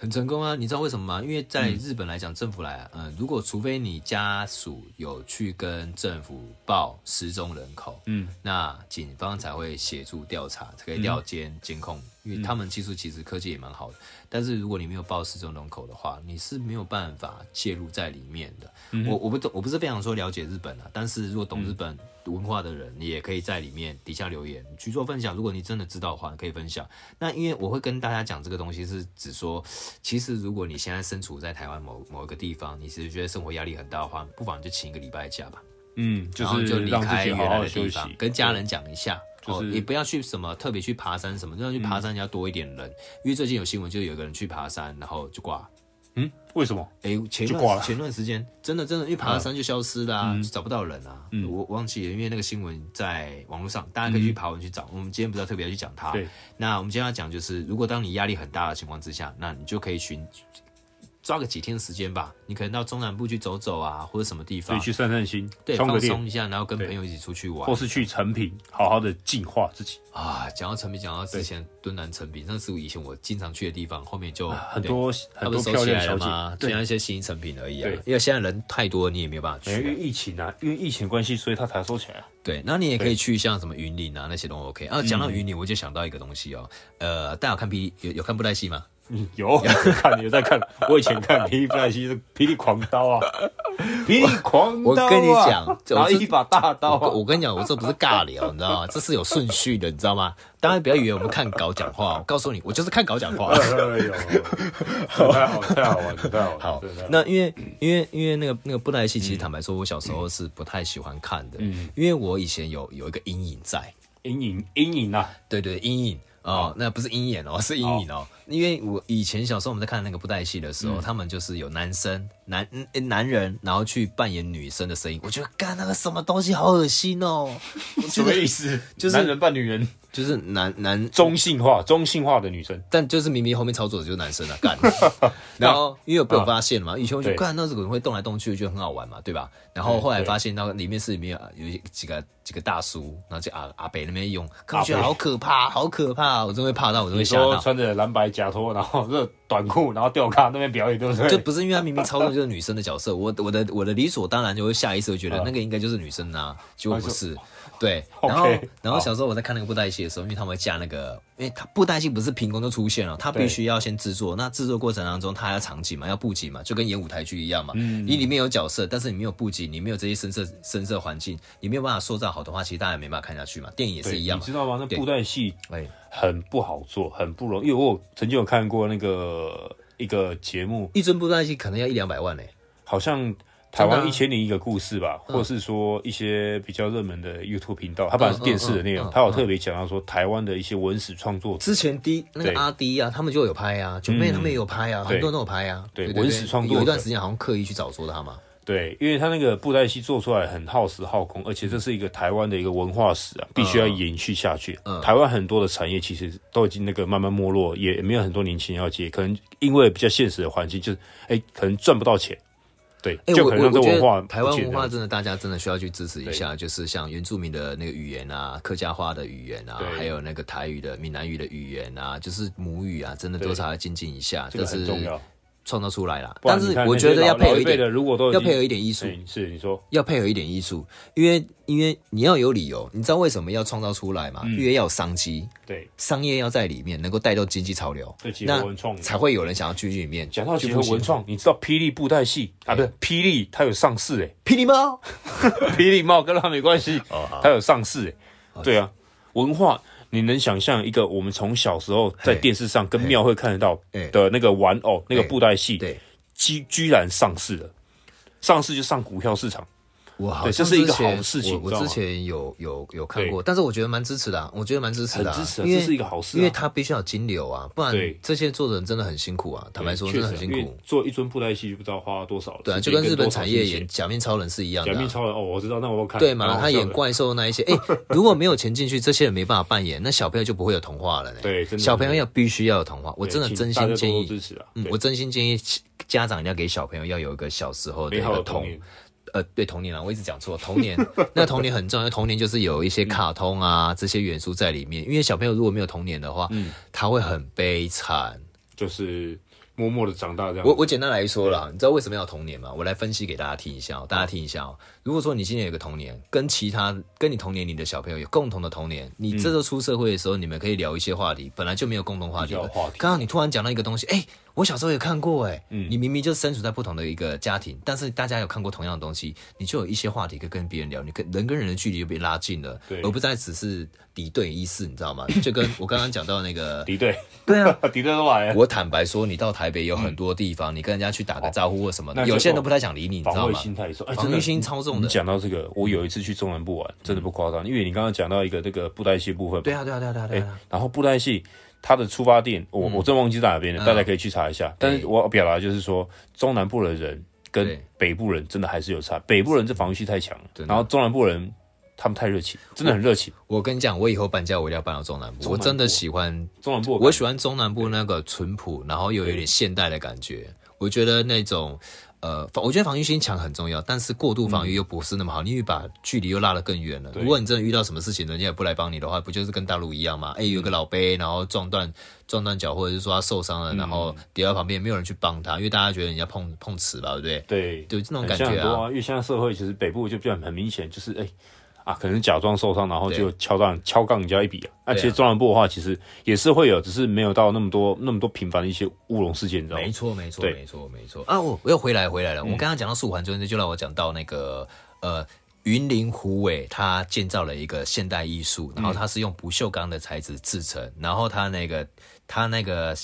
[SPEAKER 1] 很成功啊！你知道为什么吗？因为在日本来讲，政府来，嗯、如果除非你家属有去跟政府报失踪人口，
[SPEAKER 2] 嗯，
[SPEAKER 1] 那警方才会协助调查，才可以调监监控因为他们技术其实科技也蛮好的。但是如果你没有报失踪人口的话，你是没有办法介入在里面的。我我不懂，我不是非常说了解日本啊，但是如果懂日本文化的人，你也可以在里面底下留言去做分享。如果你真的知道的话，可以分享。那因为我会跟大家讲这个东西，是指说，其实如果你现在身处在台湾某某一个地方，你其实觉得生活压力很大的话，不妨就请一个礼拜假吧。
[SPEAKER 2] 嗯，就
[SPEAKER 1] 然后
[SPEAKER 2] 是
[SPEAKER 1] 离
[SPEAKER 2] 让自
[SPEAKER 1] 开
[SPEAKER 2] 己
[SPEAKER 1] 原
[SPEAKER 2] 好
[SPEAKER 1] 来
[SPEAKER 2] 好
[SPEAKER 1] 的
[SPEAKER 2] 休
[SPEAKER 1] 地
[SPEAKER 2] 息
[SPEAKER 1] 方，，跟家人讲一下。
[SPEAKER 2] 就是
[SPEAKER 1] 哦，
[SPEAKER 2] 嗯
[SPEAKER 1] 也不要去什么特别去爬山什么，就要去爬山要多一点人，因为最近有新闻，就有个人去爬山，然后就挂。
[SPEAKER 2] 嗯，为什么？
[SPEAKER 1] 哎、前
[SPEAKER 2] 就挂了嗯
[SPEAKER 1] 段前段时间真的真的，因为爬了山就消失啦、就找不到人啊。我我忘记了，因为那个新闻在网络上，大家可以去爬文去找。我们今天不知道特别要去讲它。
[SPEAKER 2] 嗯对，
[SPEAKER 1] 那我们今天要讲就是，如果当你压力很大的情况之下，那你就可以寻抓个几天时间吧，你可能到中南部去走走啊，或者什么地
[SPEAKER 2] 所
[SPEAKER 1] 方
[SPEAKER 2] 以，去散散心，
[SPEAKER 1] 对，
[SPEAKER 2] 充个
[SPEAKER 1] 放
[SPEAKER 2] 电，
[SPEAKER 1] 松一下，然后跟
[SPEAKER 2] 对
[SPEAKER 1] 朋友一起出去玩
[SPEAKER 2] 或。是去成品，好好的净化自己。
[SPEAKER 1] 啊，讲到成品，讲到之前敦南成品，那是我以前我经常去的地方，后面就
[SPEAKER 2] 啊很
[SPEAKER 1] 哦对
[SPEAKER 2] 多
[SPEAKER 1] 它
[SPEAKER 2] 很
[SPEAKER 1] 不
[SPEAKER 2] 多
[SPEAKER 1] 是收
[SPEAKER 2] 漂
[SPEAKER 1] 起
[SPEAKER 2] 亮
[SPEAKER 1] 来
[SPEAKER 2] 的
[SPEAKER 1] 了
[SPEAKER 2] 小姐
[SPEAKER 1] 吗？，
[SPEAKER 2] 对
[SPEAKER 1] 只，剩一些新成品而已啊
[SPEAKER 2] 对。
[SPEAKER 1] 因为现在人太多，你也没有办法去
[SPEAKER 2] 因为
[SPEAKER 1] 啊。
[SPEAKER 2] 疫情啊，因为疫情的关系，所以它才收起来啊。
[SPEAKER 1] 对，那你也可以去像什么云林啊那些都 OK。啊，
[SPEAKER 2] 嗯
[SPEAKER 1] 讲到云林，我就想到一个东西哦，呃，大家有看霹有有看布袋戏吗？
[SPEAKER 2] 嗯，有 看有在看，我以前看《霹雳布袋戏》是《霹雳狂刀》啊，《霹雳狂刀》
[SPEAKER 1] 我
[SPEAKER 2] 啊
[SPEAKER 1] 跟你讲这
[SPEAKER 2] 然后
[SPEAKER 1] 我是
[SPEAKER 2] 一把大刀
[SPEAKER 1] 我
[SPEAKER 2] 啊，
[SPEAKER 1] 我跟你讲，我这不是尬聊，你知道吗？这是有顺序的，你知道吗？大家不要以为我们看稿讲话，我告诉你，我就是看稿讲话。哦
[SPEAKER 2] 哎呦，太好太好玩了，太好玩了，
[SPEAKER 1] 好
[SPEAKER 2] 真的，
[SPEAKER 1] 哦
[SPEAKER 2] 嗯
[SPEAKER 1] 那因为因为因为那个那个布袋戏，其实坦白说，我小时候是不太喜欢看的，因为我以前有有一个阴影在，
[SPEAKER 2] 阴影阴影啊，
[SPEAKER 1] 对对，阴影哦，那不是鹰眼哦，是阴影哦。因为我以前小时候我们在看那个布袋戏的时
[SPEAKER 2] 嗯
[SPEAKER 1] 候，他们就是有男生男嗯诶男人，然后去扮演女生的声音，我觉得干那个什么东西好恶心哦，
[SPEAKER 2] 什么意思？
[SPEAKER 1] 就是
[SPEAKER 2] 男人扮女人，
[SPEAKER 1] 就是男男，
[SPEAKER 2] 中性化，中性化的女生，
[SPEAKER 1] 但就是明明后面操作的就是男 生啊，干。然后因为有被我发现了嘛，以前我就
[SPEAKER 2] 啊对
[SPEAKER 1] 看那这个人会动来动去，就很好玩嘛，对吧？然后后来发现到里面是里面有有几个几个大叔，然后就啊阿阿北那边用，看我觉得
[SPEAKER 2] 阿北
[SPEAKER 1] 好可怕，好可怕，我真的会怕到，我真的
[SPEAKER 2] 你
[SPEAKER 1] 会吓
[SPEAKER 2] 说
[SPEAKER 1] 到。
[SPEAKER 2] 穿着蓝白假拖，然后这短裤，然后吊卡那边表演，对不对？
[SPEAKER 1] 就不是因为他明明操纵就是女生的角色，我我的我的理所当然就会下意识会觉
[SPEAKER 2] 嗯
[SPEAKER 1] 得那个应该就是女生啊，结果不是。 对，然后
[SPEAKER 2] OK，
[SPEAKER 1] 然后小时候我在看那个布袋戏的时候，因为他们会架那个，因为他布袋戏不是凭空就出现了，他必须要先制作。那制作过程当中，他要场景嘛，要布景嘛，就跟演舞台剧一样嘛。
[SPEAKER 2] 嗯
[SPEAKER 1] 你里面有角色，但是你没有布景，你没有这些深色深色环境，你没有办法塑造好的话，其实大家也没办法看下去嘛。电影也
[SPEAKER 2] 对
[SPEAKER 1] 是一样
[SPEAKER 2] 你
[SPEAKER 1] 嘛
[SPEAKER 2] 知。道吗？那
[SPEAKER 1] 对
[SPEAKER 2] 布袋戏
[SPEAKER 1] 哎，
[SPEAKER 2] 很不好做，很不容易。因为我有曾经有看过那个一个节目，
[SPEAKER 1] 一尊布袋戏可能要一两百万呢、
[SPEAKER 2] 好像台
[SPEAKER 1] 真的
[SPEAKER 2] 湾
[SPEAKER 1] 啊嗯
[SPEAKER 2] 一千零一个故事吧，或是说一些比较热门的 YouTube 频道，它本来是电视的
[SPEAKER 1] 嗯
[SPEAKER 2] 内
[SPEAKER 1] 嗯
[SPEAKER 2] 容
[SPEAKER 1] 嗯，
[SPEAKER 2] 它有特别讲到说台湾的一些文史创作者。
[SPEAKER 1] 之前 D 那个
[SPEAKER 2] 对嗯
[SPEAKER 1] 阿 D 啊，他们就有拍啊，九妹他们也有拍啊，
[SPEAKER 2] 对
[SPEAKER 1] 很多人都有拍啊。
[SPEAKER 2] 对
[SPEAKER 1] 对
[SPEAKER 2] 文史创作者
[SPEAKER 1] 有一段时间好像刻意去找说他嘛。
[SPEAKER 2] 对，因为他那个布袋戏做出来很耗时耗工，而且这是一个台湾的一个文化史啊，必须要
[SPEAKER 1] 嗯
[SPEAKER 2] 延续下去。台湾很多的产业其实都已经那个慢慢没落，也没有很多年轻人要接，可能因为比较现实的环境，就是哎，可能赚不到钱，对，
[SPEAKER 1] 哎、
[SPEAKER 2] 就
[SPEAKER 1] 我
[SPEAKER 2] 可能
[SPEAKER 1] 我
[SPEAKER 2] 让这
[SPEAKER 1] 我觉
[SPEAKER 2] 文化
[SPEAKER 1] 得台湾
[SPEAKER 2] 不见
[SPEAKER 1] 文
[SPEAKER 2] 了
[SPEAKER 1] 化真的大家真的需要去支持一下，就是像原住民的那个语言啊，客家话的语言啊，
[SPEAKER 2] 对
[SPEAKER 1] 还有那个台语的、闽南语的语言啊，就是母语啊，真的
[SPEAKER 2] 对
[SPEAKER 1] 多少要精进一下，
[SPEAKER 2] 这个很
[SPEAKER 1] 是
[SPEAKER 2] 重要。
[SPEAKER 1] 创造出来啦。
[SPEAKER 2] 不然
[SPEAKER 1] 但
[SPEAKER 2] 你
[SPEAKER 1] 是
[SPEAKER 2] 看
[SPEAKER 1] 我
[SPEAKER 2] 那
[SPEAKER 1] 觉
[SPEAKER 2] 些
[SPEAKER 1] 得要
[SPEAKER 2] 老
[SPEAKER 1] 配合
[SPEAKER 2] 老
[SPEAKER 1] 一
[SPEAKER 2] 一辈
[SPEAKER 1] 点，
[SPEAKER 2] 的，如果都已
[SPEAKER 1] 要
[SPEAKER 2] 经
[SPEAKER 1] 配合一点艺术。
[SPEAKER 2] 对是你说
[SPEAKER 1] 要配合一点艺术，因为因为你要有理由，你知道为什么要创造出来
[SPEAKER 2] 嗯
[SPEAKER 1] 嘛？因为要有商机，
[SPEAKER 2] 对。
[SPEAKER 1] 商业要在里面能够带动经济潮流
[SPEAKER 2] 对，结合
[SPEAKER 1] 那
[SPEAKER 2] 文创
[SPEAKER 1] 才会有人想要去里面。
[SPEAKER 2] 讲到
[SPEAKER 1] 去
[SPEAKER 2] 结合
[SPEAKER 1] 复兴
[SPEAKER 2] 文，创，你知道霹雳布袋戏啊，
[SPEAKER 1] 哎
[SPEAKER 2] 不是霹雳，它有上市哎、
[SPEAKER 1] 霹雳猫，
[SPEAKER 2] 霹雳帽跟它没关系，
[SPEAKER 1] 哦
[SPEAKER 2] 它有上市哎、对啊，文化你能想象一个我们从小时候在
[SPEAKER 1] 嘿
[SPEAKER 2] 电视上跟庙会看得到
[SPEAKER 1] 嘿
[SPEAKER 2] 的那个玩偶，那个
[SPEAKER 1] 嘿
[SPEAKER 2] 布袋戏，
[SPEAKER 1] 对
[SPEAKER 2] 居居然上市了，上市就上股票市场，
[SPEAKER 1] 我好
[SPEAKER 2] 对
[SPEAKER 1] 像
[SPEAKER 2] 这是一个
[SPEAKER 1] 之前
[SPEAKER 2] 好事情
[SPEAKER 1] 我
[SPEAKER 2] 你知
[SPEAKER 1] 我
[SPEAKER 2] 道
[SPEAKER 1] 之
[SPEAKER 2] 吗
[SPEAKER 1] 前有有有看
[SPEAKER 2] 对
[SPEAKER 1] 过，但是我觉得蛮支持的、啊，我觉得蛮支持
[SPEAKER 2] 很
[SPEAKER 1] 的啊、
[SPEAKER 2] 支持啊，
[SPEAKER 1] 因
[SPEAKER 2] 这
[SPEAKER 1] 为
[SPEAKER 2] 是一个好事、啊，
[SPEAKER 1] 因为他必须要有金流啊，不然
[SPEAKER 2] 对
[SPEAKER 1] 这些做的人真的很辛苦啊。坦白说，
[SPEAKER 2] 确
[SPEAKER 1] 真
[SPEAKER 2] 实
[SPEAKER 1] 的很
[SPEAKER 2] 啊
[SPEAKER 1] 辛
[SPEAKER 2] 因为
[SPEAKER 1] 苦。
[SPEAKER 2] 做一尊布袋戏就不知道花了多少时间
[SPEAKER 1] 对啊，
[SPEAKER 2] 跟多少
[SPEAKER 1] 就
[SPEAKER 2] 心血，
[SPEAKER 1] 跟日本产业演假面超人是一样的、
[SPEAKER 2] 假
[SPEAKER 1] 啊
[SPEAKER 2] 面。超人哦，我知道，那我有看
[SPEAKER 1] 对嘛，
[SPEAKER 2] 蛮好
[SPEAKER 1] 他
[SPEAKER 2] 笑
[SPEAKER 1] 演
[SPEAKER 2] 的
[SPEAKER 1] 怪兽那 一些，哎、如果没有钱进去，这些人没办法扮演，那小朋友就不会有童话了呢。
[SPEAKER 2] 对真的
[SPEAKER 1] 小朋友要必须要有童话，我
[SPEAKER 2] 对
[SPEAKER 1] 真的
[SPEAKER 2] 请
[SPEAKER 1] 真
[SPEAKER 2] 大家
[SPEAKER 1] 心建
[SPEAKER 2] 多多
[SPEAKER 1] 议，
[SPEAKER 2] 支持啊！
[SPEAKER 1] 嗯，
[SPEAKER 2] 对
[SPEAKER 1] 我真心建议家长一定要给小朋友要有一个小时候的一
[SPEAKER 2] 美好
[SPEAKER 1] 个
[SPEAKER 2] 的童年，
[SPEAKER 1] 呃，对童年啊，我一直讲错童 年。那童年很重要，因为童年就是有一些卡通
[SPEAKER 2] 嗯
[SPEAKER 1] 啊、这些元素在里面。因为小朋友如果没有童年的话，他会很悲惨。
[SPEAKER 2] 就是默默的长大这样。
[SPEAKER 1] 我我简单来说啦，你知道为什么要童年吗？我来分析给大家听一下、哦，大家听一下哦。如果说你今年有个童年，跟其他跟你同年龄的小朋友有共同的童年，你这时候出社会的时候，你们可以聊一些话题，本来就没有共同话题
[SPEAKER 2] 嗯比较
[SPEAKER 1] 了
[SPEAKER 2] 有话题
[SPEAKER 1] 刚刚你突然讲到一个东西，哎、我小时候有看过、哎、
[SPEAKER 2] 嗯
[SPEAKER 1] 你明明就身处在不同的一个家庭，但是大家有看过同样的东西，你就有一些话题可以跟别人聊，你跟人跟人的距离就被拉近了，
[SPEAKER 2] 对
[SPEAKER 1] 而不再只是敌对意识，你知道吗？就跟我刚刚讲到那个
[SPEAKER 2] 敌对，
[SPEAKER 1] 对啊，
[SPEAKER 2] 敌对都来了，
[SPEAKER 1] 我坦白说，你到台北有很多地方，你跟人家去打个招呼或什么
[SPEAKER 2] 嗯那
[SPEAKER 1] 的，
[SPEAKER 2] 就
[SPEAKER 1] 有些人都不太想理你，你知
[SPEAKER 2] 防
[SPEAKER 1] 道
[SPEAKER 2] 卫
[SPEAKER 1] 吗？
[SPEAKER 2] 心太重，哎，真
[SPEAKER 1] 防
[SPEAKER 2] 的
[SPEAKER 1] 御。心超重
[SPEAKER 2] 你
[SPEAKER 1] 的。嗯
[SPEAKER 2] 讲到这个，我有一次去中南部玩，真的不夸张，因为你刚刚讲到一个那个布袋戏部分嘛，
[SPEAKER 1] 对啊，对啊，对啊，对啊，对
[SPEAKER 2] 哎、
[SPEAKER 1] 啊。嗯
[SPEAKER 2] 然后布袋戏它的出发点，我、我真忘记在哪边了，大家可以去查一下。但是我要表达的就是说，中南部的人跟
[SPEAKER 1] 对
[SPEAKER 2] 北部人真的还是有差，北部人这防御性太强了，
[SPEAKER 1] 真的
[SPEAKER 2] 然后中南部人他们太热情，真的很热情。
[SPEAKER 1] 我跟你讲，我以后搬家我一定要搬到中南部，
[SPEAKER 2] 中
[SPEAKER 1] 我
[SPEAKER 2] 南部
[SPEAKER 1] 真的喜欢，
[SPEAKER 2] 中南部
[SPEAKER 1] 我喜欢中南部那个淳朴，然后又有点现代的感觉。我觉得那种。呃，防我觉得防御心强很重要，但是过度防御又不是那么好，因为把距离又拉得更远了。
[SPEAKER 2] 对
[SPEAKER 1] 如果你真的遇到什么事情，人家也不来帮你的话，不就是跟大陆一样吗？哎、有个老伯，然后撞断撞断脚，或者是说他受伤了，然后跌到旁边，没有人去帮他，因为大家觉得人家碰碰瓷吧，对不对？
[SPEAKER 2] 对
[SPEAKER 1] 对，这种
[SPEAKER 2] 很
[SPEAKER 1] 感
[SPEAKER 2] 像很
[SPEAKER 1] 觉
[SPEAKER 2] 多
[SPEAKER 1] 啊，
[SPEAKER 2] 啊，因为现在社会其实北部就比较很明显，就是哎、啊，可能假装受伤，然后
[SPEAKER 1] 对
[SPEAKER 2] 就敲杠敲杠人家一笔啊。那、
[SPEAKER 1] 对啊
[SPEAKER 2] 其实中南部的话，其实也是会有，只是没有到那么多那么多频繁的一些乌龙事件，你知道
[SPEAKER 1] 没
[SPEAKER 2] 吗？
[SPEAKER 1] 错，没错，
[SPEAKER 2] 对
[SPEAKER 1] 没错，没错啊！我我又回来回来了。我刚刚讲到素环中间，就让我讲到那个呃，云林虎尾，它建造了一个现代艺术，然后它是用不锈钢的材质制成，然后它那个它那个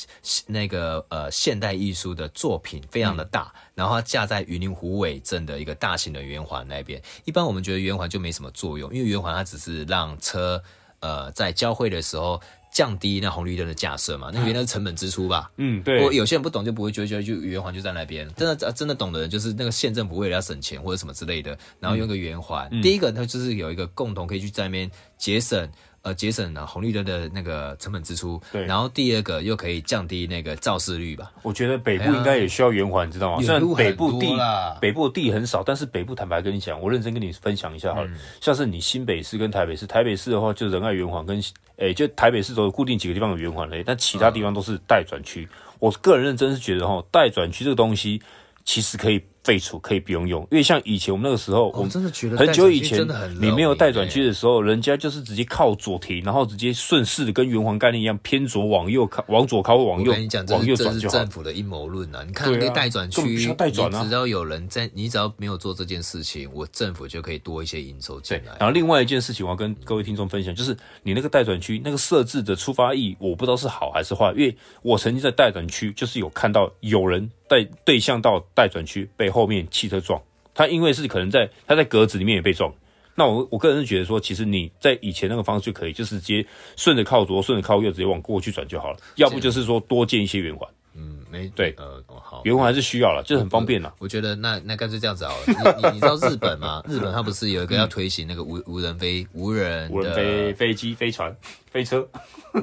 [SPEAKER 1] 那个呃现代艺术的作品非常的大，然后它架在云林虎尾镇的一个大型的圆环那边。一般我们觉得圆环就没什么作用，因为圆环它只是让车呃在交汇的时候。降低那红绿灯的架设嘛，那原来是成本支出吧？
[SPEAKER 2] 嗯，
[SPEAKER 1] 我
[SPEAKER 2] 对，
[SPEAKER 1] 有些人不懂就不会觉得觉得就圆环就在那边，真的呃真的懂的人就是那个县政府为了要省钱或者什么之类的，然后用个圆环。
[SPEAKER 2] 嗯
[SPEAKER 1] 第一个它就是有一个共同可以去在那边节省。呃，节省啊红绿灯的那个成本支出，
[SPEAKER 2] 对
[SPEAKER 1] 然后第二个又可以降低那个肇事率吧。
[SPEAKER 2] 我觉得北部应该也需要圆环，你知道吗？
[SPEAKER 1] 有
[SPEAKER 2] 虽然
[SPEAKER 1] 路很
[SPEAKER 2] 北部地
[SPEAKER 1] 多啦
[SPEAKER 2] 北部地很少，但是北部坦白跟你讲，我认真跟你分享一下好
[SPEAKER 1] 嗯
[SPEAKER 2] 了。像是你新北市跟台北市，台北市的话就仁爱圆环跟诶、就台北市都有固定几个地方有圆环嘞，但其他地方都是待转区。我个人认真是觉得哈，待转区这个东西其实可以废除，可以不用用，因为像以前我们那个时候，我
[SPEAKER 1] 我
[SPEAKER 2] 们
[SPEAKER 1] 哦真的觉得
[SPEAKER 2] 很久以
[SPEAKER 1] 带转区
[SPEAKER 2] 前
[SPEAKER 1] 真的很
[SPEAKER 2] 你没有带转
[SPEAKER 1] 热
[SPEAKER 2] 区的时候，人家就是直接靠左停，然后直接顺势的跟圆环概念一样偏左往右靠，往左靠往
[SPEAKER 1] 门
[SPEAKER 2] 右
[SPEAKER 1] 我跟你讲，这
[SPEAKER 2] 往右
[SPEAKER 1] 是这
[SPEAKER 2] 转
[SPEAKER 1] 是
[SPEAKER 2] 就好
[SPEAKER 1] 政。府的阴谋论啊！你看
[SPEAKER 2] 对
[SPEAKER 1] 那
[SPEAKER 2] 啊
[SPEAKER 1] 个代转
[SPEAKER 2] 根本
[SPEAKER 1] 区，
[SPEAKER 2] 不需要代转啊
[SPEAKER 1] 你只要有人在，你只要没有做这件事情，我政府就可以多一些营收进
[SPEAKER 2] 对，
[SPEAKER 1] 来
[SPEAKER 2] 然。后另外一件事情我要跟各位听众分享，就是你那个待转区那个设置的出发意，我不知道是好还是坏，因为我曾经在待转区就是有看到有人带对向到待转区被后面汽车撞，他因为是可能在他在格子里面也被撞。那我我个人是觉得说，其实你在以前那个方式就可以，就是直接顺着靠左，顺着靠右，直接往过去转就好了。要不就是说多建一些圆环，
[SPEAKER 1] 嗯，没
[SPEAKER 2] 对
[SPEAKER 1] 呃，哦好，
[SPEAKER 2] 圆环还是需要了，就是很方便了。
[SPEAKER 1] 我觉得那那干脆这样子好了，你你你知道日本 吗？日本它不是有一个要推行那个无无人飞无人的
[SPEAKER 2] 飞机、飞船、飞车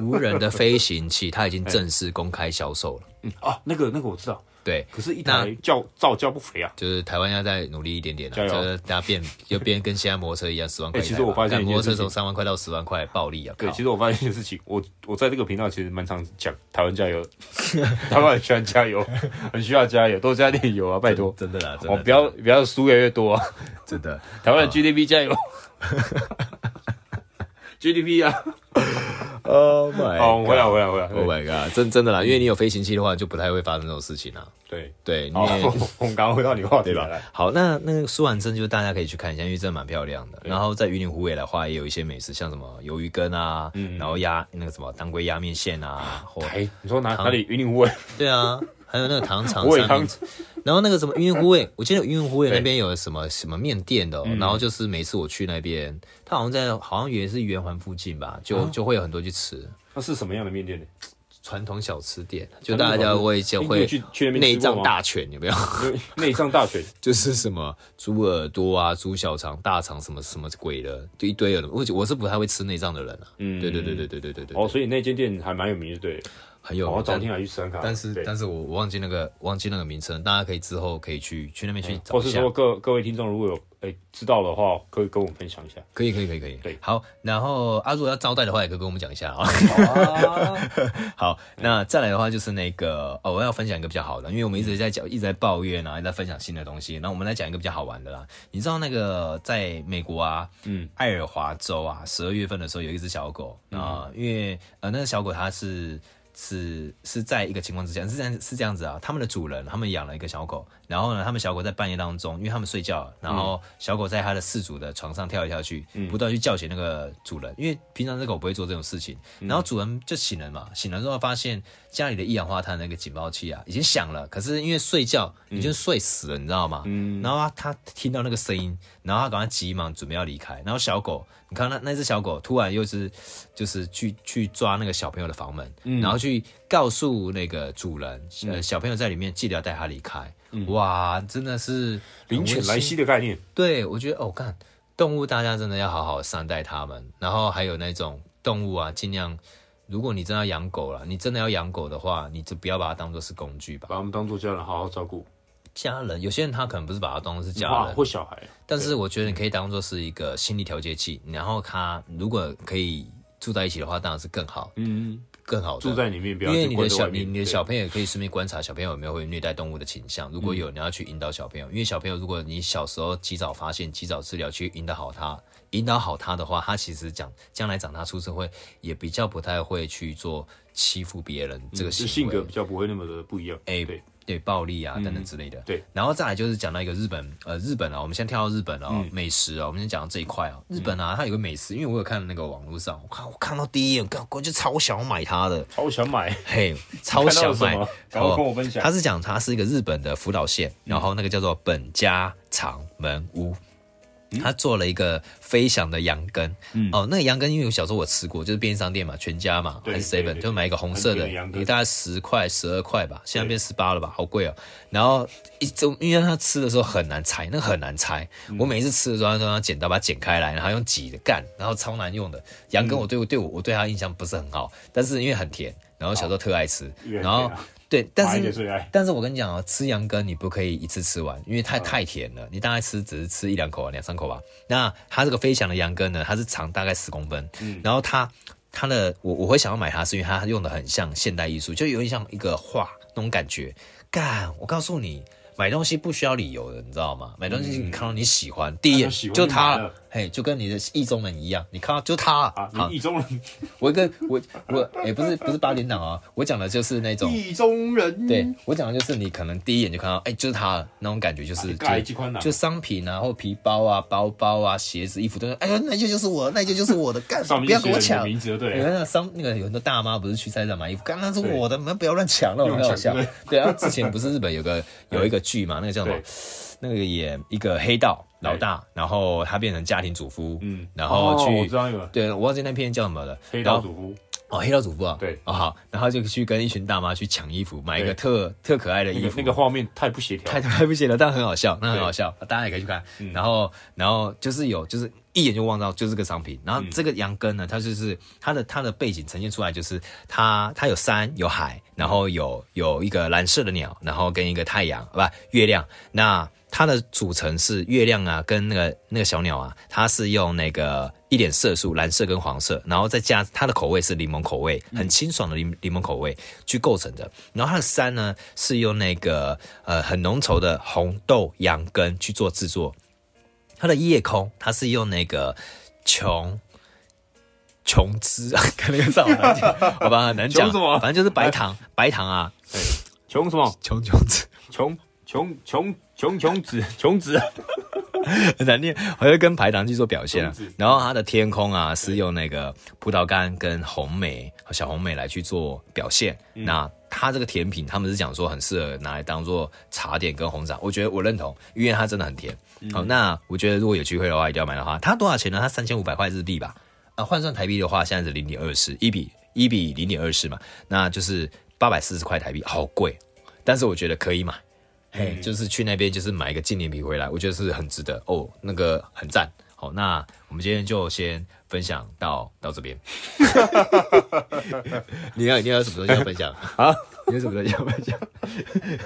[SPEAKER 1] 无人的飞行器，它已经正式公开销售了。
[SPEAKER 2] 啊，那个那个我知道，
[SPEAKER 1] 对，
[SPEAKER 2] 可是一
[SPEAKER 1] 那
[SPEAKER 2] 台叫造价不菲啊。
[SPEAKER 1] 就是台湾要再努力一点点了，
[SPEAKER 2] 加油
[SPEAKER 1] 就是大家变就变跟现在摩托车一样， 十万块一台吧。
[SPEAKER 2] 哎其实我发现
[SPEAKER 1] 干
[SPEAKER 2] 一件
[SPEAKER 1] 摩托车
[SPEAKER 2] 事情
[SPEAKER 1] 从三万块到十万块，暴利啊！
[SPEAKER 2] 对，
[SPEAKER 1] 靠
[SPEAKER 2] 其实我发现一件事情，我我在这个频道其实蛮常讲台湾加油， 台湾很喜欢加 油，很需要加油，多加点油啊，拜托，
[SPEAKER 1] 真的啦，真
[SPEAKER 2] 哦，
[SPEAKER 1] 的哦
[SPEAKER 2] 不要不要输越来越多啊，
[SPEAKER 1] 真的。
[SPEAKER 2] 台湾的 GDP 加 油，GDP 啊，
[SPEAKER 1] Oh my！
[SPEAKER 2] 哦好，我们回来回来回来，
[SPEAKER 1] Oh
[SPEAKER 2] 对
[SPEAKER 1] my god！真真的啦，因为你有飞行器的话，就不太会发生这种事情啦。啊
[SPEAKER 2] 对，
[SPEAKER 1] 对，你
[SPEAKER 2] 好，
[SPEAKER 1] 也
[SPEAKER 2] 我们刚刚回到你话题
[SPEAKER 1] 对吧
[SPEAKER 2] 来来？
[SPEAKER 1] 好，那那个苏完真就是大家可以去看一下，因为真的蛮漂亮的。然后在云林湖尾的话，也有一些美食，像什么鱿鱼羹啊，然后鸭那个什么当归鸭面线啊，或
[SPEAKER 2] 哎，你说哪哪里云林湖尾？
[SPEAKER 1] 对啊，还有那个糖厂
[SPEAKER 2] 我也
[SPEAKER 1] 三明
[SPEAKER 2] 当
[SPEAKER 1] 治，然后那个什么云林湖尾，我记得云林湖尾那边有什么什么面店的哦、然后就是每次我去那边，它好像在好像也是圆环附近吧，就、就会有很多去吃。
[SPEAKER 2] 那是什么样 的面店呢？传
[SPEAKER 1] 传统小吃店，就大家会就
[SPEAKER 2] 哎你
[SPEAKER 1] 会
[SPEAKER 2] 有去去那边吃
[SPEAKER 1] 内
[SPEAKER 2] 过吗
[SPEAKER 1] 脏大全，有没有？
[SPEAKER 2] 内脏大全，
[SPEAKER 1] 就是什么猪耳朵啊、猪小肠、大肠什么什么鬼的，就一堆的。我我是不太会吃内脏的人啊。
[SPEAKER 2] 嗯哦
[SPEAKER 1] 对对对对对对对对。
[SPEAKER 2] 哦，所以那间店还蛮有名的，对了，
[SPEAKER 1] 很有
[SPEAKER 2] 我
[SPEAKER 1] 名
[SPEAKER 2] 要
[SPEAKER 1] 但
[SPEAKER 2] 找天来去山卡，
[SPEAKER 1] 但是
[SPEAKER 2] 对
[SPEAKER 1] 但是我我忘记那个忘记那个名称，大家可以之后可以去去那边去找
[SPEAKER 2] 嗯或
[SPEAKER 1] 一
[SPEAKER 2] 是
[SPEAKER 1] 下。
[SPEAKER 2] 说各各位听众如果有哎、知道的话，可以跟我们分享一下。
[SPEAKER 1] 可以可以可以可以，
[SPEAKER 2] 对
[SPEAKER 1] 好，然后啊，如果要招待的话，也可以跟我们讲一下 啊。 好，那再来的话就是那个哦，我要分享一个比较好的，因为我们一直在讲，一直在抱怨啊，一直在分享新的东西。那我们来讲一个比较好玩的啦。你知道那个在美国啊，
[SPEAKER 2] 嗯，
[SPEAKER 1] 爱尔华州啊，十二月份的时候有一只小狗啊、因为呃那个小狗它是。是是在一个情况之下是这样是这样子啊，他们的主人他们养了一个小狗，然后呢，他们小狗在半夜当中，因为他们睡觉，然后小狗在它的饲主的床上跳来跳去，不断去叫醒那个主人，因为平常这狗不会做这种事情，然后主人就醒了嘛，醒了之后发现家里的一氧化碳那个警报器啊已经响了，可是因为睡觉已经睡死了，你知道吗？然后他听到那个声音，然后他赶快急忙准备要离开，然后小狗，你看那那只小狗突然又是就是去去抓那个小朋友的房门，然后去告诉那个主人，呃，小朋友在里面，记得要带他离开。哇，真的是 很
[SPEAKER 2] 灵犬
[SPEAKER 1] 温馨
[SPEAKER 2] 莱西的概念，
[SPEAKER 1] 对，我觉得哦，干动物大家真的要好好善待它们，然后还有那种动物啊，尽量，如果你真的要养狗了，你真的要养狗的话，你就不要把它当做是工具吧。
[SPEAKER 2] 把他们当做家人好好照顾，
[SPEAKER 1] 家人，有些人他可能不是把它当做是家
[SPEAKER 2] 哇
[SPEAKER 1] 人，
[SPEAKER 2] 或小孩，
[SPEAKER 1] 但是我觉得你可以当做是一个心理调节器，然后它如果可以住在一起的话，当然是更好，
[SPEAKER 2] 嗯，
[SPEAKER 1] 更好的
[SPEAKER 2] 住在里面，不
[SPEAKER 1] 因
[SPEAKER 2] 要
[SPEAKER 1] 为你
[SPEAKER 2] 去
[SPEAKER 1] 的
[SPEAKER 2] 关在
[SPEAKER 1] 小
[SPEAKER 2] 外
[SPEAKER 1] 你
[SPEAKER 2] 面
[SPEAKER 1] 你的
[SPEAKER 2] 对嗯
[SPEAKER 1] 小朋友也可以顺便观察小朋友有没有会虐待动物的倾向，如果有，你要去引导小朋友，因为小朋友如果你小时候及早发现、及早治疗，去引导好他，引导好他的话，他其实讲将来长大出社会也比较不太会去做欺负别人这个
[SPEAKER 2] 是
[SPEAKER 1] 行
[SPEAKER 2] 嗯性
[SPEAKER 1] 为
[SPEAKER 2] 格，比较不会那么的不一样。
[SPEAKER 1] 哎
[SPEAKER 2] 对，嗯
[SPEAKER 1] 对暴力啊等等之类的。
[SPEAKER 2] 对，
[SPEAKER 1] 然后再来就是讲到一个日本，呃，日本啊，我们先跳到日本啊、
[SPEAKER 2] 嗯
[SPEAKER 1] 美食啊，我们先讲到这一块啊，日本啊，它有个美食，因为我有看那个网络上，我看我看到第一眼，我就超想买它的，
[SPEAKER 2] 超想买，
[SPEAKER 1] 嘿，超
[SPEAKER 2] 看到
[SPEAKER 1] 想
[SPEAKER 2] 了什
[SPEAKER 1] 买哦
[SPEAKER 2] 么，赶快跟我分享
[SPEAKER 1] 他是讲它是一个日本的福岛县，然后那个叫做本家长门屋。
[SPEAKER 2] 嗯
[SPEAKER 1] 他做了一个飞翔的羊羹，哦，那个羊羹因为我小时候我吃过，就是便利商店嘛，全家嘛，
[SPEAKER 2] 对
[SPEAKER 1] 还是
[SPEAKER 2] 对
[SPEAKER 1] seven，
[SPEAKER 2] 对
[SPEAKER 1] 就买一个红色
[SPEAKER 2] 很
[SPEAKER 1] 的，
[SPEAKER 2] 便宜的羊羹
[SPEAKER 1] 也大概十块、十二块吧，现在变十八了吧，好贵哦。然后一种，因为他吃的时候很难拆，那个很难拆。我每一次吃的时候，他都要剪刀把它剪开来，然后用挤的干，然后超难用的。羊羹我对我对我我对它印象不是很好，但是因为很甜，然后小时候特爱吃，
[SPEAKER 2] 越来
[SPEAKER 1] 然后
[SPEAKER 2] 越啊
[SPEAKER 1] 对，但
[SPEAKER 2] 买一点
[SPEAKER 1] 是
[SPEAKER 2] 最爱
[SPEAKER 1] 但是我跟你讲哦，吃羊羹你不可以一次吃完，因为太
[SPEAKER 2] 嗯
[SPEAKER 1] 太甜了，你大概吃只是吃一两口啊，两三口吧。那它这个飞翔的羊羹呢，它是长大概十公分，
[SPEAKER 2] 嗯
[SPEAKER 1] 然后它它的我我会想要买它，是因为它用的很像现代艺术，就有点像一个画那种感觉。干，我告诉你。买东西不需要理由的，你知道吗？买东西你看到你喜欢，第一眼
[SPEAKER 2] 看到嗯喜欢
[SPEAKER 1] 就
[SPEAKER 2] 就
[SPEAKER 1] 它
[SPEAKER 2] 买了，
[SPEAKER 1] 嘿，就跟你的意中人一样，你看到就它
[SPEAKER 2] 啊！
[SPEAKER 1] 好
[SPEAKER 2] 你意中人，
[SPEAKER 1] 我跟我我哎、不是不是八点档啊，我讲的就是那种，
[SPEAKER 2] 意中人，
[SPEAKER 1] 对我讲的就是你可能第一眼就看到，哎、就是它了那种感觉，就是、
[SPEAKER 2] 啊你
[SPEAKER 1] 就
[SPEAKER 2] 盖这款啊
[SPEAKER 1] 就商品啊，或皮包啊、包包啊、鞋子、衣服都是，哎呦，那件就是我，那件就是我的，干
[SPEAKER 2] 上
[SPEAKER 1] 不
[SPEAKER 2] 面
[SPEAKER 1] 要
[SPEAKER 2] 就
[SPEAKER 1] 跟我
[SPEAKER 2] 写着
[SPEAKER 1] 抢
[SPEAKER 2] 你
[SPEAKER 1] 哎
[SPEAKER 2] 的。名字就对
[SPEAKER 1] 有
[SPEAKER 2] 了，
[SPEAKER 1] 那商那个有很多大妈不是去菜市场买衣服，干那是
[SPEAKER 2] 对
[SPEAKER 1] 我的，你们不要乱抢了，
[SPEAKER 2] 用
[SPEAKER 1] 很好
[SPEAKER 2] 抢
[SPEAKER 1] 笑
[SPEAKER 2] 对。
[SPEAKER 1] 对啊，之前不是日本 有个有一个剧嘛，那个叫什么
[SPEAKER 2] 对？
[SPEAKER 1] 那个演一个黑道老
[SPEAKER 2] 对
[SPEAKER 1] 大，然后他变成家庭主夫，
[SPEAKER 2] 嗯，
[SPEAKER 1] 然后
[SPEAKER 2] 哦
[SPEAKER 1] 去
[SPEAKER 2] 我知道那个
[SPEAKER 1] 对我忘记那片叫什么了，
[SPEAKER 2] 黑
[SPEAKER 1] 然
[SPEAKER 2] 道
[SPEAKER 1] 后
[SPEAKER 2] 主夫，
[SPEAKER 1] 哦，黑道主播啊，
[SPEAKER 2] 对
[SPEAKER 1] 哦好，然后就去跟一群大妈去抢衣服，买一个
[SPEAKER 2] 对
[SPEAKER 1] 特特可爱的
[SPEAKER 2] 那
[SPEAKER 1] 衣
[SPEAKER 2] 个
[SPEAKER 1] 服，
[SPEAKER 2] 那个画面太不协调
[SPEAKER 1] 太，太不行了，但很好笑，那很好笑，大家也可以去看。
[SPEAKER 2] 嗯
[SPEAKER 1] 然后，然后就是有，就是一眼就望到就是个商品。然后
[SPEAKER 2] 嗯
[SPEAKER 1] 这个羊羹呢，它就是它的它的背景呈现出来，就是它它有山有海，然后有有一个蓝色的鸟，然后跟一个太阳啊不月亮。那它的组成是月亮啊，跟那个那个小鸟啊，它是用那个一点色素，蓝色跟黄色，然后再加它的口味是柠檬口味，
[SPEAKER 2] 嗯
[SPEAKER 1] 很清爽的柠柠檬口味去构成的。然后它的山呢是用那个呃很浓稠的红豆羊羹去做制作，它的夜空它是用那个琼琼 脂，可能上好难讲，好吧，很难讲
[SPEAKER 2] 琼什么，
[SPEAKER 1] 反正就是白糖，白糖 啊，
[SPEAKER 2] 穷什么
[SPEAKER 1] 琼琼脂。
[SPEAKER 2] 穷穷穷穷穷子 穷子，
[SPEAKER 1] 很难念，我就跟排糖去做表现、啊
[SPEAKER 2] 种子。
[SPEAKER 1] 然后它的天空啊，是用那个葡萄干跟红莓、小红莓来去做表现。那它这个甜品，他们是讲说很适合拿来当做茶点跟红茶，我觉得我认同，因为它真的很甜。好，那我觉得如果有机会的话，一定要买的话，它多少钱呢？它三千五百块日币吧。啊，换算台币的话，现在是零点二四，一比一比零点二四嘛，那就是八百四十块台币，好贵，但是我觉得可以买。
[SPEAKER 2] 嗯
[SPEAKER 1] 嘿，就是去那边就是买一个纪念品回来，我觉得是很值得哦，那个很赞。好，那我们今天就先分享到到这边。 你要你要有什么东西要分享
[SPEAKER 2] 啊？
[SPEAKER 1] 你有什么东西要分享？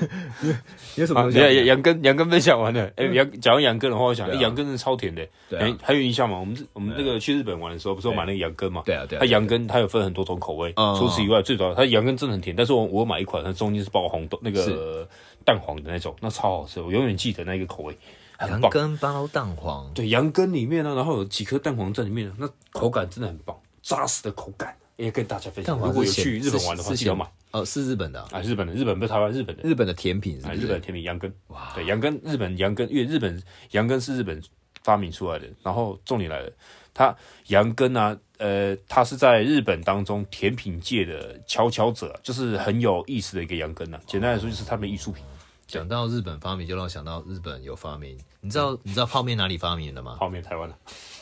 [SPEAKER 1] 你有什么
[SPEAKER 2] 啊
[SPEAKER 1] 东西要
[SPEAKER 2] 对啊，
[SPEAKER 1] 分享？
[SPEAKER 2] 杨杨根杨根分享完了。哎，杨讲到杨根的话，我想，哎
[SPEAKER 1] 嗯对啊
[SPEAKER 2] 杨根真的超甜的。
[SPEAKER 1] 对啊
[SPEAKER 2] 哎还有印象吗？我们我们那
[SPEAKER 1] 对啊
[SPEAKER 2] 个去日本玩的时候，不是有买那个杨根嘛？
[SPEAKER 1] 对啊对啊
[SPEAKER 2] 它杨根它有分很多种口味
[SPEAKER 1] 嗯，
[SPEAKER 2] 除此以外，最主要它杨根真的很甜。但是我我有买一款，它中间是包红豆那
[SPEAKER 1] 是
[SPEAKER 2] 个蛋黄的那种，那超好吃，我永远记得那个口味，很
[SPEAKER 1] 羊
[SPEAKER 2] 棒。
[SPEAKER 1] 羹包蛋黄，
[SPEAKER 2] 对，羊羹里面呢，然后有几颗蛋黄在里面，那口感真的很棒，扎实的口感，也跟大家分
[SPEAKER 1] 蛋
[SPEAKER 2] 享。
[SPEAKER 1] 黄是
[SPEAKER 2] 如果有
[SPEAKER 1] 咸
[SPEAKER 2] 去日本玩的话，
[SPEAKER 1] 是
[SPEAKER 2] 记得
[SPEAKER 1] 咸
[SPEAKER 2] 买
[SPEAKER 1] 哦，是日本的啊、
[SPEAKER 2] 啊，日本的，日本不是台湾，日本的。
[SPEAKER 1] 日本的甜品是
[SPEAKER 2] 啊，
[SPEAKER 1] 不
[SPEAKER 2] 日
[SPEAKER 1] 是？
[SPEAKER 2] 本的甜品羊羹，对，羊羹，日本羊羹，因为日本羊羹是日本发明出来的。然后重点来了，它羊羹啊，呃，它是在日本当中甜品界的佼佼者啊，就是很有意思的一个羊羹啊。简单来说，就是他们艺术品。
[SPEAKER 1] 讲到日本发明，就让我想到日本有发明。你知道你知道泡面哪里发明的吗？
[SPEAKER 2] 泡面台湾啊了、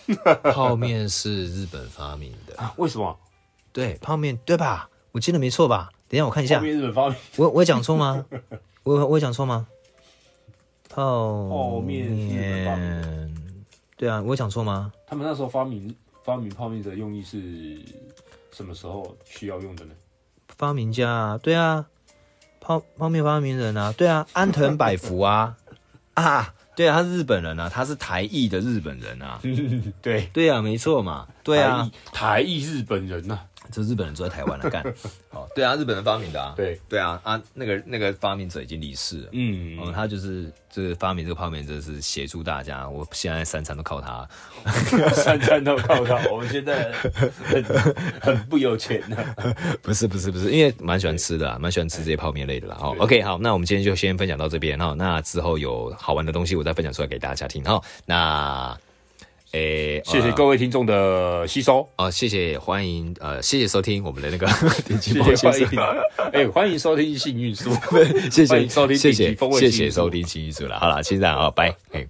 [SPEAKER 1] 嗯泡面是日本发明的，
[SPEAKER 2] 啊，为什么
[SPEAKER 1] 对，泡面对吧？我记得没错吧？等一下我看一
[SPEAKER 2] 泡
[SPEAKER 1] 下，
[SPEAKER 2] 面日本发明？
[SPEAKER 1] 我我有讲错 吗？我有我有讲错吗？泡
[SPEAKER 2] 泡面是日本发明
[SPEAKER 1] 面，对啊，我有讲错吗？
[SPEAKER 2] 他们那时候发明发明泡面的用意是什么时候需要用的呢？
[SPEAKER 1] 发明家啊，对啊，泡泡面发明人啊，对啊，安藤百福啊啊，对啊，他是日本人啊，他是台裔的日本人啊，
[SPEAKER 2] 对，
[SPEAKER 1] 对啊，没错嘛，对啊，
[SPEAKER 2] 台裔，台裔日本人啊呐、
[SPEAKER 1] 这日本人住在台湾 了、干，哦，对啊，日本人发明的啊，
[SPEAKER 2] 对，
[SPEAKER 1] 对啊，啊，那个那个发明者已经离世了。
[SPEAKER 2] 嗯
[SPEAKER 1] 哦，他就是就是发明这个泡面，真的是协助大家。我现在三餐都靠他，
[SPEAKER 2] 三餐都靠他，我们现在很很不有钱啊呢、
[SPEAKER 1] 不是不是不是，因为蛮喜欢吃的啦，啊蛮喜欢吃这些泡面类的啦。哦
[SPEAKER 2] 对
[SPEAKER 1] ，OK，好，那我们今天就先分享到这边哈。那之后有好玩的东西，我再分享出来给大家听哈。那，诶、
[SPEAKER 2] 谢谢各位听众的吸收，
[SPEAKER 1] 呃哦，谢谢，欢迎，呃，谢谢收听我们的那个 顶级
[SPEAKER 2] 谢
[SPEAKER 1] 风先
[SPEAKER 2] 谢欢
[SPEAKER 1] 生
[SPEAKER 2] 迎，，哎， 欢迎收听幸运书。
[SPEAKER 1] 谢
[SPEAKER 2] 欢
[SPEAKER 1] 谢
[SPEAKER 2] 迎收听
[SPEAKER 1] 谢
[SPEAKER 2] 顶级
[SPEAKER 1] 谢
[SPEAKER 2] 风味
[SPEAKER 1] 谢
[SPEAKER 2] 幸
[SPEAKER 1] 谢
[SPEAKER 2] 运
[SPEAKER 1] 收
[SPEAKER 2] 组
[SPEAKER 1] 听奇遇组了。好了，先这样啊，拜，哎。